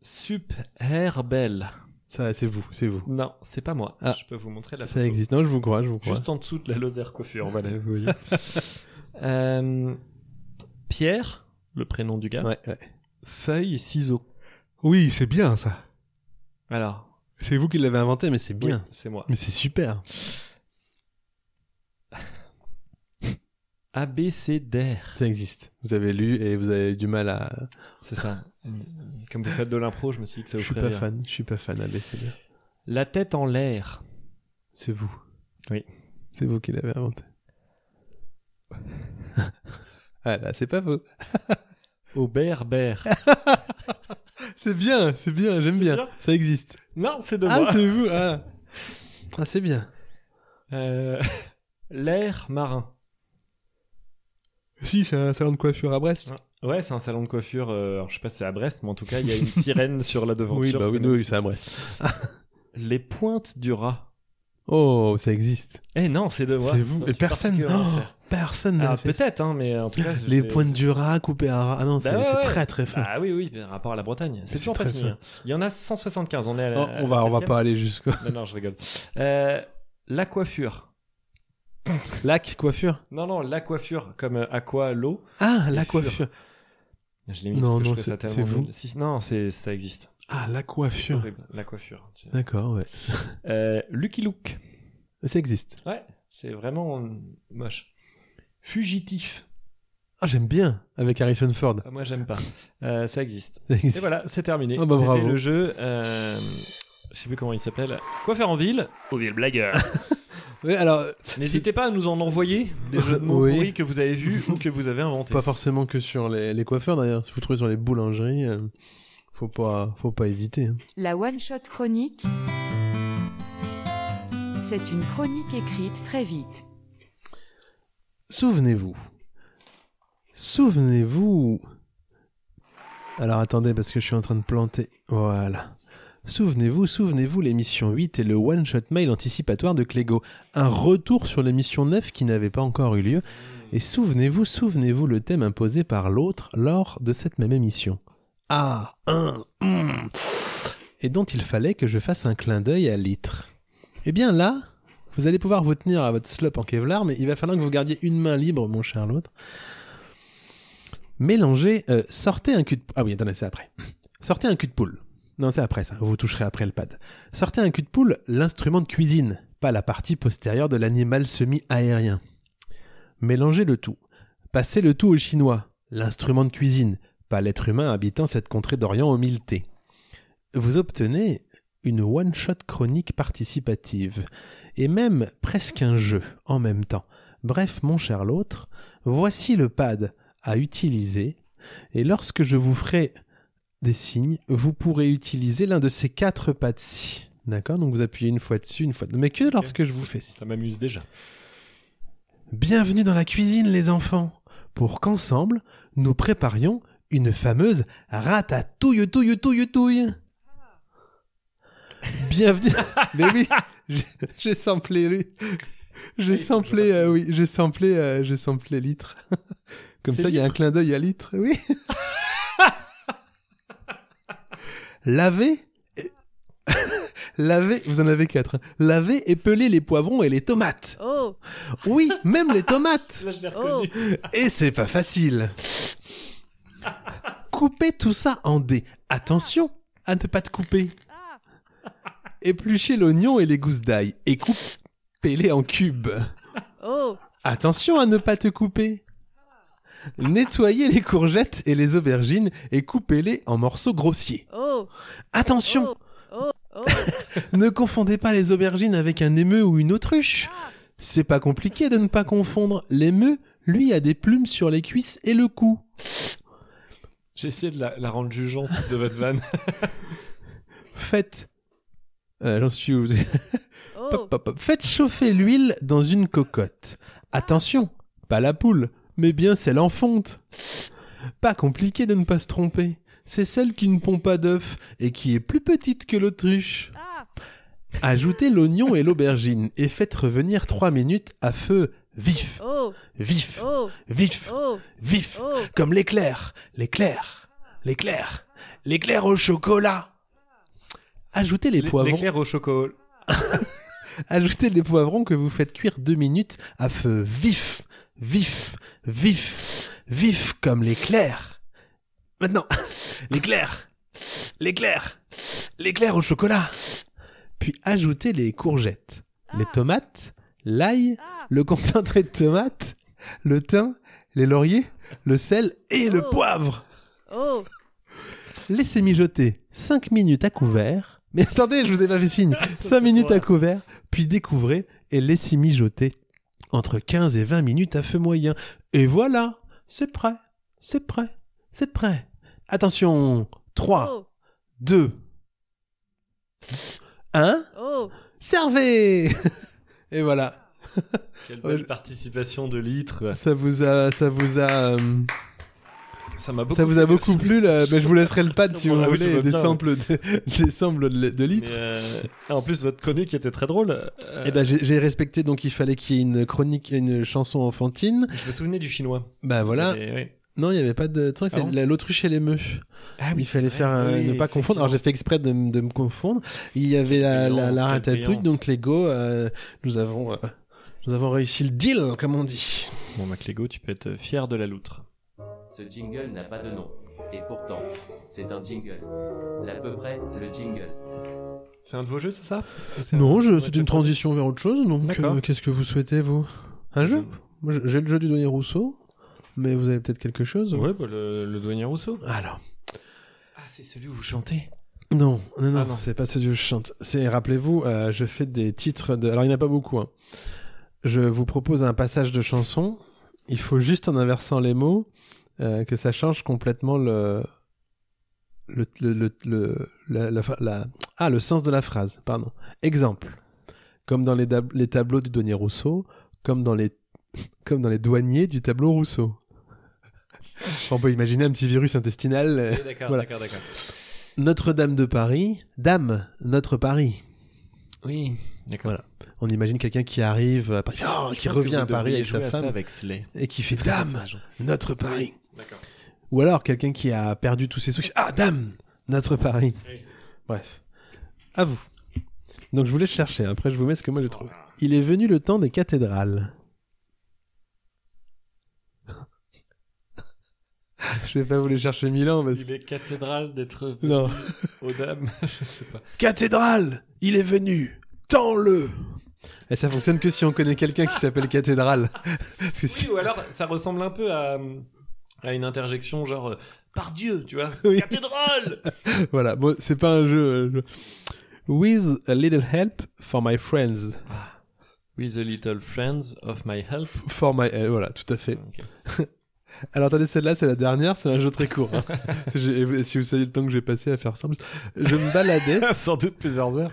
Speaker 2: Superbelle.
Speaker 1: Ça, c'est vous, c'est vous.
Speaker 2: Non, c'est pas moi.
Speaker 1: Ah.
Speaker 2: Je peux vous montrer la photo.
Speaker 1: Ça existe. Non, je vous crois, je vous crois.
Speaker 2: Juste en dessous de la Lozère coiffure, voilà, vous voyez. Euh, Pierre, le prénom du gars.
Speaker 1: Ouais, ouais.
Speaker 2: Feuille, ciseaux.
Speaker 1: Oui, c'est bien ça.
Speaker 2: Alors,
Speaker 1: C'est vous qui l'avez inventé, mais c'est bien.
Speaker 2: oui, c'est moi.
Speaker 1: Mais c'est super.
Speaker 2: ABCDR.
Speaker 1: Ça existe. Vous avez lu et vous avez du mal à.
Speaker 2: C'est ça. Comme vous faites de l'impro, je me suis dit que ça
Speaker 1: Je
Speaker 2: vous
Speaker 1: suis
Speaker 2: ferait
Speaker 1: pas
Speaker 2: rire.
Speaker 1: fan. Je suis pas fan ABCD.
Speaker 2: La tête en l'air.
Speaker 1: C'est vous.
Speaker 2: Oui.
Speaker 1: C'est vous qui l'avez inventé. ah là, c'est pas faux.
Speaker 2: Au berbère.
Speaker 1: Ah. C'est bien, c'est bien, j'aime bien.
Speaker 2: bien
Speaker 1: Ça existe.
Speaker 2: non, c'est de
Speaker 1: Ah,
Speaker 2: moi.
Speaker 1: c'est vous. Ah, Ah, c'est bien.
Speaker 2: Euh, l'air marin.
Speaker 1: Si, c'est un salon de coiffure à Brest.
Speaker 2: Ouais, c'est un salon de coiffure. euh, alors, je sais pas si c'est à Brest, mais en tout cas, il y a une sirène sur la
Speaker 1: oui,
Speaker 2: devanture.
Speaker 1: bah oui,
Speaker 2: c'est
Speaker 1: nous,
Speaker 2: notre-
Speaker 1: oui, c'est à Brest.
Speaker 2: Les pointes du rat.
Speaker 1: Oh, ça existe.
Speaker 2: Eh non, c'est de moi.
Speaker 1: C'est vous.
Speaker 2: Je
Speaker 1: Et
Speaker 2: suis
Speaker 1: personne.
Speaker 2: particulièrement
Speaker 1: Oh,
Speaker 2: fier.
Speaker 1: personne n'a
Speaker 2: Ah,
Speaker 1: fait ça.
Speaker 2: peut-être, hein, mais en tout cas. je-
Speaker 1: Les
Speaker 2: c'est-
Speaker 1: pointes du rat coupées à rat. Ah non, c'est
Speaker 2: ouais,
Speaker 1: c'est
Speaker 2: ouais.
Speaker 1: très très fin.
Speaker 2: Ah oui, oui, mais rapport à la Bretagne. C'est
Speaker 1: Mais
Speaker 2: toujours
Speaker 1: c'est
Speaker 2: pas
Speaker 1: très
Speaker 2: fini.
Speaker 1: fin.
Speaker 2: hein. Il y en a 175. On est à la-
Speaker 1: Oh,
Speaker 2: à
Speaker 1: on
Speaker 2: la
Speaker 1: va, on va
Speaker 2: septième.
Speaker 1: pas aller jusqu'au.
Speaker 2: Non, non, je rigole. Euh, la coiffure.
Speaker 1: Lac, coiffure.
Speaker 2: Non, non, la coiffure, comme euh, aqua, l'eau.
Speaker 1: Ah, la
Speaker 2: Et fur.
Speaker 1: coiffure.
Speaker 2: Je l'ai mis
Speaker 1: Non,
Speaker 2: parce
Speaker 1: non,
Speaker 2: que je trouvais
Speaker 1: c'est-
Speaker 2: ça tellement
Speaker 1: c'est vous.
Speaker 2: nul. Si, non, c'est- ça existe.
Speaker 1: Ah, la coiffure.
Speaker 2: Horrible, la coiffure.
Speaker 1: D'accord, ouais.
Speaker 2: Euh, Lucky Luke.
Speaker 1: Ça existe.
Speaker 2: Ouais, c'est vraiment euh, moche. Fugitif.
Speaker 1: Ah, j'aime bien. Avec Harrison Ford.
Speaker 2: Ah, moi, j'aime pas. Euh, ça existe.
Speaker 1: Ça existe.
Speaker 2: Et voilà, c'est terminé.
Speaker 1: Ah bah
Speaker 2: C'était
Speaker 1: bravo.
Speaker 2: le jeu. euh, je sais plus comment il s'appelle. Quoi faire en ville Au ville blagueur.
Speaker 1: Ouais, alors, euh,
Speaker 2: N'hésitez pas à nous en envoyer des jeux de mots
Speaker 1: Oui.
Speaker 2: pourris que vous avez vus ou que vous avez inventés.
Speaker 1: pas forcément que sur les, les coiffeurs d'ailleurs. Si vous trouvez sur les boulangeries, euh, faut pas, faut pas hésiter. hein.
Speaker 7: La One Shot Chronique. C'est une chronique écrite très vite.
Speaker 1: Souvenez-vous. Souvenez-vous. Alors attendez, parce que je suis en train de planter. Voilà. Souvenez-vous, souvenez-vous l'émission 8 et le one-shot mail anticipatoire de Clégo. Un retour sur l'émission 9 qui n'avait pas encore eu lieu. Et souvenez-vous, souvenez-vous le thème imposé par l'autre lors de cette même émission. Ah, un, hum, Et dont il fallait que je fasse un clin d'œil à l'itre. Eh bien là, vous allez pouvoir vous tenir à votre slope en Kevlar, mais il va falloir que vous gardiez une main libre, mon cher l'autre. Mélangez, euh, sortez un cul de... Ah oui, attendez, c'est après. Sortez un cul de poule. Non, c'est après ça, vous toucherez après le pad. Sortez un cul de poule, l'instrument de cuisine, pas la partie postérieure de l'animal semi-aérien. Mélangez le tout. Passez le tout au chinois, l'instrument de cuisine, pas l'être humain habitant cette contrée d'Orient au mille thés. Vous obtenez une one-shot chronique participative et même presque un jeu en même temps. Bref, mon cher l'autre, voici le pad à utiliser, et lorsque je vous ferai des signes, vous pourrez utiliser l'un de ces quatre pads-ci. D'accord Donc vous appuyez une fois dessus, une fois... Mais que lorsque je vous fais signe.
Speaker 2: Ça m'amuse déjà.
Speaker 1: Bienvenue dans la cuisine, les enfants, pour qu'ensemble, nous préparions une fameuse ratatouille, touille, touille, touille. Bienvenue. Mais oui, j'ai- j'ai samplé, lui. J'ai
Speaker 2: il faut que je
Speaker 1: samplé, euh, oui, j'ai samplé, euh, j'ai samplé litre. Comme
Speaker 2: C'est
Speaker 1: ça, il y a un clin d'œil à litre, oui. Laver. et- Laver, vous en avez quatre. hein. Laver et peler les poivrons et les tomates.
Speaker 8: Oh,
Speaker 1: Oui, même les tomates.
Speaker 2: Là, je l'ai
Speaker 8: Oh.
Speaker 2: reconnu.
Speaker 1: Et c'est pas facile. Coupez tout ça en dés. Attention à ne pas te couper. Épluchez l'oignon et les gousses d'ail et coupez-les en cubes.
Speaker 8: oh,
Speaker 1: Attention à ne pas te couper. Nettoyez les courgettes et les aubergines et coupez-les en morceaux grossiers.
Speaker 8: oh,
Speaker 1: Attention,
Speaker 8: oh, oh,
Speaker 1: ne confondez pas les aubergines avec un émeu ou une autruche. C'est pas compliqué de ne pas confondre. L'émeu, lui, a des plumes sur les cuisses et le cou.
Speaker 2: J'ai essayé de la, la rendre jugeante de votre vanne.
Speaker 1: Faites. Euh, j'en suis où
Speaker 8: oh,
Speaker 1: Pop, pop, pop. Faites chauffer l'huile dans une cocotte. Attention, pas la poule, mais bien celle en fonte. Pas compliqué de ne pas se tromper. C'est celle qui ne pond pas d'œuf et qui est plus petite que l'autruche.
Speaker 8: ah,
Speaker 1: Ajoutez l'oignon et l'aubergine et faites revenir 3 minutes à feu vif,
Speaker 8: oh,
Speaker 1: vif,
Speaker 8: oh,
Speaker 1: vif,
Speaker 8: oh,
Speaker 1: vif.
Speaker 8: oh,
Speaker 1: Comme l'éclair, l'éclair, l'éclair, l'éclair au chocolat. Ajoutez les
Speaker 2: L-
Speaker 1: poivrons.
Speaker 2: L'éclair au chocolat.
Speaker 1: Ajoutez les poivrons que vous faites cuire deux minutes à feu vif, vif, vif, vif comme l'éclair. Maintenant, l'éclair, l'éclair, l'éclair au chocolat. Puis ajoutez les courgettes, les tomates, l'ail,
Speaker 8: Ah,
Speaker 1: le concentré de tomate, le thym, les lauriers, le sel et le
Speaker 8: Oh.
Speaker 1: poivre.
Speaker 8: oh,
Speaker 1: Laissez mijoter 5 minutes à couvert. Mais attendez, je vous ai pas fait signe. 5 minutes à couvert, puis découvrez et laissez mijoter entre 15 et 20 minutes à feu moyen. Et voilà, c'est prêt, c'est prêt, c'est prêt. Attention, 3,
Speaker 8: oh,
Speaker 1: 2, 1,
Speaker 8: oh,
Speaker 1: servez Et voilà,
Speaker 2: Quelle
Speaker 1: Ouais,
Speaker 2: belle
Speaker 1: je-
Speaker 2: participation de litre.
Speaker 1: ça vous a, ça vous a, euh,
Speaker 2: Ça m'a beaucoup
Speaker 1: ça vous a
Speaker 2: fait
Speaker 1: beaucoup
Speaker 2: aussi.
Speaker 1: plu. là. Mais je vous laisserai le pad si
Speaker 2: Ah
Speaker 1: vous
Speaker 2: oui, tout
Speaker 1: voulez,
Speaker 2: va
Speaker 1: des
Speaker 2: bien,
Speaker 1: samples, de, des samples de, de
Speaker 2: Mais,
Speaker 1: litres.
Speaker 2: euh, En plus, votre chronique était très drôle. Euh,
Speaker 1: Eh ben, j'ai j'ai respecté, donc il fallait qu'il y ait une chronique, une chanson enfantine.
Speaker 2: Je me souvenais du chinois.
Speaker 1: Bah voilà.
Speaker 2: Et ouais.
Speaker 1: Non, il n'y avait pas de truc,
Speaker 2: Ah
Speaker 1: c'est
Speaker 2: bon Ah
Speaker 1: la- l'autruche et l'émeut. Ah il fallait faire un- ne pas confondre. Alors j'ai fait exprès de, m- de me confondre. Il y avait la, la,
Speaker 2: brillance,
Speaker 1: la
Speaker 2: quelle
Speaker 1: ratatouille,
Speaker 2: brillance.
Speaker 1: donc les go, euh, nous avons, euh, nous avons réussi le deal, comme on dit.
Speaker 2: Bon, Mac Lego, tu peux être euh, fier de la loutre.
Speaker 6: Ce jingle n'a pas de nom. Et pourtant, c'est un jingle. L'à peu près, le jingle.
Speaker 2: C'est un de vos jeux, c'est ça Ou c'est
Speaker 1: Non,
Speaker 2: un-
Speaker 1: je-
Speaker 2: un
Speaker 1: c'est
Speaker 2: jeu
Speaker 1: une
Speaker 2: de-
Speaker 1: transition vers autre chose. Donc,
Speaker 2: D'accord.
Speaker 1: euh, qu'est-ce que vous souhaitez vous Un jeu Moi, j'ai- J'ai le jeu du Donnier Rousseau, mais vous avez peut-être quelque chose.
Speaker 2: Ouais, bah, le, le douanier Rousseau.
Speaker 1: Alors.
Speaker 2: Ah, c'est celui où vous chantez.
Speaker 1: Non, non, non,
Speaker 2: Ah non.
Speaker 1: c'est pas celui où je chante. C'est, rappelez-vous, euh, je fais des titres de. Alors, il n'y en a pas beaucoup. hein. Je vous propose un passage de chanson. Il faut juste, en inversant les mots, euh, que ça change complètement le. le, le, le- le- la, la- la- Ah, le sens de la phrase, pardon. Exemple. Comme dans les, dab- les tableaux du douanier Rousseau, comme dans les, comme dans les douaniers du tableau Rousseau. On peut imaginer un petit virus intestinal. euh,
Speaker 2: D'accord,
Speaker 1: Voilà.
Speaker 2: d'accord, d'accord.
Speaker 1: notre-Dame de Paris, Dame, notre Paris.
Speaker 2: Oui, d'accord.
Speaker 1: Voilà. On imagine quelqu'un qui arrive à Paris, oh,
Speaker 2: Je
Speaker 1: qui
Speaker 2: pense que
Speaker 1: revient
Speaker 2: vous
Speaker 1: à Paris
Speaker 2: devriez
Speaker 1: avec sa
Speaker 2: jouer à ça
Speaker 1: femme
Speaker 2: avec Slay.
Speaker 1: et qui fait Dame, notre Paris.
Speaker 2: D'accord.
Speaker 1: Ou alors quelqu'un qui a perdu tous ses soucis, ah Dame, notre Paris.
Speaker 2: Oui.
Speaker 1: Bref, à vous. Donc je vous laisse chercher, après je vous mets ce que moi j'ai trouvé. Il est venu le temps des cathédrales. je vais pas vous les chercher mille ans parce que...
Speaker 2: Il est cathédrale d'être
Speaker 1: Non.
Speaker 2: aux dames. je sais pas.
Speaker 1: Cathédrale, il est venu, tends-le. Et Eh, ça fonctionne que si on connaît quelqu'un qui s'appelle Cathédrale. Parce que si-
Speaker 2: Oui, ou alors ça ressemble un peu à, à une interjection genre euh, par Dieu, tu vois.
Speaker 1: Oui.
Speaker 2: Cathédrale
Speaker 1: Voilà, bon, c'est pas un jeu. euh, je- With a little help for my friends.
Speaker 2: With the little friends of my health.
Speaker 1: For my. euh, voilà, tout à fait. Alors attendez, celle-là, c'est la dernière, c'est un jeu très court. hein. J'ai- et si vous saviez le temps que j'ai passé à faire ça, je me baladais.
Speaker 2: Sans doute plusieurs heures.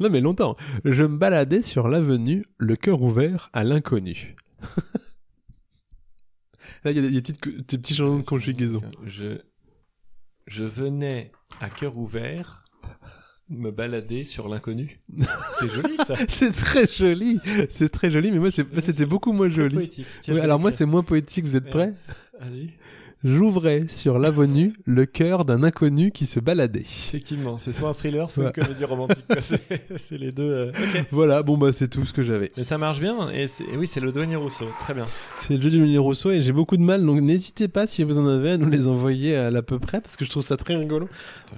Speaker 1: non, mais longtemps. Je me baladais sur l'avenue, le cœur ouvert à l'inconnu. Là, il y a des, il y a des petites, co- des petits changements de conjugaison.
Speaker 2: euh, Je, je venais à cœur ouvert me balader sur l'inconnu. C'est joli ça.
Speaker 1: C'est très joli, c'est très joli, mais moi c'est- c'était beaucoup moins
Speaker 2: Très
Speaker 1: joli.
Speaker 2: poétique. Tiens,
Speaker 1: Oui,
Speaker 2: je vais
Speaker 1: alors moi
Speaker 2: l'écrire.
Speaker 1: c'est moins poétique, vous êtes prêts
Speaker 2: Merde. Vas-y.
Speaker 1: J'ouvrais sur l'avenue le cœur d'un inconnu qui se baladait.
Speaker 2: Effectivement, c'est soit un thriller, soit
Speaker 1: Ouais.
Speaker 2: une comédie romantique. quoi. C'est c'est les deux. euh.
Speaker 1: Voilà, bon bah c'est tout ce que j'avais.
Speaker 2: Mais ça marche bien. Et, c'est- et oui, c'est le douanier Rousseau. Très bien.
Speaker 1: C'est le jeu du Mini Rousseau et j'ai beaucoup de mal, donc n'hésitez pas si vous en avez à nous les envoyer à l'à peu près parce que je trouve ça très rigolo.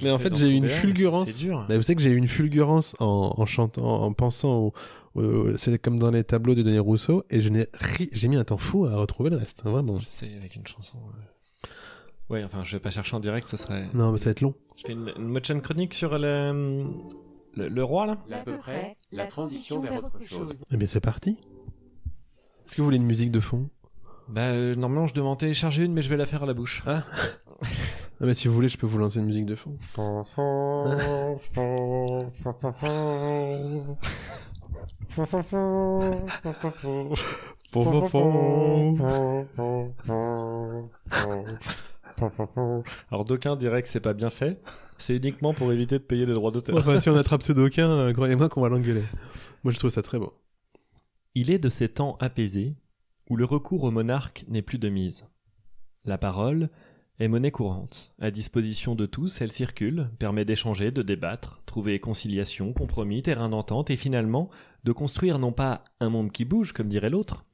Speaker 1: Mais en
Speaker 2: J'essaie
Speaker 1: fait
Speaker 2: d'en
Speaker 1: j'ai eu une
Speaker 2: trouver un, mais c'est-
Speaker 1: fulgurance.
Speaker 2: C'est dur.
Speaker 1: Mais vous savez que j'ai eu une fulgurance en, en chantant, en pensant au, au- c'est comme dans les tableaux de Denis Rousseau et je n'ai ri- j'ai mis un temps fou à retrouver le reste, hein, vraiment.
Speaker 2: J'essaie avec une chanson. euh. Ouais, enfin, je vais pas chercher en direct, ce serait.
Speaker 1: Non mais ça va être long.
Speaker 2: Je fais une, une mode chaîne chronique sur le, le, le roi, là
Speaker 6: L'à peu près, la transition vers autre chose.
Speaker 1: Eh bien c'est parti. Est-ce que vous voulez une musique de fond
Speaker 2: Bah, euh, normalement, je devais en télécharger une, mais je vais la faire à la bouche.
Speaker 1: Ah. Ah, mais si vous voulez, je peux vous lancer une musique de fond.
Speaker 2: Alors, d'aucuns diraient que c'est pas bien fait. C'est uniquement pour éviter de payer les droits d'auteur.
Speaker 1: Enfin, si on attrape ce d'aucun, euh, croyez-moi qu'on va l'engueuler. Moi, je trouve ça très beau.
Speaker 2: Il est de ces temps apaisés où le recours au monarque n'est plus de mise. La parole, est monnaie courante. À disposition de tous, elle circule, permet d'échanger, de débattre, trouver conciliation, compromis, terrain d'entente et finalement de construire non pas un monde qui bouge, comme dirait l'autre,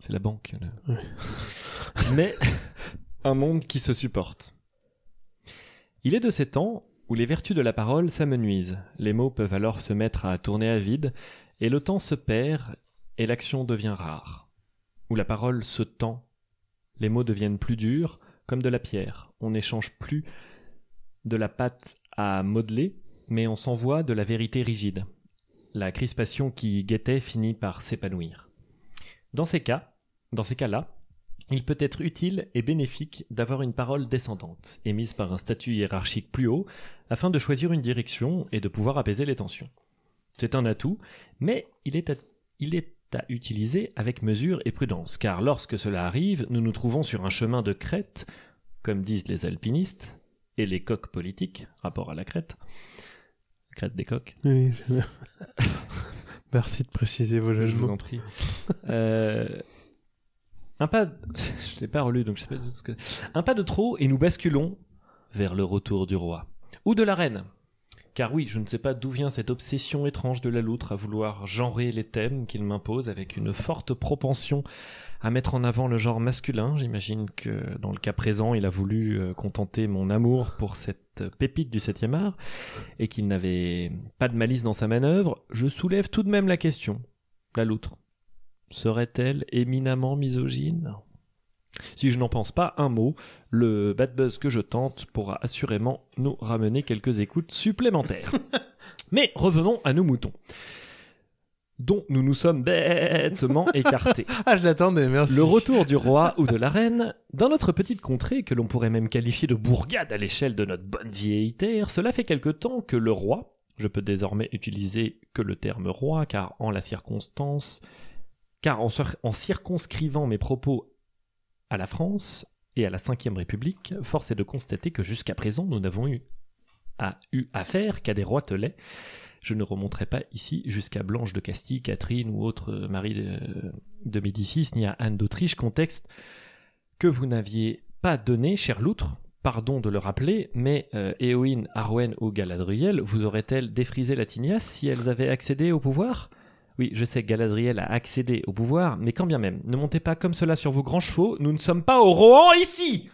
Speaker 2: c'est la banque, là. mais un monde qui se supporte. Il est de ces temps où les vertus de la parole s'amenuisent, les mots peuvent alors se mettre à tourner à vide, et le temps se perd et l'action devient rare, où la parole se tend, les mots deviennent plus durs, comme de la pierre. On n'échange plus de la pâte à modeler, mais on s'envoie de la vérité rigide. La crispation qui guettait finit par s'épanouir. Dans ces cas, dans ces cas-là, il peut être utile et bénéfique d'avoir une parole descendante, émise par un statut hiérarchique plus haut, afin de choisir une direction et de pouvoir apaiser les tensions. C'est un atout, mais il est à, il est à utiliser avec mesure et prudence, car lorsque cela arrive, nous nous trouvons sur un chemin de crête, comme disent les alpinistes et les coqs politiques, rapport à la crête, crête des coqs.
Speaker 1: Oui, je- Merci de préciser vos
Speaker 2: Je vous
Speaker 1: jugements.
Speaker 2: en prie. Euh, un pas, je l'ai pas relu donc je sais pas du tout ce que. Un pas de trop et nous basculons vers le retour du roi ou de la reine. Car oui, je ne sais pas d'où vient cette obsession étrange de la loutre à vouloir genrer les thèmes qu'il m'impose avec une forte propension à mettre en avant le genre masculin. J'imagine que dans le cas présent, il a voulu euh, contenter mon amour pour cette pépite du 7e art et qu'il n'avait pas de malice dans sa manœuvre. Je soulève tout de même la question la loutre, serait-elle éminemment misogyne Si je n'en pense pas un mot, le bad buzz que je tente pourra assurément nous ramener quelques écoutes supplémentaires. Mais revenons à nos moutons, dont nous nous sommes bêtement écartés.
Speaker 1: Ah, je l'attendais, merci.
Speaker 2: Le retour du roi ou de la reine dans notre petite contrée, que l'on pourrait même qualifier de bourgade à l'échelle de notre bonne vieille terre, cela fait quelque temps que le roi, je peux désormais utiliser que le terme roi, car en la circonstance, car en, cir- en circonscrivant mes propos à la France et à la Ve République, force est de constater que jusqu'à présent, nous n'avons eu à eu affaire qu'à des rois telets. Je ne remonterai pas ici jusqu'à Blanche de Castille, Catherine ou autre euh, Marie de, de Médicis ni à Anne d'Autriche, contexte que vous n'aviez pas donné, cher Loutre. Pardon de le rappeler, mais euh, Éowyn, Arwen ou Galadriel vous auraient-elles défrisé la tignasse si elles avaient accédé au pouvoir Oui, je sais que Galadriel a accédé au pouvoir, mais quand bien même, ne montez pas comme cela sur vos grands chevaux, nous ne sommes pas au Rohan ici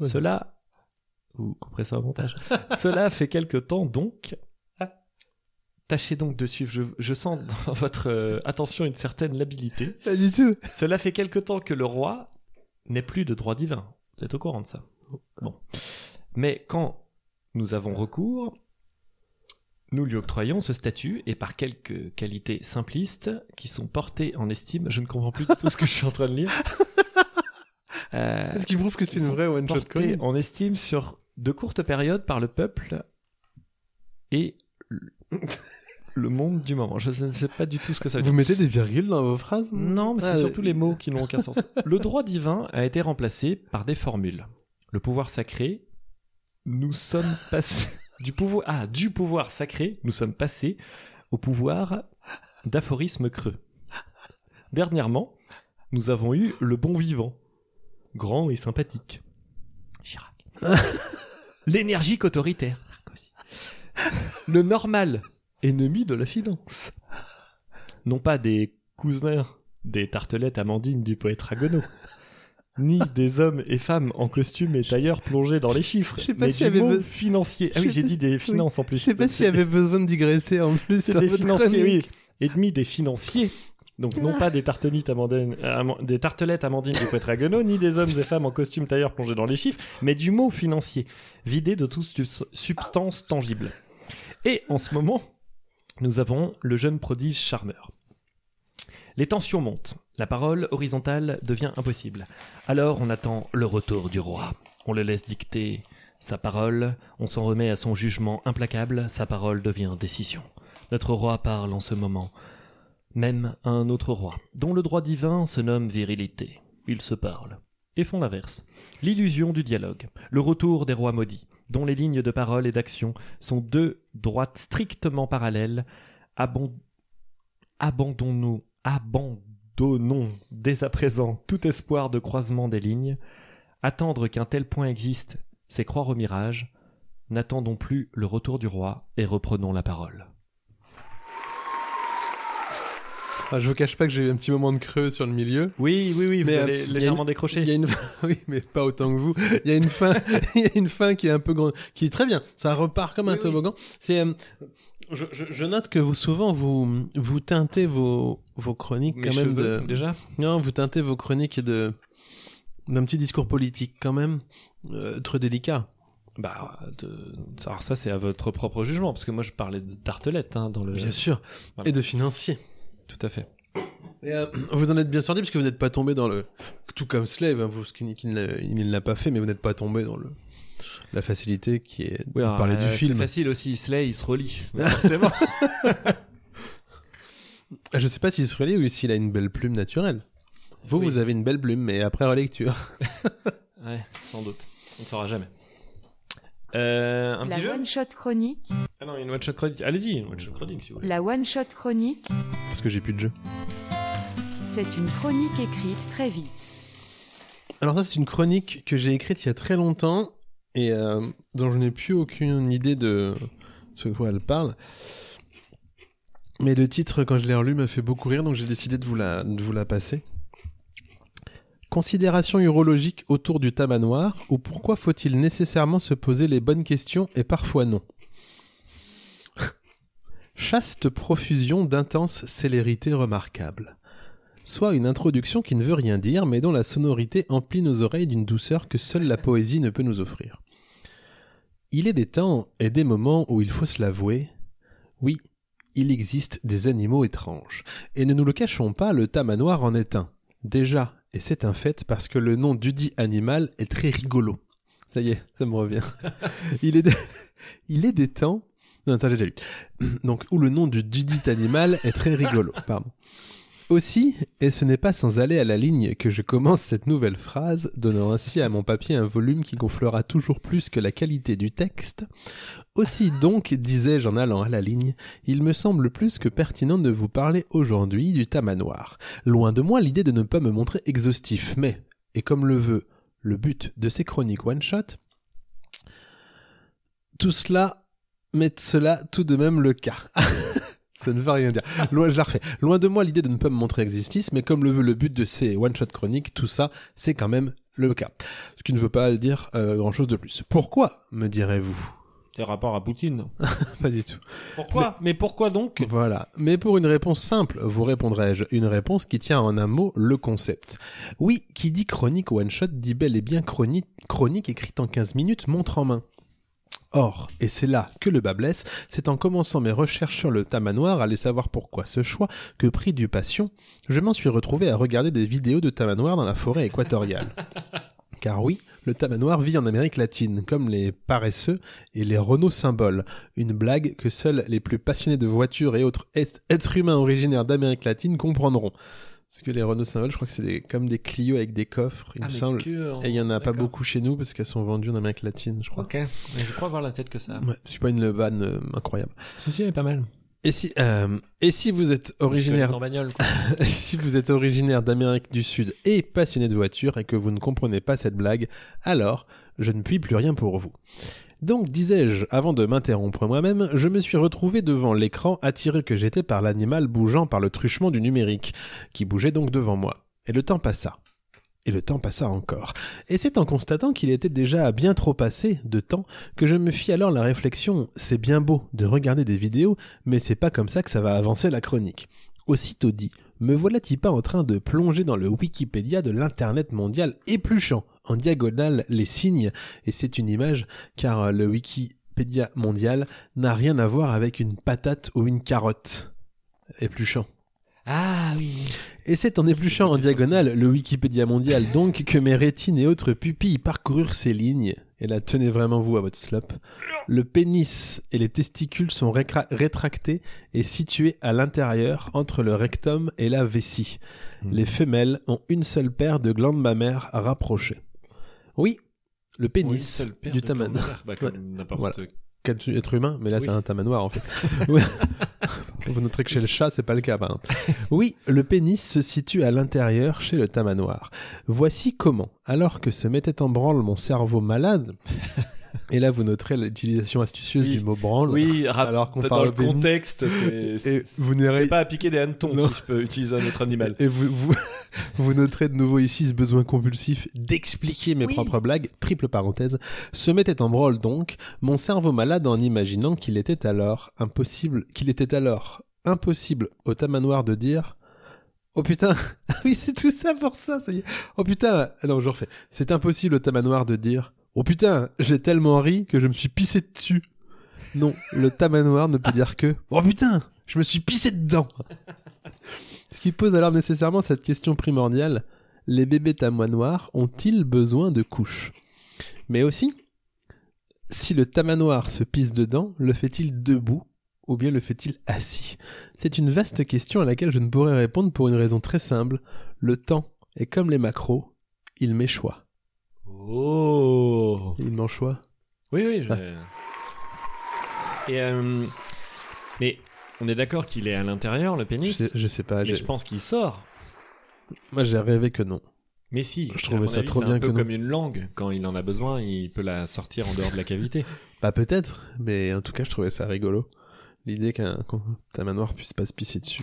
Speaker 1: Ouais.
Speaker 2: Cela. Vous comprez ça au montage Cela fait quelque temps donc Tâchez donc de suivre, je, je sens dans votre euh, attention une certaine labilité.
Speaker 1: Pas du tout.
Speaker 2: Cela fait quelque temps que le roi n'est plus de droit divin. Vous êtes au courant de ça Bon. Mais quand nous avons recours, nous lui octroyons ce statut et par quelques qualités simplistes qui sont portées en estime, je ne comprends plus du tout ce que je suis en train de lire. Euh,
Speaker 1: Ce qui prouve que c'est
Speaker 2: Ils
Speaker 1: une
Speaker 2: sont
Speaker 1: vraie one-shot
Speaker 2: porté
Speaker 1: comic.
Speaker 2: en estime sur de courtes périodes par le peuple et le- le monde du moment. Je ne sais pas du tout ce que ça veut
Speaker 1: Vous mettez des virgules dans vos phrases
Speaker 2: non, mais c'est
Speaker 1: Ah,
Speaker 2: surtout
Speaker 1: euh,
Speaker 2: les mots qui n'ont aucun sens. Le droit divin a été remplacé par des formules. Le pouvoir sacré, nous sommes passés du pouvoir ah, du pouvoir sacré, nous sommes passés au pouvoir d'aphorismes creux. Dernièrement, nous avons eu le bon vivant, grand et sympathique. Chirac. L'énergie qu'autoritaire. Sarkozy. Le normal, ennemi de la finance. Non pas des cousins des tartelettes amandines du poète Ragonaud, ni des hommes et femmes en costume et tailleurs plongés dans les chiffres,
Speaker 1: Je sais pas
Speaker 2: mais
Speaker 1: s'il y
Speaker 2: du
Speaker 1: avait
Speaker 2: mot
Speaker 1: be-
Speaker 2: financier. Ah
Speaker 1: Je
Speaker 2: oui,
Speaker 1: sais
Speaker 2: j'ai
Speaker 1: pas-
Speaker 2: dit des finances en
Speaker 1: Je
Speaker 2: plus.
Speaker 1: sais pas s'il y avait besoin de digresser en plus
Speaker 2: C'est
Speaker 1: sur
Speaker 2: des
Speaker 1: votre
Speaker 2: financiers, oui.
Speaker 1: chronique.
Speaker 2: Ennemis des financiers. Donc non pas des tartelettes amandines, euh, aman- des tartelettes amandines du poète Raguenaud, ni des hommes et femmes en costume tailleur plongés dans les chiffres, mais du mot financier, vidé de toute su- substance tangible. Et en ce moment, nous avons le jeune prodige charmeur. Les tensions montent, la parole horizontale devient impossible. Alors on attend le retour du roi. On le laisse dicter sa parole, on s'en remet à son jugement implacable, sa parole devient décision. Notre roi parle en ce moment, même à un autre roi, dont le droit divin se nomme virilité. Ils se parlent et font l'inverse. L'illusion du dialogue, le retour des rois maudits, dont les lignes de parole et d'action sont deux droites strictement parallèles. Abon- Abandonnons-nous, abandonnons donnons dès à présent tout espoir de croisement des lignes. Attendre qu'un tel point existe, c'est croire au mirage. N'attendons plus le retour du roi et reprenons la parole.
Speaker 1: Ah, je vous cache pas que j'ai eu un petit moment de creux sur le milieu.
Speaker 2: Oui, oui, oui, vous
Speaker 1: Mais, euh,
Speaker 2: avez
Speaker 1: il y a
Speaker 2: légèrement
Speaker 1: une-
Speaker 2: décroché.
Speaker 1: Il y a une oui, mais pas autant que vous. Il y a une fin, il y a une fin qui est un peu grand, qui est très bien. Ça repart comme un toboggan. C'est euh, je, je- je note que vous souvent vous vous teintez vos vos chroniques
Speaker 2: Mes
Speaker 1: quand même
Speaker 2: cheveux,
Speaker 1: de
Speaker 2: déjà
Speaker 1: non, vous teintez vos chroniques de d'un petit discours politique quand même euh, très délicat.
Speaker 2: Bah, de- alors ça, c'est à votre propre jugement, parce que moi, je parlais de tartelette hein, dans le.
Speaker 1: Bien sûr.
Speaker 2: voilà.
Speaker 1: Et de financier.
Speaker 2: Tout à fait.
Speaker 1: Et, euh, vous en êtes bien sorti parce que vous n'êtes pas tombé dans le tout comme Slave, hein, vous, ce qui, qui ne l'a- il ne l'a pas fait, mais vous n'êtes pas tombé dans le la facilité qui est de
Speaker 2: alors,
Speaker 1: parler
Speaker 2: euh,
Speaker 1: du film.
Speaker 2: C'est facile aussi, Slay, il se relie. Forcément.
Speaker 1: Ah, Je sais pas s'il se relie ou s'il a une belle plume naturelle. Vous,
Speaker 2: Oui.
Speaker 1: vous avez une belle plume, mais après relecture.
Speaker 2: Ouais, sans doute. On ne saura jamais. Euh, un
Speaker 7: La
Speaker 2: petit jeu
Speaker 7: one shot chronique.
Speaker 2: Ah non, une one-shot chronique. Allez-y, une one-shot chronique, si vous voulez.
Speaker 7: La one shot chronique,
Speaker 1: Parce que j'ai plus de jeu.
Speaker 7: c'est une chronique écrite très vite.
Speaker 1: Alors ça, c'est une chronique que j'ai écrite il y a très longtemps et euh, dont je n'ai plus aucune idée de ce quoi elle parle. Mais le titre, quand je l'ai relu, m'a fait beaucoup rire, donc j'ai décidé de vous la, de vous la passer. Considération urologique autour du tabac noir, ou pourquoi faut-il nécessairement se poser les bonnes questions et parfois non Chaste profusion d'intense célérité remarquable. Soit une introduction qui ne veut rien dire, mais dont la sonorité emplit nos oreilles d'une douceur que seule la poésie ne peut nous offrir. Il est des temps et des moments où il faut se l'avouer. Oui, il existe des animaux étranges. Et ne nous le cachons pas, le tamanoir en est un. Déjà, et c'est un fait parce que le nom du dit animal est très rigolo. Ça y est, ça me revient. Il est des, il est des temps. Non, attends, j'ai déjà lu. Donc, où le nom du dudit animal est très rigolo. Pardon. Aussi, et ce n'est pas sans aller à la ligne que je commence cette nouvelle phrase, donnant ainsi à mon papier un volume qui gonflera toujours plus que la qualité du texte, aussi donc, disais-je en allant à la ligne, il me semble plus que pertinent de vous parler aujourd'hui du tamanoir. Loin de moi l'idée de ne pas me montrer exhaustif, mais, et comme le veut le but de ces chroniques one-shot, tout cela met cela tout de même le cas. Ça ne veut rien dire. Loin, je la refais. Loin de moi l'idée de ne pas me montrer existisse, mais comme le veut le but de ces one-shot chroniques, tout ça, c'est quand même le cas. Ce qui ne veut pas dire euh, grand-chose de plus. Pourquoi, me direz-vous
Speaker 2: Tes rapports à Poutine.
Speaker 1: Pas du tout.
Speaker 2: Pourquoi Ah, Mais pourquoi donc
Speaker 1: Voilà. Mais pour une réponse simple, vous répondrai-je, une réponse qui tient en un mot le concept. Oui, qui dit chronique one-shot dit bel et bien chronique, chronique écrite en 15 minutes, montre en main. Or, et c'est là que le bas blesse, c'est en commençant mes recherches sur le tamanoir, aller savoir pourquoi ce choix, que pris du passion, je m'en suis retrouvé à regarder des vidéos de tamanoir dans la forêt équatoriale. Car oui, le tamanoir vit en Amérique latine, comme les paresseux et les Renault symboles. Une blague que seuls les plus passionnés de voitures et autres est- êtres humains originaires d'Amérique latine comprendront. Parce que les Renault symboles, je crois que c'est des- comme des Clio avec des coffres,
Speaker 2: Ah,
Speaker 1: il me semble. Et il y en a pas beaucoup chez nous parce qu'elles sont vendues en Amérique latine, je crois.
Speaker 2: Ok, mais je crois avoir la tête que ça.
Speaker 1: Ouais, c'est pas une vanne euh, incroyable.
Speaker 2: Ceci est pas mal.
Speaker 1: Et si, euh, et si vous êtes originaire
Speaker 2: En bagnole.
Speaker 1: si vous êtes originaire d'Amérique du Sud et passionné de voitures et que vous ne comprenez pas cette blague, alors je ne puis plus rien pour vous. Donc, disais-je, avant de m'interrompre moi-même, je me suis retrouvé devant l'écran attiré que j'étais par l'animal bougeant par le truchement du numérique, qui bougeait donc devant moi. Et le temps passa. Et le temps passa encore. Et c'est en constatant qu'il était déjà bien trop passé de temps que je me fis alors la réflexion, c'est bien beau de regarder des vidéos, mais c'est pas comme ça que ça va avancer la chronique. Aussitôt dit, me voilà-t-il pas en train de plonger dans le Wikipédia de l'Internet mondial épluchant en diagonale les signes Et c'est une image car euh, le Wikipédia mondial n'a rien à voir avec une patate ou une carotte. Épluchant.
Speaker 2: Ah oui.
Speaker 1: Et c'est en épluchant en diagonale le Wikipédia mondial donc que mes rétines et autres pupilles parcoururent ces lignes. Et là, tenez vraiment vous à votre slope. Le pénis et les testicules sont récra- rétractés et situés à l'intérieur entre le rectum et la vessie.
Speaker 2: Hmm.
Speaker 1: Les femelles ont une seule paire de glandes mammaires rapprochées. Oui, le pénis du taman
Speaker 2: Bah, comme n'importe
Speaker 1: Voilà. qu'un être humain, mais là
Speaker 2: Oui.
Speaker 1: c'est un tamanoir en fait. Ouais. Vous noterez que chez le chat, c'est pas le cas. par exemple. Oui, le pénis se situe à l'intérieur chez le tamanoir. Voici comment, alors que se mettait en branle mon cerveau malade, et là vous noterez l'utilisation astucieuse
Speaker 2: Oui.
Speaker 1: du mot branle,
Speaker 2: Oui, rap-
Speaker 1: alors qu'on
Speaker 2: dans
Speaker 1: parle
Speaker 2: le
Speaker 1: au pénis.
Speaker 2: contexte, c'est
Speaker 1: et
Speaker 2: c'est-
Speaker 1: vous
Speaker 2: c'est
Speaker 1: n'irez
Speaker 2: pas à piquer des hannetons
Speaker 1: Non.
Speaker 2: si je peux utiliser un autre animal.
Speaker 1: Et vous, vous, vous noterez de nouveau ici ce besoin compulsif d'expliquer mes
Speaker 8: Oui.
Speaker 1: propres blagues, triple parenthèse, se mettait en branle donc, mon cerveau malade en imaginant qu'il était alors impossible, qu'il était alors impossible au tamanoir de dire Oh putain, ah oui c'est tout ça pour ça, ça y est. Oh putain, Ah non je refais, c'est impossible au tamanoir de dire Oh putain, j'ai tellement ri que je me suis pissé dessus. Non, le tamanoir ne peut dire que Oh putain, je me suis pissé dedans. Ce qui pose alors nécessairement cette question primordiale les bébés tamanoirs ont-ils besoin de couches Mais aussi, si le tamanoir se pisse dedans, le fait-il debout ou bien le fait-il assis C'est une vaste question à laquelle je ne pourrais répondre pour une raison très simple le temps est comme les macros, il m'échoit.
Speaker 2: Oh
Speaker 1: Il m'enchoit.
Speaker 2: Oui, oui. Je... Et, euh, mais on est d'accord qu'il est à l'intérieur, le
Speaker 1: Je
Speaker 2: pénis
Speaker 1: sais, je sais pas.
Speaker 2: Mais
Speaker 1: j'ai-
Speaker 2: je pense qu'il sort.
Speaker 1: Moi, j'ai rêvé que non.
Speaker 2: Mais si,
Speaker 1: Je
Speaker 2: à
Speaker 1: trouvais
Speaker 2: mon
Speaker 1: ça
Speaker 2: avis,
Speaker 1: trop
Speaker 2: c'est
Speaker 1: bien
Speaker 2: un peu
Speaker 1: que non.
Speaker 2: comme une langue. Quand il en a besoin, il peut la sortir en dehors de la cavité.
Speaker 1: Bah, peut-être, mais en tout cas, je trouvais ça rigolo. L'idée qu'un qu'un tamanoir puisse pas se pisser dessus.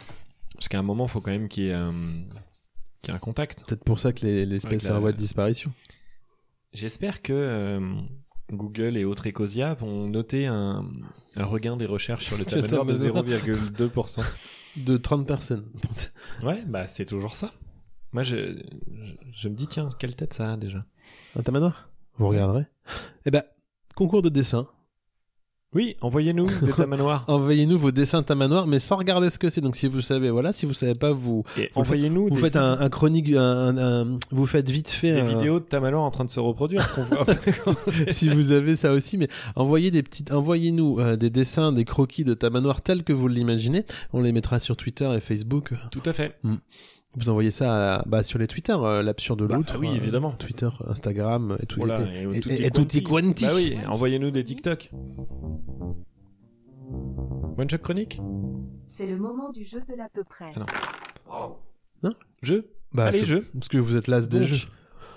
Speaker 2: Parce qu'à un moment, il faut quand même qu'il y, ait, euh, qu'il y ait un contact.
Speaker 1: Peut-être pour ça que les- l'espèce
Speaker 2: Avec
Speaker 1: est
Speaker 2: la-
Speaker 1: en voie de disparition.
Speaker 2: J'espère que euh, Google et autres Ecosia vont noter un, un regain des recherches sur le
Speaker 1: Sur le
Speaker 2: tamanoir de
Speaker 1: tamanoir.
Speaker 2: 0,2%.
Speaker 1: De 30 personnes.
Speaker 2: ouais, bah c'est toujours ça. Moi, je, je, je me dis, tiens, quelle tête ça a déjà
Speaker 1: Un tamanoir Vous regarderez. Eh ben, concours de dessin.
Speaker 2: Oui, envoyez-nous des tamanoirs.
Speaker 1: Envoyez-nous vos dessins tamanoirs, mais sans regarder ce que c'est. Donc si vous savez, voilà, si vous savez pas, vous,
Speaker 2: Et
Speaker 1: Vous
Speaker 2: envoyez-nous
Speaker 1: vous
Speaker 2: des
Speaker 1: faites un, un chronique, un- un- vous faites vite fait
Speaker 2: des
Speaker 1: un-
Speaker 2: vidéos de Tamanoir en train de se reproduire qu'on voit.
Speaker 1: si vous avez ça aussi, mais envoyez des petites, envoyez-nous euh, des dessins, des croquis de tamanoir tels que vous l'imaginez. On les mettra sur Twitter et Facebook.
Speaker 2: Tout à fait.
Speaker 1: Vous envoyez ça à- bah, sur les Twitter, euh, l'absurde
Speaker 2: Bah,
Speaker 1: l'autre.
Speaker 2: ah oui,
Speaker 1: euh,
Speaker 2: évidemment.
Speaker 1: Twitter, Instagram et tout.
Speaker 2: Oh là,
Speaker 1: et, et-
Speaker 2: tutti
Speaker 1: et- et tutti
Speaker 2: quanti.
Speaker 1: quanti.
Speaker 2: Bah oui, envoyez-nous des TikTok. One Shot Chronique
Speaker 7: C'est le moment du jeu de l'à peu près.
Speaker 2: Ah non. Jeu
Speaker 1: Bah,
Speaker 2: Allez,
Speaker 1: je-
Speaker 2: jeu
Speaker 1: Parce que vous êtes las des
Speaker 2: Donc.
Speaker 1: jeux.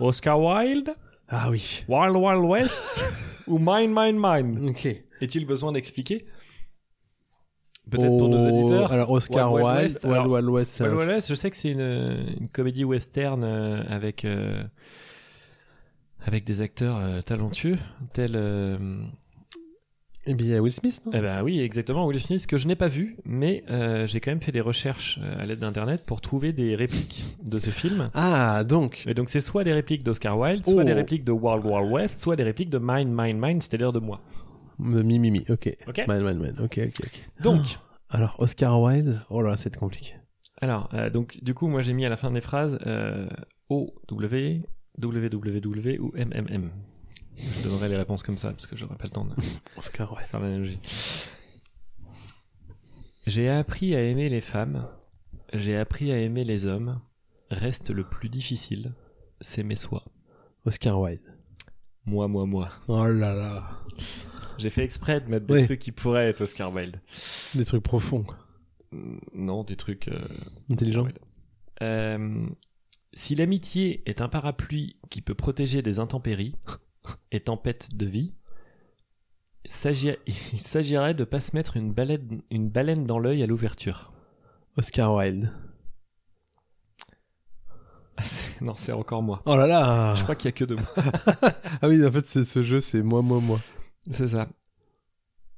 Speaker 2: Oscar Wilde
Speaker 1: Ah oui.
Speaker 2: Wild Wild West Ou Mine Mine Mine
Speaker 1: Ok.
Speaker 2: Est-il besoin d'expliquer Peut-être pour nos
Speaker 1: Oh,
Speaker 2: auditeurs
Speaker 1: Alors Oscar
Speaker 2: Wild
Speaker 1: Wilde,
Speaker 2: Wild
Speaker 1: Wild West,
Speaker 2: West, alors-
Speaker 1: Wild West, c'est
Speaker 2: Wild
Speaker 1: un-
Speaker 2: Wild West, je sais que c'est une, une comédie western euh, avec, euh, avec des acteurs euh, talentueux, tels... euh,
Speaker 1: Eh bien Will Smith, non
Speaker 2: Eh ben oui, exactement, Will Smith, que je n'ai pas vu, mais euh, j'ai quand même fait des recherches euh, à l'aide d'Internet pour trouver des répliques de ce film.
Speaker 1: Ah donc.
Speaker 2: Et donc c'est soit des répliques d'Oscar Wilde, soit
Speaker 1: Oh.
Speaker 2: des répliques de Wild Wild West, soit des répliques de Mine, Mine, Mine, c'est-à-dire de moi.
Speaker 1: Mimi, mi, mi, ok.
Speaker 2: Ok
Speaker 1: Man, man, man, ok, ok, ok.
Speaker 2: Donc,
Speaker 1: Alors Oscar Wilde, oh là, c'est compliqué.
Speaker 2: alors, euh, donc du coup, moi j'ai mis à la fin des phrases euh, O, W, WWW ou MMM. Je donnerai les réponses comme ça, parce que j'aurai pas le temps de...
Speaker 1: Oscar Wilde.
Speaker 2: faire l'analogie. J'ai appris à aimer les femmes, j'ai appris à aimer les hommes. Reste le plus difficile, s'aimer soi.
Speaker 1: Oscar Wilde.
Speaker 2: Moi, moi, moi.
Speaker 1: Oh là là.
Speaker 2: J'ai fait exprès de mettre des
Speaker 1: Oui.
Speaker 2: trucs qui pourraient être Oscar Wilde.
Speaker 1: Des trucs profonds, quoi.
Speaker 2: Mm, Non, des trucs. euh,
Speaker 1: intelligents.
Speaker 2: Wilde. Euh, si l'amitié est un parapluie qui peut protéger des intempéries et tempêtes de vie, s'agir- il s'agirait de pas se mettre une baleine, une baleine dans l'œil à l'ouverture.
Speaker 1: Oscar Wilde.
Speaker 2: non, c'est encore moi.
Speaker 1: Oh là là.
Speaker 2: Je crois qu'il y a que deux mots.
Speaker 1: Ah oui, en fait, c'est ce jeu, c'est moi, moi, moi.
Speaker 2: C'est ça.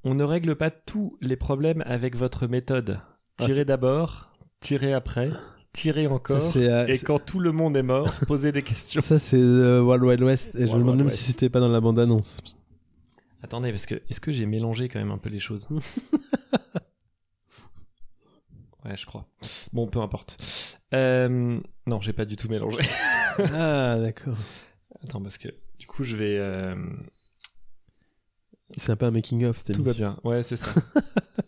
Speaker 2: On ne règle pas tous les problèmes avec votre méthode.
Speaker 1: Ah,
Speaker 2: Tirez d'abord, tirez après, tirez encore.
Speaker 1: ça, c'est, euh,
Speaker 2: et
Speaker 1: c'est-
Speaker 2: quand tout le monde est mort, posez des questions.
Speaker 1: ça, c'est euh, Wild Wild West. Et je
Speaker 2: Wild
Speaker 1: me demande
Speaker 2: Wild
Speaker 1: même
Speaker 2: West.
Speaker 1: si c'était pas dans la bande-annonce.
Speaker 2: Attendez, parce que est-ce que j'ai mélangé quand même un peu les choses Ouais, je crois. Bon, peu importe. Euh, non, j'ai pas du tout mélangé.
Speaker 1: ah, d'accord.
Speaker 2: Attends, parce que du coup, je vais. euh,
Speaker 1: C'est un peu un making-of, c'était
Speaker 2: Tout va bien. Ouais, c'est ça.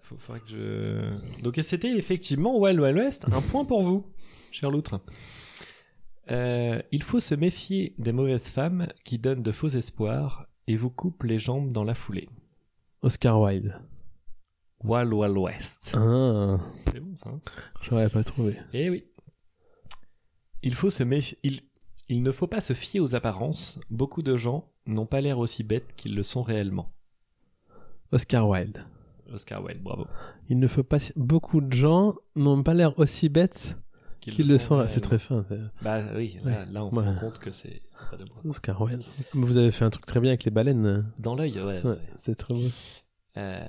Speaker 2: Faut, faudrait que je. Donc, c'était effectivement Wild Wild West. Un point pour vous, cher Loutre. Euh, il faut se méfier des mauvaises femmes qui donnent de faux espoirs et vous coupent les jambes dans la foulée.
Speaker 1: Oscar Wilde.
Speaker 2: Walois-Ouest.
Speaker 1: Ah,
Speaker 2: C'est bon ça. hein
Speaker 1: j'aurais pas trouvé.
Speaker 2: Eh oui. Il faut se méf- Il... il ne faut pas se fier aux apparences. Beaucoup de gens n'ont pas l'air aussi bêtes qu'ils le sont réellement.
Speaker 1: Oscar Wilde.
Speaker 2: Oscar Wilde, bravo.
Speaker 1: Il ne faut pas. Beaucoup de gens n'ont pas l'air aussi bêtes qu'ils le sont. là. C'est
Speaker 2: réellement.
Speaker 1: très fin. c'est-
Speaker 2: Bah oui, là, là, on se
Speaker 1: Ouais.
Speaker 2: rend compte que c'est c'est pas de moi.
Speaker 1: Oscar Wilde. Mais Vous avez fait un truc très bien avec les baleines. hein.
Speaker 2: Dans l'œil,
Speaker 1: Ouais,
Speaker 2: ouais. ouais.
Speaker 1: c'est très beau.
Speaker 2: Euh,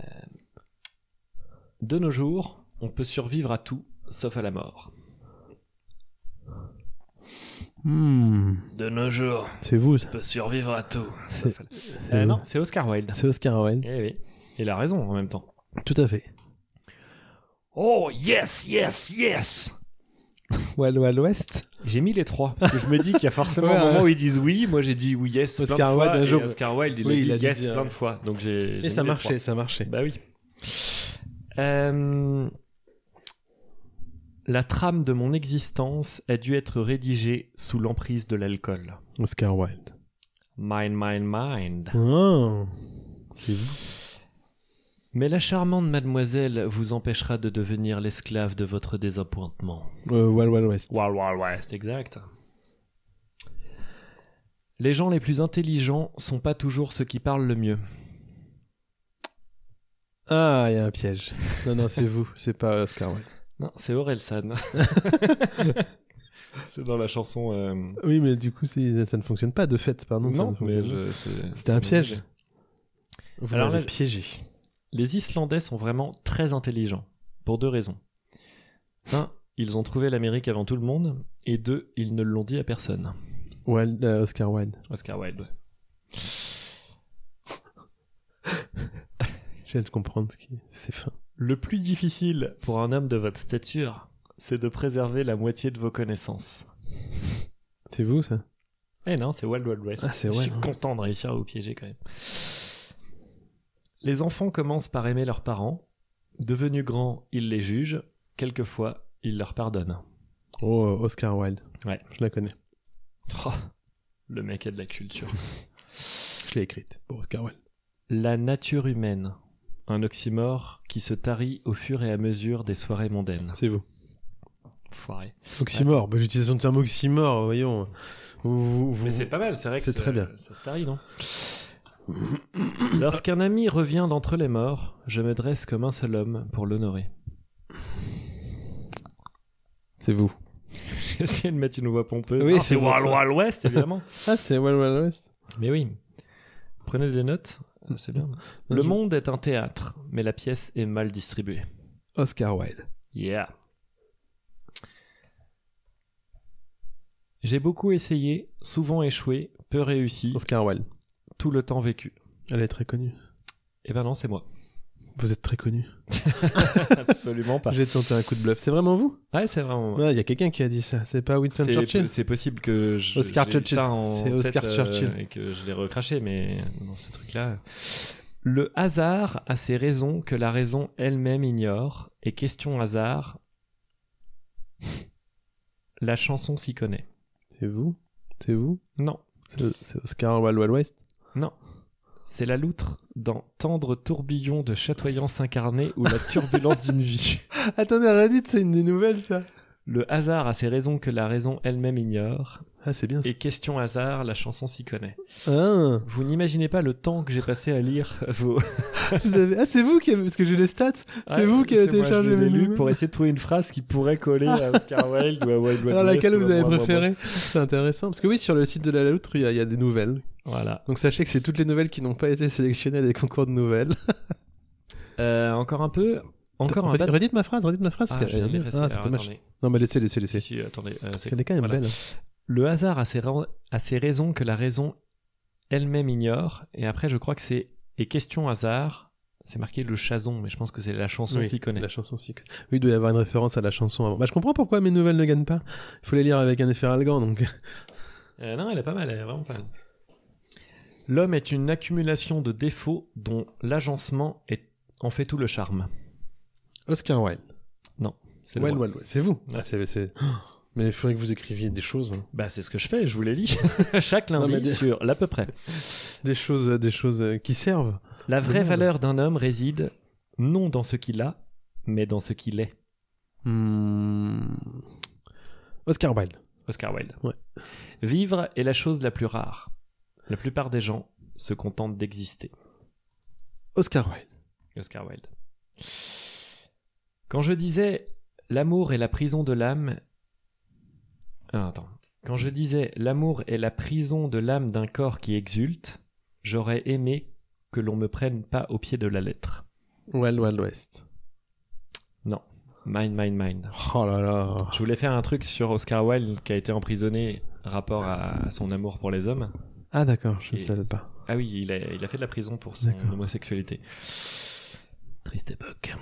Speaker 2: De nos jours, on peut survivre à tout, sauf à la mort.
Speaker 1: Hmm.
Speaker 2: De nos jours,
Speaker 1: C'est vous, ça.
Speaker 2: on peut survivre à tout.
Speaker 1: C'est
Speaker 2: Euh,
Speaker 1: vous.
Speaker 2: non, c'est Oscar Wilde.
Speaker 1: C'est Oscar Wilde.
Speaker 2: Eh oui. Il a raison en même temps.
Speaker 1: Tout à fait.
Speaker 2: Oh yes, yes, yes
Speaker 1: Wild Wild West.
Speaker 2: J'ai mis les trois, parce que je me dis qu'il y a forcément
Speaker 1: Ouais,
Speaker 2: un moment
Speaker 1: ouais.
Speaker 2: où ils disent oui, moi j'ai dit oui yes plein
Speaker 1: Oscar
Speaker 2: de fois,
Speaker 1: Wilde, un
Speaker 2: et
Speaker 1: jour-
Speaker 2: Oscar Wilde il
Speaker 1: Oui,
Speaker 2: a dit
Speaker 1: il a dit
Speaker 2: yes
Speaker 1: bien.
Speaker 2: plein de fois, donc j'ai j'ai mis
Speaker 1: Et ça
Speaker 2: les
Speaker 1: marchait, ça marchait.
Speaker 2: trois. Bah oui. Euh, La trame de mon existence a dû être rédigée sous l'emprise de l'alcool.
Speaker 1: Oscar Wilde.
Speaker 2: Mind, mind, mind.
Speaker 1: Oh. C'est vous.
Speaker 2: Mais la charmante mademoiselle vous empêchera de devenir l'esclave de votre désappointement.
Speaker 1: Euh, Wild Wild West.
Speaker 2: Wild Wild West, exact. Les gens les plus intelligents sont pas toujours ceux qui parlent le mieux.
Speaker 1: Ah, il y a un piège. Non, non, c'est vous. C'est pas Oscar Wilde.
Speaker 2: Non, c'est Orelsan. c'est dans la chanson. euh,
Speaker 1: Oui, mais du coup, c'est- ça ne fonctionne pas. De fait, pardon. ça ne fonctionne
Speaker 2: mais
Speaker 1: pas.
Speaker 2: je- c'est-
Speaker 1: C'était un piège. Vous
Speaker 2: Alors
Speaker 1: m'avez
Speaker 2: là, je-
Speaker 1: piégé.
Speaker 2: Les Islandais sont vraiment très intelligents, pour deux raisons. Un, ils ont trouvé l'Amérique avant tout le monde, et deux, ils ne l'ont dit à personne.
Speaker 1: Wild, euh, Oscar Wilde.
Speaker 2: Oscar Wilde. ouais.
Speaker 1: J'ai hâte de comprendre ce qui. C'est fin.
Speaker 2: Le plus difficile pour un homme de votre stature, c'est de préserver la moitié de vos connaissances.
Speaker 1: C'est vous, ça
Speaker 2: Eh non, c'est hein. Wild Wild West.
Speaker 1: Ah, c'est
Speaker 2: Je suis
Speaker 1: Wild.
Speaker 2: content de réussir à vous piéger quand même. Les enfants commencent par aimer leurs parents. Devenus grands, ils les jugent. Quelquefois, ils leur pardonnent.
Speaker 1: Oh, Oscar Wilde.
Speaker 2: Ouais.
Speaker 1: Je la connais.
Speaker 2: Oh, le mec a de la culture.
Speaker 1: Je l'ai écrite. Bon, Oscar Wilde.
Speaker 2: La nature humaine. Un oxymore qui se tarit au fur et à mesure des soirées mondaines.
Speaker 1: C'est vous.
Speaker 2: Foiré.
Speaker 1: Oxymore. Bah, L'utilisation de terme oxymore, voyons. Vous- vous- vous-
Speaker 2: Mais c'est pas mal, Mmh. c'est vrai que
Speaker 1: C'est très bien.
Speaker 2: Ça se tarie, non Lorsqu'un ami revient d'entre les morts, je me dresse comme un seul homme pour l'honorer.
Speaker 1: C'est vous.
Speaker 2: J'ai essayé de mettre une voix pompeuse.
Speaker 1: Oui,
Speaker 2: Ah,
Speaker 1: c'est
Speaker 2: c'est
Speaker 1: pour
Speaker 2: Wild
Speaker 1: ça.
Speaker 2: Wild West, évidemment.
Speaker 1: Ah, c'est Wild Wild West.
Speaker 2: Mais oui. Prenez des notes,
Speaker 1: Ah,
Speaker 2: euh, c'est bien. Le
Speaker 1: Je-
Speaker 2: monde est un théâtre, mais la pièce est mal distribuée.
Speaker 1: Oscar Wilde.
Speaker 2: Yeah. J'ai beaucoup essayé, souvent échoué, peu réussi,
Speaker 1: Oscar Wilde.
Speaker 2: tout le temps vécu.
Speaker 1: Elle est très connue.
Speaker 2: Eh ben non, c'est moi.
Speaker 1: Vous êtes très connu.
Speaker 2: Absolument pas.
Speaker 1: J'ai tenté un coup de bluff. C'est vraiment vous
Speaker 2: Ouais, c'est vraiment moi.
Speaker 1: Ouais, Il y a quelqu'un qui a dit ça. C'est pas Winston Churchill
Speaker 2: C'est c'est possible que je,
Speaker 1: Oscar
Speaker 2: j'ai eu
Speaker 1: Churchill.
Speaker 2: ça en
Speaker 1: C'est Oscar
Speaker 2: tête, euh,
Speaker 1: Churchill.
Speaker 2: et que je l'ai recraché, mais dans ce truc-là. Le hasard a ses raisons que la raison elle-même ignore, et question hasard, la chanson s'y connaît.
Speaker 1: C'est vous C'est vous
Speaker 2: Non,
Speaker 1: C'est c'est Oscar Wild Wild West
Speaker 2: c'est la loutre dans Tendre tourbillon de chatoyance incarnée ou la turbulence d'une vie.
Speaker 1: Attendez, Reddit, c'est une des nouvelles, ça
Speaker 2: Le hasard a ses raisons que la raison elle-même ignore,
Speaker 1: Ah, c'est bien ça.
Speaker 2: et question hasard, la chanson s'y connaît.
Speaker 1: Ah,
Speaker 2: Vous n'imaginez pas le temps que j'ai passé à lire vos,
Speaker 1: vous avez- ah, c'est vous qui avez... Parce que j'ai les stats. C'est
Speaker 2: Ouais,
Speaker 1: vous qui avez
Speaker 2: c'est moi,
Speaker 1: téléchargé
Speaker 2: je les
Speaker 1: mes
Speaker 2: ai lus
Speaker 1: nouvelles.
Speaker 2: pour essayer de trouver une phrase qui pourrait coller à Oscar Wilde ou à Wild Wild
Speaker 1: Alors,
Speaker 2: West
Speaker 1: laquelle
Speaker 2: ou à
Speaker 1: vous avez
Speaker 2: moi, moi, moi.
Speaker 1: préférée C'est intéressant. Parce que oui, sur le site de la Loutre, il y, a- il y a des nouvelles.
Speaker 2: Voilà.
Speaker 1: Donc sachez que c'est toutes les nouvelles qui n'ont pas été sélectionnées à des concours de nouvelles.
Speaker 2: Euh, encore un peu. Encore un
Speaker 1: Redis-
Speaker 2: bad.
Speaker 1: Redites ma phrase, redites ma phrase.
Speaker 2: Ah,
Speaker 1: parce qu'elle
Speaker 2: je viens de
Speaker 1: est bien.
Speaker 2: l'effacer,
Speaker 1: Ah,
Speaker 2: alors,
Speaker 1: c'est dommage.
Speaker 2: attendez.
Speaker 1: Non, mais laissez, laissez, laissez.
Speaker 2: Si, si, attendez, euh,
Speaker 1: Parce
Speaker 2: c'est-
Speaker 1: qu'elle est quand même
Speaker 2: voilà.
Speaker 1: belle. hein.
Speaker 2: Le hasard a ses, ra- a ses raisons que la raison elle-même ignore. Et après, je crois que c'est. Et question hasard, c'est marqué le chason, mais je pense que c'est la chanson
Speaker 1: Oui,
Speaker 2: s'y connaît.
Speaker 1: La chanson s'y connaît. Oui, il doit y avoir une référence à la chanson avant. Bah, je comprends pourquoi mes nouvelles ne gagnent pas. Il faut les lire avec un effet algan, donc.
Speaker 2: Euh, non, elle est pas mal, elle est vraiment pas mal. L'homme est une accumulation de défauts dont l'agencement est... en fait tout le charme.
Speaker 1: Oscar Wilde.
Speaker 2: C'est le
Speaker 1: Wilde,
Speaker 2: moi.
Speaker 1: Wilde, Wilde. C'est vous.
Speaker 2: Ouais.
Speaker 1: Ah, c'est- c'est- Oh, Mais il faudrait que vous écriviez des choses. hein.
Speaker 2: Bah, c'est ce que je fais, je vous les lis chaque
Speaker 1: Non,
Speaker 2: lundi
Speaker 1: mais des-
Speaker 2: sur l'à peu près.
Speaker 1: Des choses, des choses euh, qui servent.
Speaker 2: La vraie
Speaker 1: Demande.
Speaker 2: valeur d'un homme réside non dans ce qu'il a, mais dans ce qu'il est.
Speaker 1: Hmm. Oscar Wilde.
Speaker 2: Oscar Wilde.
Speaker 1: Ouais.
Speaker 2: Vivre est la chose la plus rare. La plupart des gens se contentent d'exister.
Speaker 1: Oscar Wilde.
Speaker 2: Oscar Wilde. Quand je disais l'amour est la prison de l'âme. Ah, attends. Quand je disais l'amour est la prison de l'âme d'un corps qui exulte, j'aurais aimé que l'on me prenne pas au pied de la lettre.
Speaker 1: Wild Wild West.
Speaker 2: Mind, mind, mind.
Speaker 1: Oh là là.
Speaker 2: Je voulais faire un truc sur Oscar Wilde qui a été emprisonné rapport à son amour pour les hommes.
Speaker 1: Ah d'accord, je ne
Speaker 2: Et-
Speaker 1: savais pas.
Speaker 2: Ah oui, il a, il a fait de la prison pour son
Speaker 1: D'accord.
Speaker 2: homosexualité. Triste époque.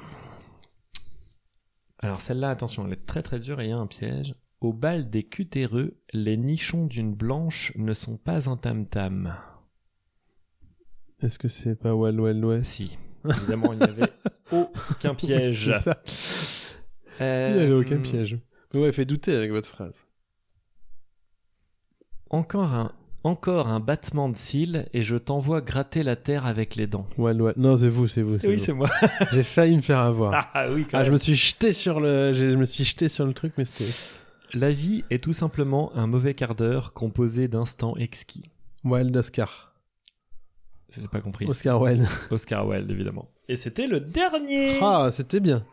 Speaker 2: Alors celle-là, attention, elle est très très dure et il y a un piège. Au bal des cutéreux, les nichons d'une blanche ne sont pas un tam-tam.
Speaker 1: Est-ce que c'est pas Wild Wild West
Speaker 2: Si, évidemment, il n'y avait aucun piège.
Speaker 1: C'est ça.
Speaker 2: Euh,
Speaker 1: Il n'y avait aucun piège. Mais ouais, fait douter avec votre phrase.
Speaker 2: Encore un, encore un battement de cils et je t'envoie gratter la terre avec les dents.
Speaker 1: Wild Wild. Non, c'est vous, c'est vous. c'est
Speaker 2: Oui,
Speaker 1: vous.
Speaker 2: c'est moi.
Speaker 1: J'ai failli me faire avoir. Ah,
Speaker 2: Ah oui, quand même.
Speaker 1: je me suis jeté sur le, je je me suis jeté sur le truc, mais c'était
Speaker 2: La vie est tout simplement un mauvais quart d'heure composé d'instants exquis.
Speaker 1: Wild Oscar.
Speaker 2: J'ai pas compris.
Speaker 1: Oscar Wilde.
Speaker 2: Oscar Wilde, évidemment. Et c'était le dernier
Speaker 1: Ah, c'était bien.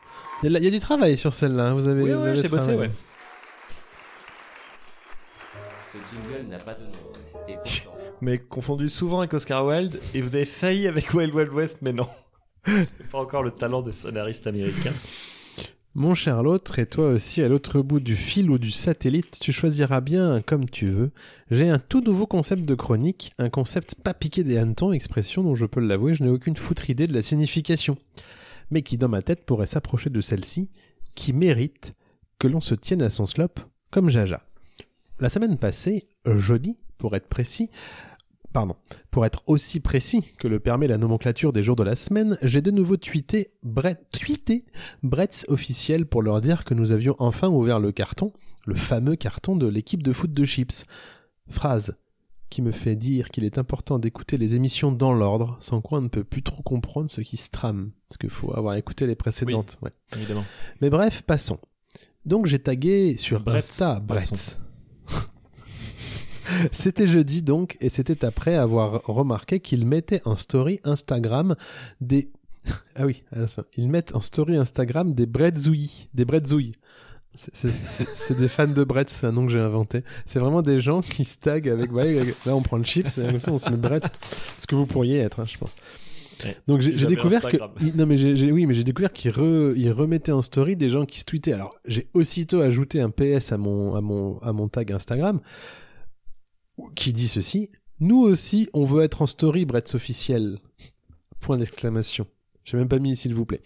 Speaker 1: Il y, a de la- il y a du travail sur celle-là. hein. Vous avez,
Speaker 2: Oui,
Speaker 1: vous
Speaker 2: ouais,
Speaker 1: avez
Speaker 2: j'ai bossé,
Speaker 1: travaillé.
Speaker 2: ouais.
Speaker 6: Ce jingle n'a pas de nom. Et pourtant,
Speaker 2: Mais confondu souvent avec Oscar Wilde, et vous avez failli avec Wild Wild West, mais non. C'est pas encore le talent des scénaristes américains.
Speaker 1: Mon cher l'autre, et toi aussi à l'autre bout du fil ou du satellite, tu choisiras bien comme tu veux. J'ai un tout nouveau concept de chronique, un concept pas piqué des hannetons, expression dont je peux l'avouer, je n'ai aucune foutre idée de la signification, mais qui dans ma tête pourrait s'approcher de celle-ci, qui mérite que l'on se tienne à son slope comme Jaja. La semaine passée, jeudi, pour être précis, pardon, pour être aussi précis que le permet la nomenclature des jours de la semaine, j'ai de nouveau tweeté, Brett, tweeté Bretz officiel pour leur dire que nous avions enfin ouvert le carton, le fameux carton de l'équipe de foot de Chips. Phrase qui me fait dire qu'il est important d'écouter les émissions dans l'ordre, sans quoi on ne peut plus trop comprendre ce qui se trame, parce qu'il faut avoir écouté les précédentes. ouais.
Speaker 2: Évidemment.
Speaker 1: Mais bref, passons. Donc j'ai tagué sur
Speaker 2: Bretz,
Speaker 1: Insta
Speaker 2: passons.
Speaker 1: Bretz. c'était jeudi donc, et c'était après avoir remarqué qu'il mettait en story Instagram des... Ah oui, attends, ils mettent en story Instagram des bretzouilles. Des bretzouilles. C'est- c'est- C'est c'est des fans de Bretz, c'est un nom que j'ai inventé. C'est vraiment des gens qui se taguent avec. ouais, là, on prend le chips, et comme ça, on se met Bretz. Ce que vous pourriez être, hein, je pense.
Speaker 2: Ouais.
Speaker 1: Donc j'ai
Speaker 2: Si
Speaker 1: j'ai
Speaker 2: j'avais
Speaker 1: découvert que
Speaker 2: Instagram.
Speaker 1: il- non mais j'ai j'ai- oui mais j'ai découvert qu'ils re- ils remettaient en story des gens qui se tweetaient. Alors j'ai aussitôt ajouté un PS à mon à mon à mon tag Instagram qui dit ceci nous aussi on veut être en story Bretz officiel. Point d'exclamation. J'ai même pas mis s'il vous plaît.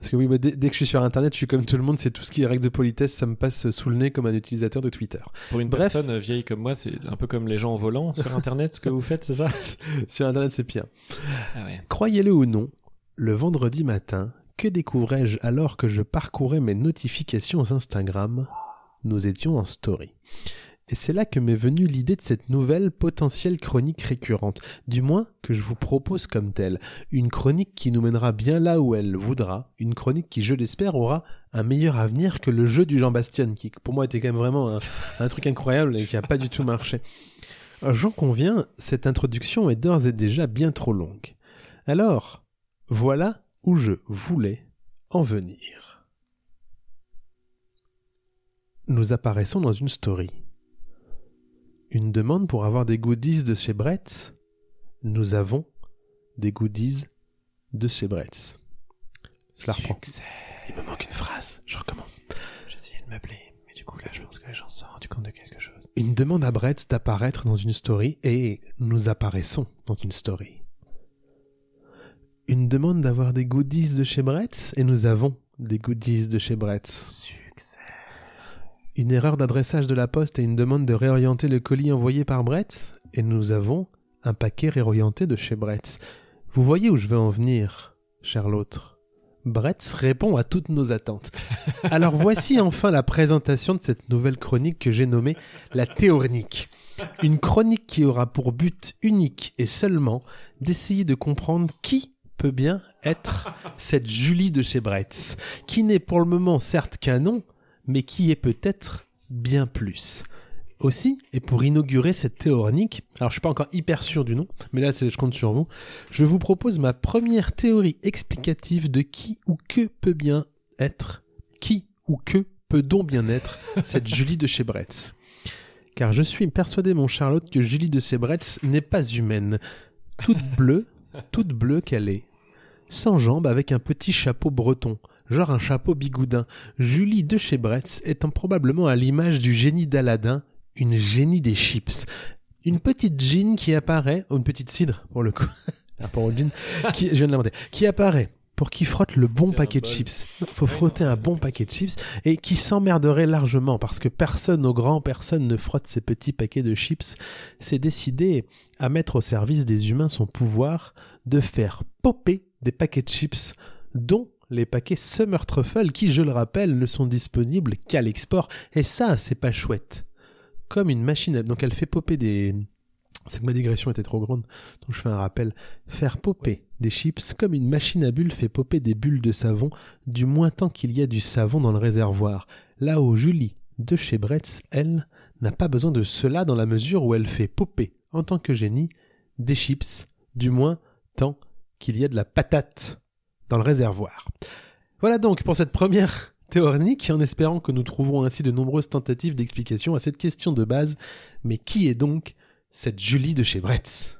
Speaker 1: Parce que oui, bah, dès, dès que je suis sur Internet, je suis comme tout le monde, c'est tout ce qui est règle de politesse, ça me passe sous le nez comme un utilisateur de Twitter.
Speaker 2: Pour une
Speaker 1: Bref.
Speaker 2: personne vieille comme moi, c'est un peu comme les gens en volant sur Internet, ce que vous faites, c'est ça
Speaker 1: sur Internet, c'est pire.
Speaker 2: Ah ouais.
Speaker 1: Croyez-le ou non, le vendredi matin, que découvrais-je alors que je parcourais mes notifications Instagram Nous étions en story. Et c'est là que m'est venue l'idée de cette nouvelle potentielle chronique récurrente, du moins que je vous propose comme telle, une chronique qui nous mènera bien là où elle voudra, une chronique qui, je l'espère, aura un meilleur avenir que le jeu du Jean Bastien, qui pour moi était quand même vraiment un, un truc incroyable et qui n'a pas du tout marché. Euh, J'en conviens, cette introduction est d'ores et déjà bien trop longue. Alors, voilà où je voulais en venir. Nous apparaissons dans une story. Une demande pour avoir des goodies de chez Bretz. Nous avons des goodies de chez Bretz. Je la reprends. Il me manque une phrase, je recommence. J'essayais de meubler, mais du coup là je pense que les gens se sont rendus compte de quelque chose. Une demande à Bretz d'apparaître dans une story et nous apparaissons dans une story une demande d'avoir des goodies de chez Bretz et nous avons des goodies de chez Bretz. Une erreur d'adressage de la poste et une demande de réorienter le colis envoyé par Bretz et nous avons un paquet réorienté de chez Bretz. Vous voyez où je veux en venir, cher l'autre. Bretz répond à toutes nos attentes. Alors voici enfin la présentation de cette nouvelle chronique que j'ai nommée la théornique. Une chronique qui aura pour but unique et seulement d'essayer de comprendre qui peut bien être cette Julie de chez Bretz, qui n'est pour le moment certes qu'un nom, mais qui est peut-être bien plus. Aussi, et pour inaugurer cette théornique, alors je suis pas encore hyper sûr du nom, mais là c'est je compte sur vous, je vous propose ma première théorie explicative de qui ou que peut bien être, qui ou que peut donc bien être cette Julie de chez Bretz. Car je suis persuadé, mon Charlotte, que Julie de chez Bretz n'est pas humaine, toute bleue, toute bleue qu'elle est, sans jambes, avec un petit chapeau breton, genre un chapeau bigoudin. Julie de chez Bretz étant probablement à l'image du génie d'Aladin, une génie des chips. Une petite gin qui apparaît, ou une petite cidre pour le coup, par rapport au gin, qui, je viens de l'inventer, qui apparaît pour qui frotte le bon
Speaker 2: Frotter un
Speaker 1: paquet de
Speaker 2: bol.
Speaker 1: chips. Non, faut frotter un bon paquet de chips et qui s'emmerderait largement parce que personne au grand, personne ne frotte ces petits paquets de chips. C'est décidé à mettre au service des humains son pouvoir de faire popper des paquets de chips dont les paquets Summer Truffle qui, je le rappelle, ne sont disponibles qu'à l'export. Et ça, c'est pas chouette. Comme une machine à... Donc elle fait popper des... C'est que ma digression était trop grande, donc je fais un rappel. Faire popper des chips comme une machine à bulles fait popper des bulles de savon, du moins tant qu'il y a du savon dans le réservoir. Là où Julie, de chez Bretz, elle, n'a pas besoin de cela dans la mesure où elle fait popper, en tant que génie, des chips, du moins tant qu'il y a de la patate dans le réservoir. Voilà donc pour cette première théornique, en espérant que nous trouverons ainsi de nombreuses tentatives d'explication à cette question de base. Mais qui est donc cette Julie de chez Bretz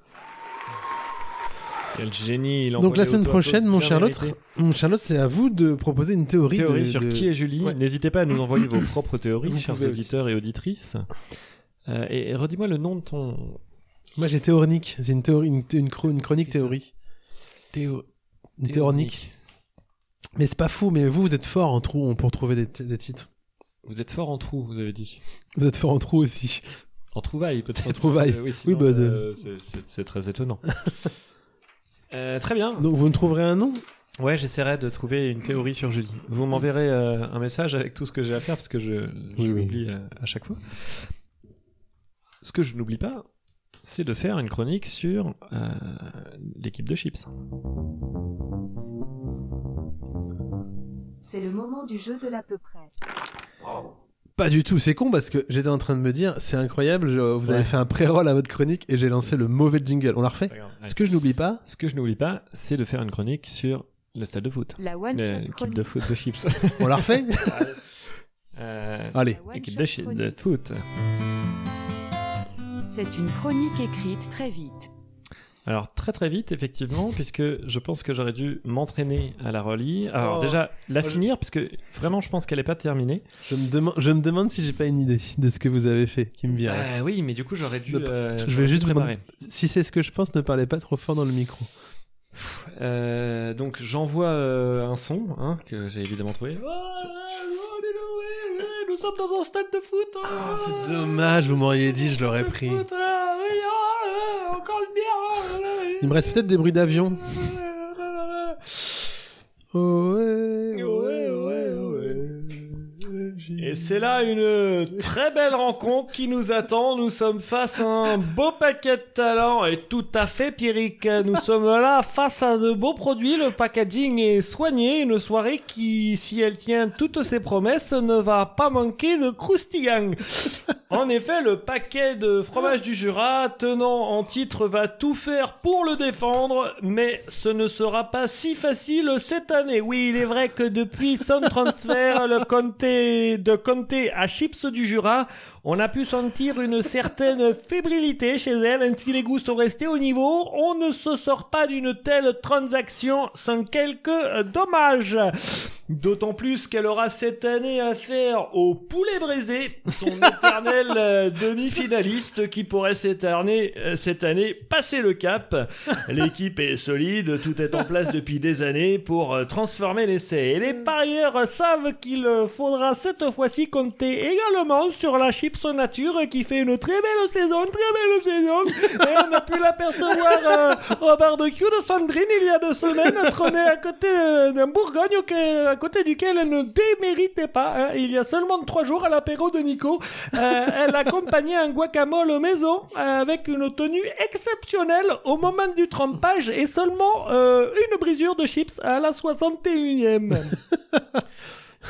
Speaker 2: Quel génie il
Speaker 1: Donc la
Speaker 2: envoyait
Speaker 1: semaine
Speaker 2: auto-applaus,
Speaker 1: prochaine, mon
Speaker 2: bien
Speaker 1: Charlotte,
Speaker 2: mérité.
Speaker 1: mon Charlotte, c'est à vous de proposer une théorie,
Speaker 2: Théorie
Speaker 1: de-
Speaker 2: sur
Speaker 1: de-
Speaker 2: qui est Julie.
Speaker 1: Ouais.
Speaker 2: N'hésitez pas à nous envoyer vos propres théories,
Speaker 1: Vous
Speaker 2: chers
Speaker 1: pouvez aussi.
Speaker 2: auditeurs et auditrices. Euh, et, et redis-moi le nom de ton
Speaker 1: Moi j'ai théornique, c'est une théorie, une, une chro- une chronique
Speaker 2: C'est ça.
Speaker 1: théorie,
Speaker 2: théo...
Speaker 1: une théornique. Mais c'est pas fou, mais vous vous êtes fort en trou pour trouver des, t- des titres.
Speaker 2: Vous êtes fort en trou, vous avez dit.
Speaker 1: Vous êtes fort en trou aussi.
Speaker 2: En trouvaille, peut-être.
Speaker 1: En trouvaille.
Speaker 2: Parce que, Oui, sinon,
Speaker 1: bah, de-
Speaker 2: euh, c'est- c'est c'est très étonnant. Euh, très bien.
Speaker 1: Donc vous ne trouverez un nom
Speaker 2: Ouais, j'essaierai de trouver une théorie sur Julie. Vous m'enverrez euh, un message avec tout ce que j'ai à faire parce que je, je
Speaker 1: Oui, oui.
Speaker 2: l'oublie euh, à chaque fois. Ce que je n'oublie pas, c'est de faire une chronique sur euh, l'équipe de Chips.
Speaker 7: C'est le moment du jeu de l'à peu près.
Speaker 1: Pas du tout, c'est con parce que j'étais en train de me dire, c'est incroyable, je- vous avez
Speaker 2: Ouais.
Speaker 1: fait un pré-roll à votre chronique et j'ai lancé le mauvais jingle. On l'a refait Ce que je n'oublie pas,
Speaker 2: Ce que je n'oublie pas, c'est de faire une chronique sur le stade de foot.
Speaker 7: La one
Speaker 2: Euh,
Speaker 7: shot
Speaker 2: L'équipe
Speaker 7: chronique.
Speaker 2: de foot de Chips.
Speaker 1: on l'a refait
Speaker 2: Euh,
Speaker 1: Allez,
Speaker 7: La one
Speaker 2: équipe
Speaker 7: shot
Speaker 2: de, chi- de
Speaker 7: chronique.
Speaker 2: foot.
Speaker 7: C'est une chronique écrite très vite.
Speaker 2: Alors très très vite effectivement puisque je pense que j'aurais dû m'entraîner à la relire. Alors
Speaker 1: Oh.
Speaker 2: déjà la
Speaker 1: Moi, je-
Speaker 2: finir puisque vraiment je pense qu'elle n'est pas terminée.
Speaker 1: je me, demande- je me demande si j'ai pas une idée de ce que vous avez fait qui me vient. là.
Speaker 2: Ah oui mais du coup j'aurais dû.
Speaker 1: Ne pas-
Speaker 2: euh,
Speaker 1: je vais
Speaker 2: j'aurais dû
Speaker 1: juste vous
Speaker 2: préparer.
Speaker 1: Si c'est ce que je pense, ne parlez pas trop fort dans le micro.
Speaker 2: Euh, donc j'envoie euh, un son hein, que j'ai évidemment trouvé. Nous sommes dans un stade de foot. hein.
Speaker 1: Ah, c'est dommage, vous m'auriez dit, je l'aurais pris.
Speaker 2: Encore une bière.
Speaker 1: Il me reste peut-être des bruits d'avion.
Speaker 2: Et c'est là une euh, très belle rencontre qui nous attend. Nous sommes face à un beau paquet de talents et tout à fait Pierrick. Nous sommes là face à de beaux produits. Le packaging est soigné. Une soirée qui, si elle tient toutes ses promesses, ne va pas manquer de croustillant. En effet, le paquet de fromage du Jura, tenant en titre, va tout faire pour le défendre, mais ce ne sera pas si facile cette année. Oui, il est vrai que depuis son transfert le comté, de Comté à Chips du Jura, on a pu sentir une certaine fébrilité chez elle, ainsi les goûts sont restés au niveau. On ne se sort pas d'une telle transaction sans quelques dommages. D'autant plus qu'elle aura cette année affaire au poulet braisé, son éternel euh, demi-finaliste qui pourrait s'éterner euh, cette année passer le cap. L'équipe est solide, tout est en place depuis des années pour euh, transformer l'essai. Et les parieurs savent qu'il euh, faudra cette cette fois-ci compter également sur la Chips Nature qui fait une très belle saison, très belle saison. Et on a pu l'apercevoir euh, au barbecue de Sandrine il y a deux semaines, trônée à côté euh, d'un Bourgogne que- à côté duquel elle ne déméritait pas. hein. Il y a seulement trois jours à l'apéro de Nico, euh, elle accompagnait un guacamole maison euh, avec une tenue exceptionnelle au moment du trempage et seulement euh, une brisure de chips à la 61e.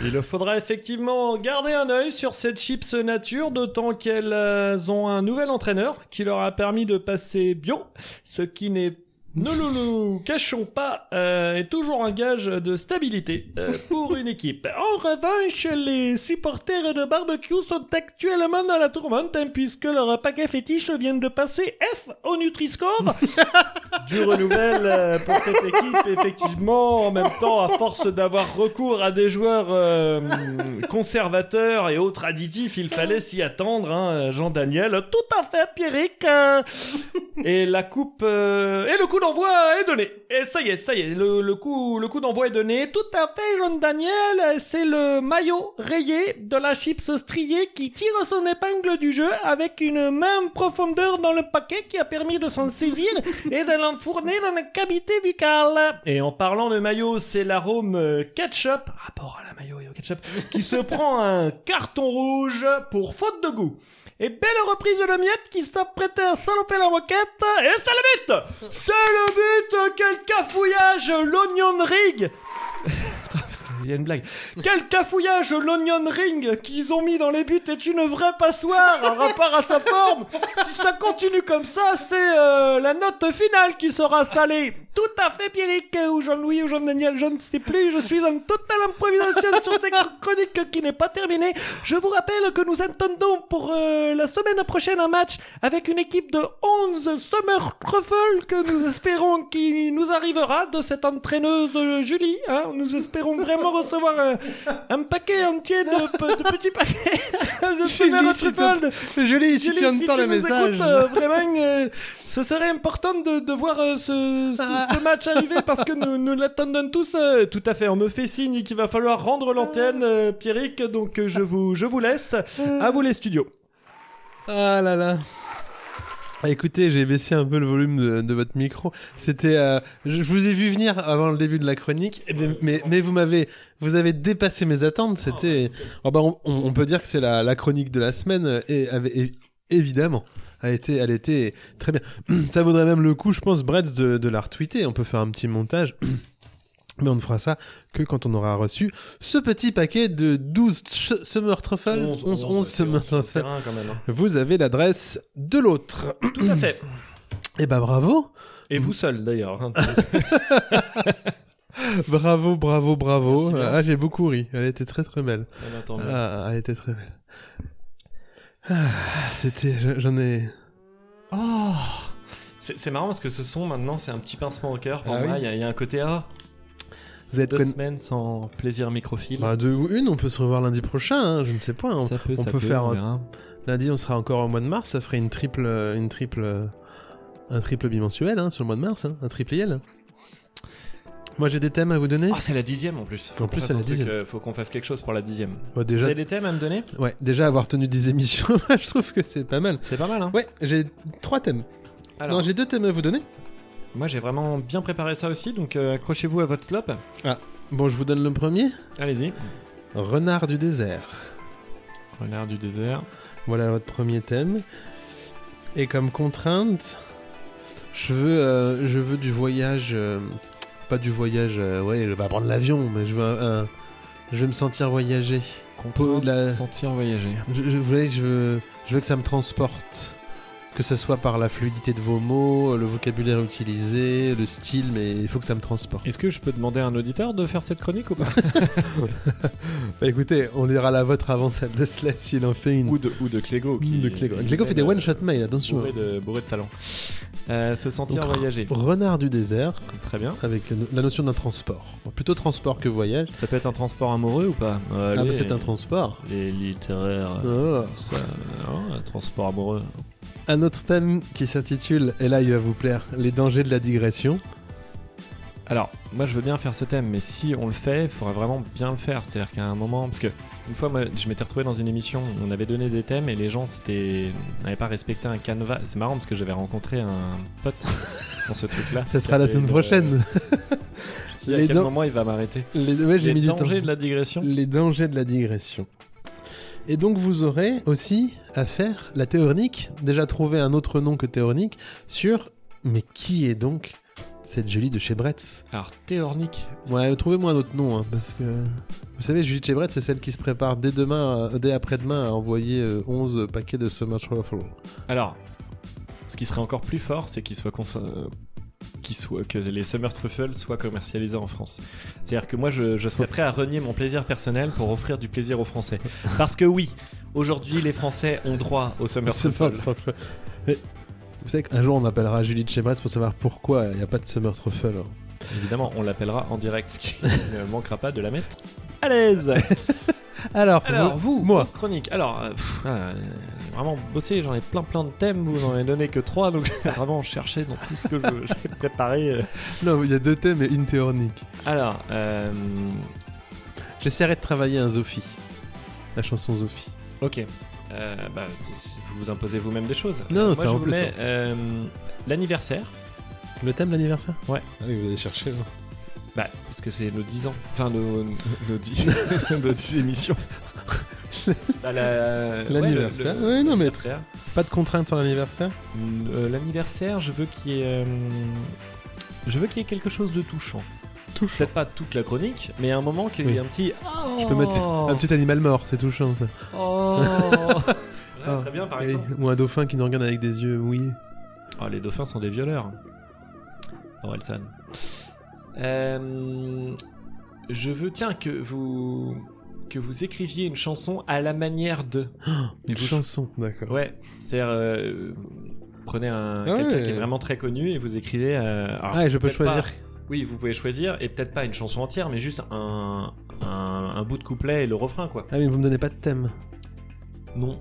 Speaker 2: Il faudra effectivement garder un œil sur cette chips nature, d'autant qu'elles euh, ont un nouvel entraîneur qui leur a permis de passer bio, ce qui n'est ne nous nous cachons pas, euh, est toujours un gage de stabilité euh, pour une équipe. En revanche, les supporters de barbecue sont actuellement dans la tourmente hein, puisque leur paquet fétiche vient de passer F au Nutri-Score du renouvelle euh, pour cette équipe. Effectivement, en même temps, à force d'avoir recours à des joueurs euh, conservateurs et autres additifs, il fallait s'y attendre. hein, Jean-Daniel, tout à fait, Pierrick. euh, et la coupe euh, et le coup d'envoi est donné. Et ça y est, ça y est, le, le coup le coup d'envoi est donné. Tout à fait, Jean Daniel, c'est le maillot rayé de la chips striée qui tire son épingle du jeu avec une main profondeur dans le paquet qui a permis de s'en saisir et de l'enfourner dans la cavité buccale. Et en parlant de maillot, c'est l'arôme euh, ketchup, rapport à la maillot et au ketchup, qui se prend un carton rouge pour faute de goût. Et belle reprise de Miette qui s'apprêtait à saloper la moquette. Et c'est le but C'est le but Quel cafouillage L'Onion Ring Attends, parce qu'il y a une blague. Quel cafouillage l'Onion Ring qu'ils ont mis dans les buts est une vraie passoire en rapport à sa forme. Si ça continue comme ça, c'est euh, la note finale qui sera salée. Tout à fait, Pierrick, ou Jean-Louis, ou Jean-Daniel, je ne sais plus. Je suis en totale improvisation sur cette chronique qui n'est pas terminée. Je vous rappelle que nous attendons pour euh, la semaine prochaine un match avec une équipe de 11 Summer Truffle que nous espérons qui nous arrivera de cette entraîneuse euh, Julie. hein. Nous espérons vraiment recevoir un, un paquet entier de, pe- de petits paquets de Summer
Speaker 1: Julie, si
Speaker 2: Truffle.
Speaker 1: Julie, si
Speaker 2: Julie,
Speaker 1: tu entends le
Speaker 2: nous
Speaker 1: message.
Speaker 2: écoutes, euh, vraiment, euh, ce serait important de, de voir euh, ce, ce- ce match arriver parce que nous, nous l'attendons tous. euh, tout à fait, on me fait signe qu'il va falloir rendre l'antenne, euh, Pierrick. Donc euh, je vous, je vous laisse.
Speaker 1: Euh.
Speaker 2: À vous les studios.
Speaker 1: Ah là là. Ah, Écoutez, j'ai baissé un peu le volume de, de votre micro. C'était, euh, je, je vous ai vu venir avant le début de la chronique, mais, mais, mais vous m'avez, vous avez dépassé mes attentes. C'était, oh bah, on, on- on peut dire que c'est la, la chronique de la semaine euh, et, avait- et- évidemment, a été, elle était très bien. Ça vaudrait même le coup, je pense, Bretz, de, de la retweeter. On peut faire un petit montage. Mais on ne fera ça que quand on aura reçu ce petit paquet de 12 ch- Summer Truffles. 11, 11 Summer Truffles. Vous avez l'adresse de l'autre.
Speaker 2: Tout à fait.
Speaker 1: Eh ben bravo,
Speaker 2: Et vous seul d'ailleurs. hein.
Speaker 1: bravo, bravo, bravo.
Speaker 2: Merci bien.
Speaker 1: ah, j'ai beaucoup ri. Elle était très très belle.
Speaker 2: On attend.
Speaker 1: Ah, elle était très belle. Ah, c'était, je- j'en ai.
Speaker 2: Oh. C'est c'est marrant parce que ce son maintenant c'est un petit pincement au cœur. Pour
Speaker 1: Ah
Speaker 2: moi,
Speaker 1: oui.
Speaker 2: il y a- il y, a un côté ah,
Speaker 1: Vous êtes
Speaker 2: deux
Speaker 1: conna-
Speaker 2: semaines sans plaisir microphile.
Speaker 1: Bah, deux ou une, on peut se revoir lundi prochain. hein, je ne sais pas. hein.
Speaker 9: Ça peut,
Speaker 1: on
Speaker 9: ça
Speaker 1: peut faire un-
Speaker 9: verra.
Speaker 1: Lundi, on sera encore au mois de mars. Ça ferait une triple, euh, une triple, euh, un triple bimensuel hein, sur le mois de mars. hein, un tripliel. Moi, j'ai des thèmes à vous donner.
Speaker 9: Oh,
Speaker 2: Ah,
Speaker 9: c'est la dixième en plus. Faut
Speaker 1: En
Speaker 9: qu'on
Speaker 1: plus,
Speaker 9: fasse
Speaker 1: c'est la
Speaker 9: un truc,
Speaker 1: dixième.
Speaker 9: euh, faut qu'on fasse quelque chose pour la dixième.
Speaker 1: Bah,
Speaker 2: Vous
Speaker 1: déjà,
Speaker 2: avez des thèmes à me donner
Speaker 1: ouais, déjà avoir tenu des émissions, je trouve que c'est pas mal.
Speaker 9: C'est pas mal, hein
Speaker 1: Ouais, j'ai trois thèmes.
Speaker 9: Alors.
Speaker 1: Non, j'ai deux thèmes à vous donner.
Speaker 9: Moi, j'ai vraiment bien préparé ça aussi, donc euh, accrochez-vous à votre slope.
Speaker 1: Bon, je vous donne le premier.
Speaker 9: Allez-y.
Speaker 1: Renard du désert.
Speaker 9: Renard du désert.
Speaker 1: Voilà votre premier thème. Et comme contrainte, je veux, euh, je veux du voyage. euh, pas du voyage. euh, ouais, je vais prendre l'avion, mais je veux un- un- je veux me sentir voyager.
Speaker 9: Contrainte,
Speaker 1: Peu- la-
Speaker 9: sentir voyager.
Speaker 1: Je, je, voulais- je veux, je veux que ça me transporte. Que ce soit par la fluidité de vos mots, le vocabulaire utilisé, le style, mais il faut que ça me transporte.
Speaker 9: Est-ce que je peux demander à un auditeur de faire cette chronique ou pas
Speaker 1: Bah écoutez, on lira la vôtre avant celle de Sless s'il en fait une.
Speaker 9: ou, de, ou de Clégo. Qui,
Speaker 1: de Clégo.
Speaker 9: qui
Speaker 1: Clégo fait des
Speaker 9: euh,
Speaker 1: one-shot mail, attention.
Speaker 9: Bourré de, bourré de talent. Euh, se sentir
Speaker 1: Donc, oh.
Speaker 9: voyager.
Speaker 1: Renard du désert,
Speaker 9: Très bien.
Speaker 1: avec le- la notion d'un transport. Bon, Plutôt transport que voyage.
Speaker 9: Ça peut être un transport amoureux ou pas
Speaker 1: Ah,
Speaker 9: Allez,
Speaker 1: mais c'est un transport.
Speaker 9: Les littéraires.
Speaker 2: Ah.
Speaker 1: Oh.
Speaker 9: ça, non, un transport amoureux.
Speaker 1: Un autre thème qui s'intitule, et là il va vous plaire, les dangers de la digression.
Speaker 2: Alors, moi je veux bien faire ce thème, mais si on le fait, il faudra vraiment bien le faire. C'est-à-dire qu'à un moment, parce que une fois, moi, je m'étais retrouvé dans une émission, où on avait donné des thèmes et les gens s'étaient- n'avaient pas respecté un canevas. C'est marrant parce que j'avais rencontré un pote dans ce truc-là.
Speaker 1: Ça sera la
Speaker 2: Qui
Speaker 1: semaine
Speaker 2: avait le-
Speaker 1: prochaine.
Speaker 2: Je sais à
Speaker 1: Les
Speaker 2: quel
Speaker 1: dents-
Speaker 2: moment il va m'arrêter.
Speaker 1: Les, ouais, j'ai
Speaker 2: Les
Speaker 1: mis du temps.
Speaker 2: dangers de la digression.
Speaker 1: Les dangers de la digression. Et donc vous aurez aussi à faire la théornique, déjà trouvé un autre nom que théornique, sur mais qui est donc cette Julie de chez Bretz
Speaker 2: Alors, Théornique,
Speaker 1: Ouais, trouvez-moi un autre nom, hein, parce que... Vous savez, Julie de chez Bretz, c'est celle qui se prépare dès demain, euh, dès après-demain, à envoyer euh, 11 paquets de Summer Truffle.
Speaker 2: Alors, ce qui serait encore plus fort, c'est qu'il soit cons- euh, qu'il soit- que les Summer Truffles soient commercialisés en France. C'est-à-dire que moi, je, je serais prêt à renier mon plaisir personnel pour offrir du plaisir aux Français. Parce que oui, aujourd'hui, les Français ont droit aux Summer
Speaker 1: Summer
Speaker 2: Truffles.
Speaker 1: Truffle. Mais Vous savez qu'un jour on appellera Julie de chez Bretz pour savoir pourquoi il n'y a pas de Summer Truffle. hein.
Speaker 2: Évidemment, on l'appellera en direct, ce qui ne manquera pas de la mettre à l'aise.
Speaker 1: Alors,
Speaker 2: Alors, vous,
Speaker 1: moi.
Speaker 2: chronique. Alors, euh, pff, euh, j'ai vraiment bossé, j'en ai plein plein de thèmes, vous en avez donné que trois, donc j'ai vraiment cherché dans tout ce que je- j'ai préparé. euh.
Speaker 1: Non, il y a deux thèmes et une théornique.
Speaker 2: Alors, euh,
Speaker 1: J'essaierai de travailler un Zophie. La chanson Zophie.
Speaker 2: Ok. Euh, bah, c- c- vous vous imposez vous-même des choses.
Speaker 1: Non,
Speaker 2: Euh,
Speaker 1: ça
Speaker 2: Moi, je
Speaker 1: en plus,
Speaker 2: voulais
Speaker 1: hein.
Speaker 2: euh, l'anniversaire.
Speaker 1: Le thème de l'anniversaire
Speaker 2: Ouais.
Speaker 1: Ah oui, vous allez chercher. non
Speaker 2: Bah, parce que c'est nos 10 ans. Enfin, nos, nos, 10, nos 10 émissions. Bah, la- ouais,
Speaker 1: L'anniversaire.
Speaker 2: le- le-
Speaker 1: Ouais, non, mais-
Speaker 2: l'anniversaire.
Speaker 1: Pas de contrainte sur l'anniversaire
Speaker 2: Euh, L'anniversaire, je veux qu'il y ait. euh, je veux qu'il y ait quelque chose de touchant.
Speaker 1: Touche.
Speaker 2: Peut-être pas toute la chronique, mais à un moment qu'il y ait
Speaker 1: Oui.
Speaker 2: un petit. Oh
Speaker 1: Je peux mettre un petit animal mort, c'est touchant ça.
Speaker 2: Oh
Speaker 1: Ah.
Speaker 2: Ouais, Très bien, par
Speaker 1: Oui.
Speaker 2: exemple.
Speaker 1: Ou un dauphin qui nous regarde avec des yeux, oui.
Speaker 2: Oh, les dauphins sont des violeurs. Orelsan. Euh, je veux, tiens, que vous que vous écriviez une chanson à la manière de.
Speaker 1: Une
Speaker 2: vous-
Speaker 1: chanson, d'accord.
Speaker 2: Ouais, c'est-à-dire euh, prenez un
Speaker 1: Ah
Speaker 2: quelqu'un
Speaker 1: ouais.
Speaker 2: qui est vraiment très connu et vous écrivez. euh, alors,
Speaker 1: Ah, et je peux
Speaker 2: peut-être
Speaker 1: choisir.
Speaker 2: pas- oui, vous pouvez choisir et peut-être pas une chanson entière, mais juste un, un, un bout de couplet et le refrain quoi.
Speaker 1: Ah, mais vous me donnez pas de thème.
Speaker 2: Non,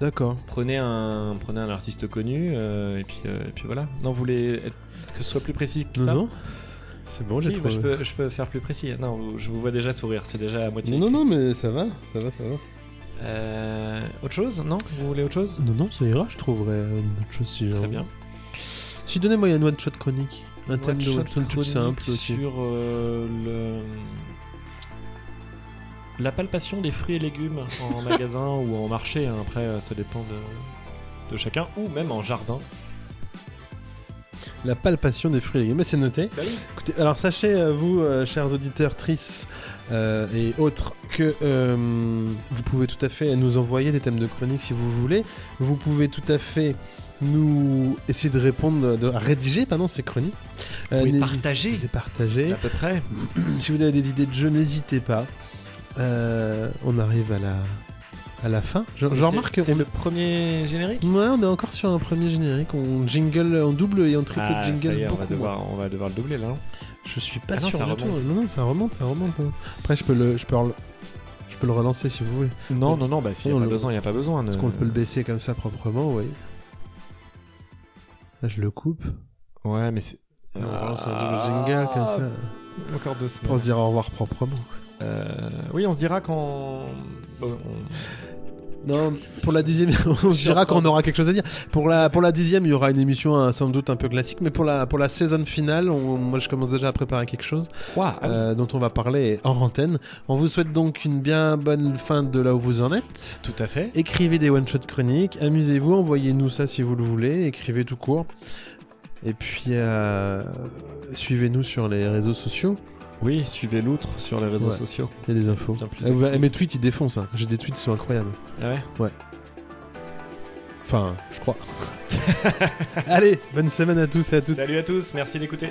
Speaker 1: D'accord.
Speaker 2: prenez un prenez un artiste connu euh, et puis euh, et puis voilà. Non, vous voulez être- que ce soit plus précis que
Speaker 1: Non,
Speaker 2: ça.
Speaker 1: non. C'est bon,
Speaker 2: Si,
Speaker 1: j'ai
Speaker 2: moi,
Speaker 1: trouvé.
Speaker 2: je, peux, je peux faire plus précis. Non, vous- je vous vois déjà sourire, c'est déjà à moitié.
Speaker 1: Non, non, non, mais ça va, ça va, ça va.
Speaker 2: Euh, autre chose Non Vous voulez autre chose
Speaker 1: Non, non, ça ira, je trouverai euh, autre chose si j'ai
Speaker 2: Très
Speaker 1: envie.
Speaker 2: bien.
Speaker 1: Si, donnez-moi une one-shot chronique. Un thème de
Speaker 2: One-shot
Speaker 1: one-shot tout
Speaker 2: chronique
Speaker 1: simple aussi.
Speaker 2: Sur euh, le... la palpation des fruits et légumes en magasin ou en marché. hein. Après, euh, ça dépend de, de chacun. Ou même en jardin.
Speaker 1: La palpation des fruits et légumes, mais c'est noté.
Speaker 2: Bah
Speaker 1: Écoutez, alors sachez, euh, vous, euh, chers auditeurs, tristes euh, et autres, que euh, vous pouvez tout à fait nous envoyer des thèmes de chronique si vous voulez. Vous pouvez tout à fait nous essayer de répondre, de, à rédiger, pardon, ces chroniques. Euh,
Speaker 2: Vous pouvez
Speaker 1: n'hési-
Speaker 2: partager.
Speaker 1: les partager.
Speaker 2: À peu près.
Speaker 1: Si vous avez des idées de jeux, n'hésitez pas. Euh, on arrive à la, à la fin. Je, je
Speaker 2: C'est-
Speaker 1: remarque
Speaker 2: C'est
Speaker 1: qu'on
Speaker 2: le premier générique
Speaker 1: Ouais, on est encore sur un premier générique. On jingle en double et en triple
Speaker 2: Ah, ça
Speaker 1: jingle.
Speaker 2: y est, on va,
Speaker 1: beaucoup, hein.
Speaker 2: devoir, on va devoir le doubler là. non
Speaker 1: Je suis pas
Speaker 2: Ah non,
Speaker 1: sûr
Speaker 2: ça
Speaker 1: du
Speaker 2: remonte.
Speaker 1: tout. hein. Non, non, ça remonte, ça remonte. hein. Après, je peux le, je peux le, je peux le relancer si vous voulez.
Speaker 2: Non, non, non, bah s'il n'y
Speaker 1: On
Speaker 2: a pas
Speaker 1: le-
Speaker 2: besoin, il n'y a pas besoin.
Speaker 1: Est-ce
Speaker 2: ne-
Speaker 1: qu'on peut le baisser comme ça proprement, oui. Là, je le coupe.
Speaker 2: Ouais, mais c'est.
Speaker 1: Et on relance un double jingle comme ça.
Speaker 2: Encore deux semaines.
Speaker 1: Pour se dire au revoir proprement.
Speaker 2: Euh, oui, on se dira quand. bon, on-
Speaker 1: Non, pour la dixième, on se dira qu'on aura quelque chose à dire. Pour la, pour la dixième, il y aura une émission hein, sans doute un peu classique, mais pour la, pour la saison finale, on- moi je commence déjà à préparer quelque chose.
Speaker 2: Ouah, ah oui.
Speaker 1: euh, dont on va parler en antenne. On vous souhaite donc une bien bonne fin de là où vous en êtes.
Speaker 2: Tout à fait.
Speaker 1: Écrivez des one-shot chroniques, amusez-vous, envoyez-nous ça si vous le voulez, écrivez tout court. Et puis, euh, suivez-nous sur les réseaux sociaux.
Speaker 2: Oui, suivez l'outre sur les réseaux
Speaker 1: Ouais.
Speaker 2: sociaux.
Speaker 1: Il y a des infos.
Speaker 2: Bien plus
Speaker 1: Eh, bah, mes tweets, ils défoncent. hein. J'ai des tweets, ils sont incroyables.
Speaker 2: Ah ouais
Speaker 1: Enfin, je crois. Allez, bonne semaine à tous et à toutes.
Speaker 2: Salut à tous, merci d'écouter.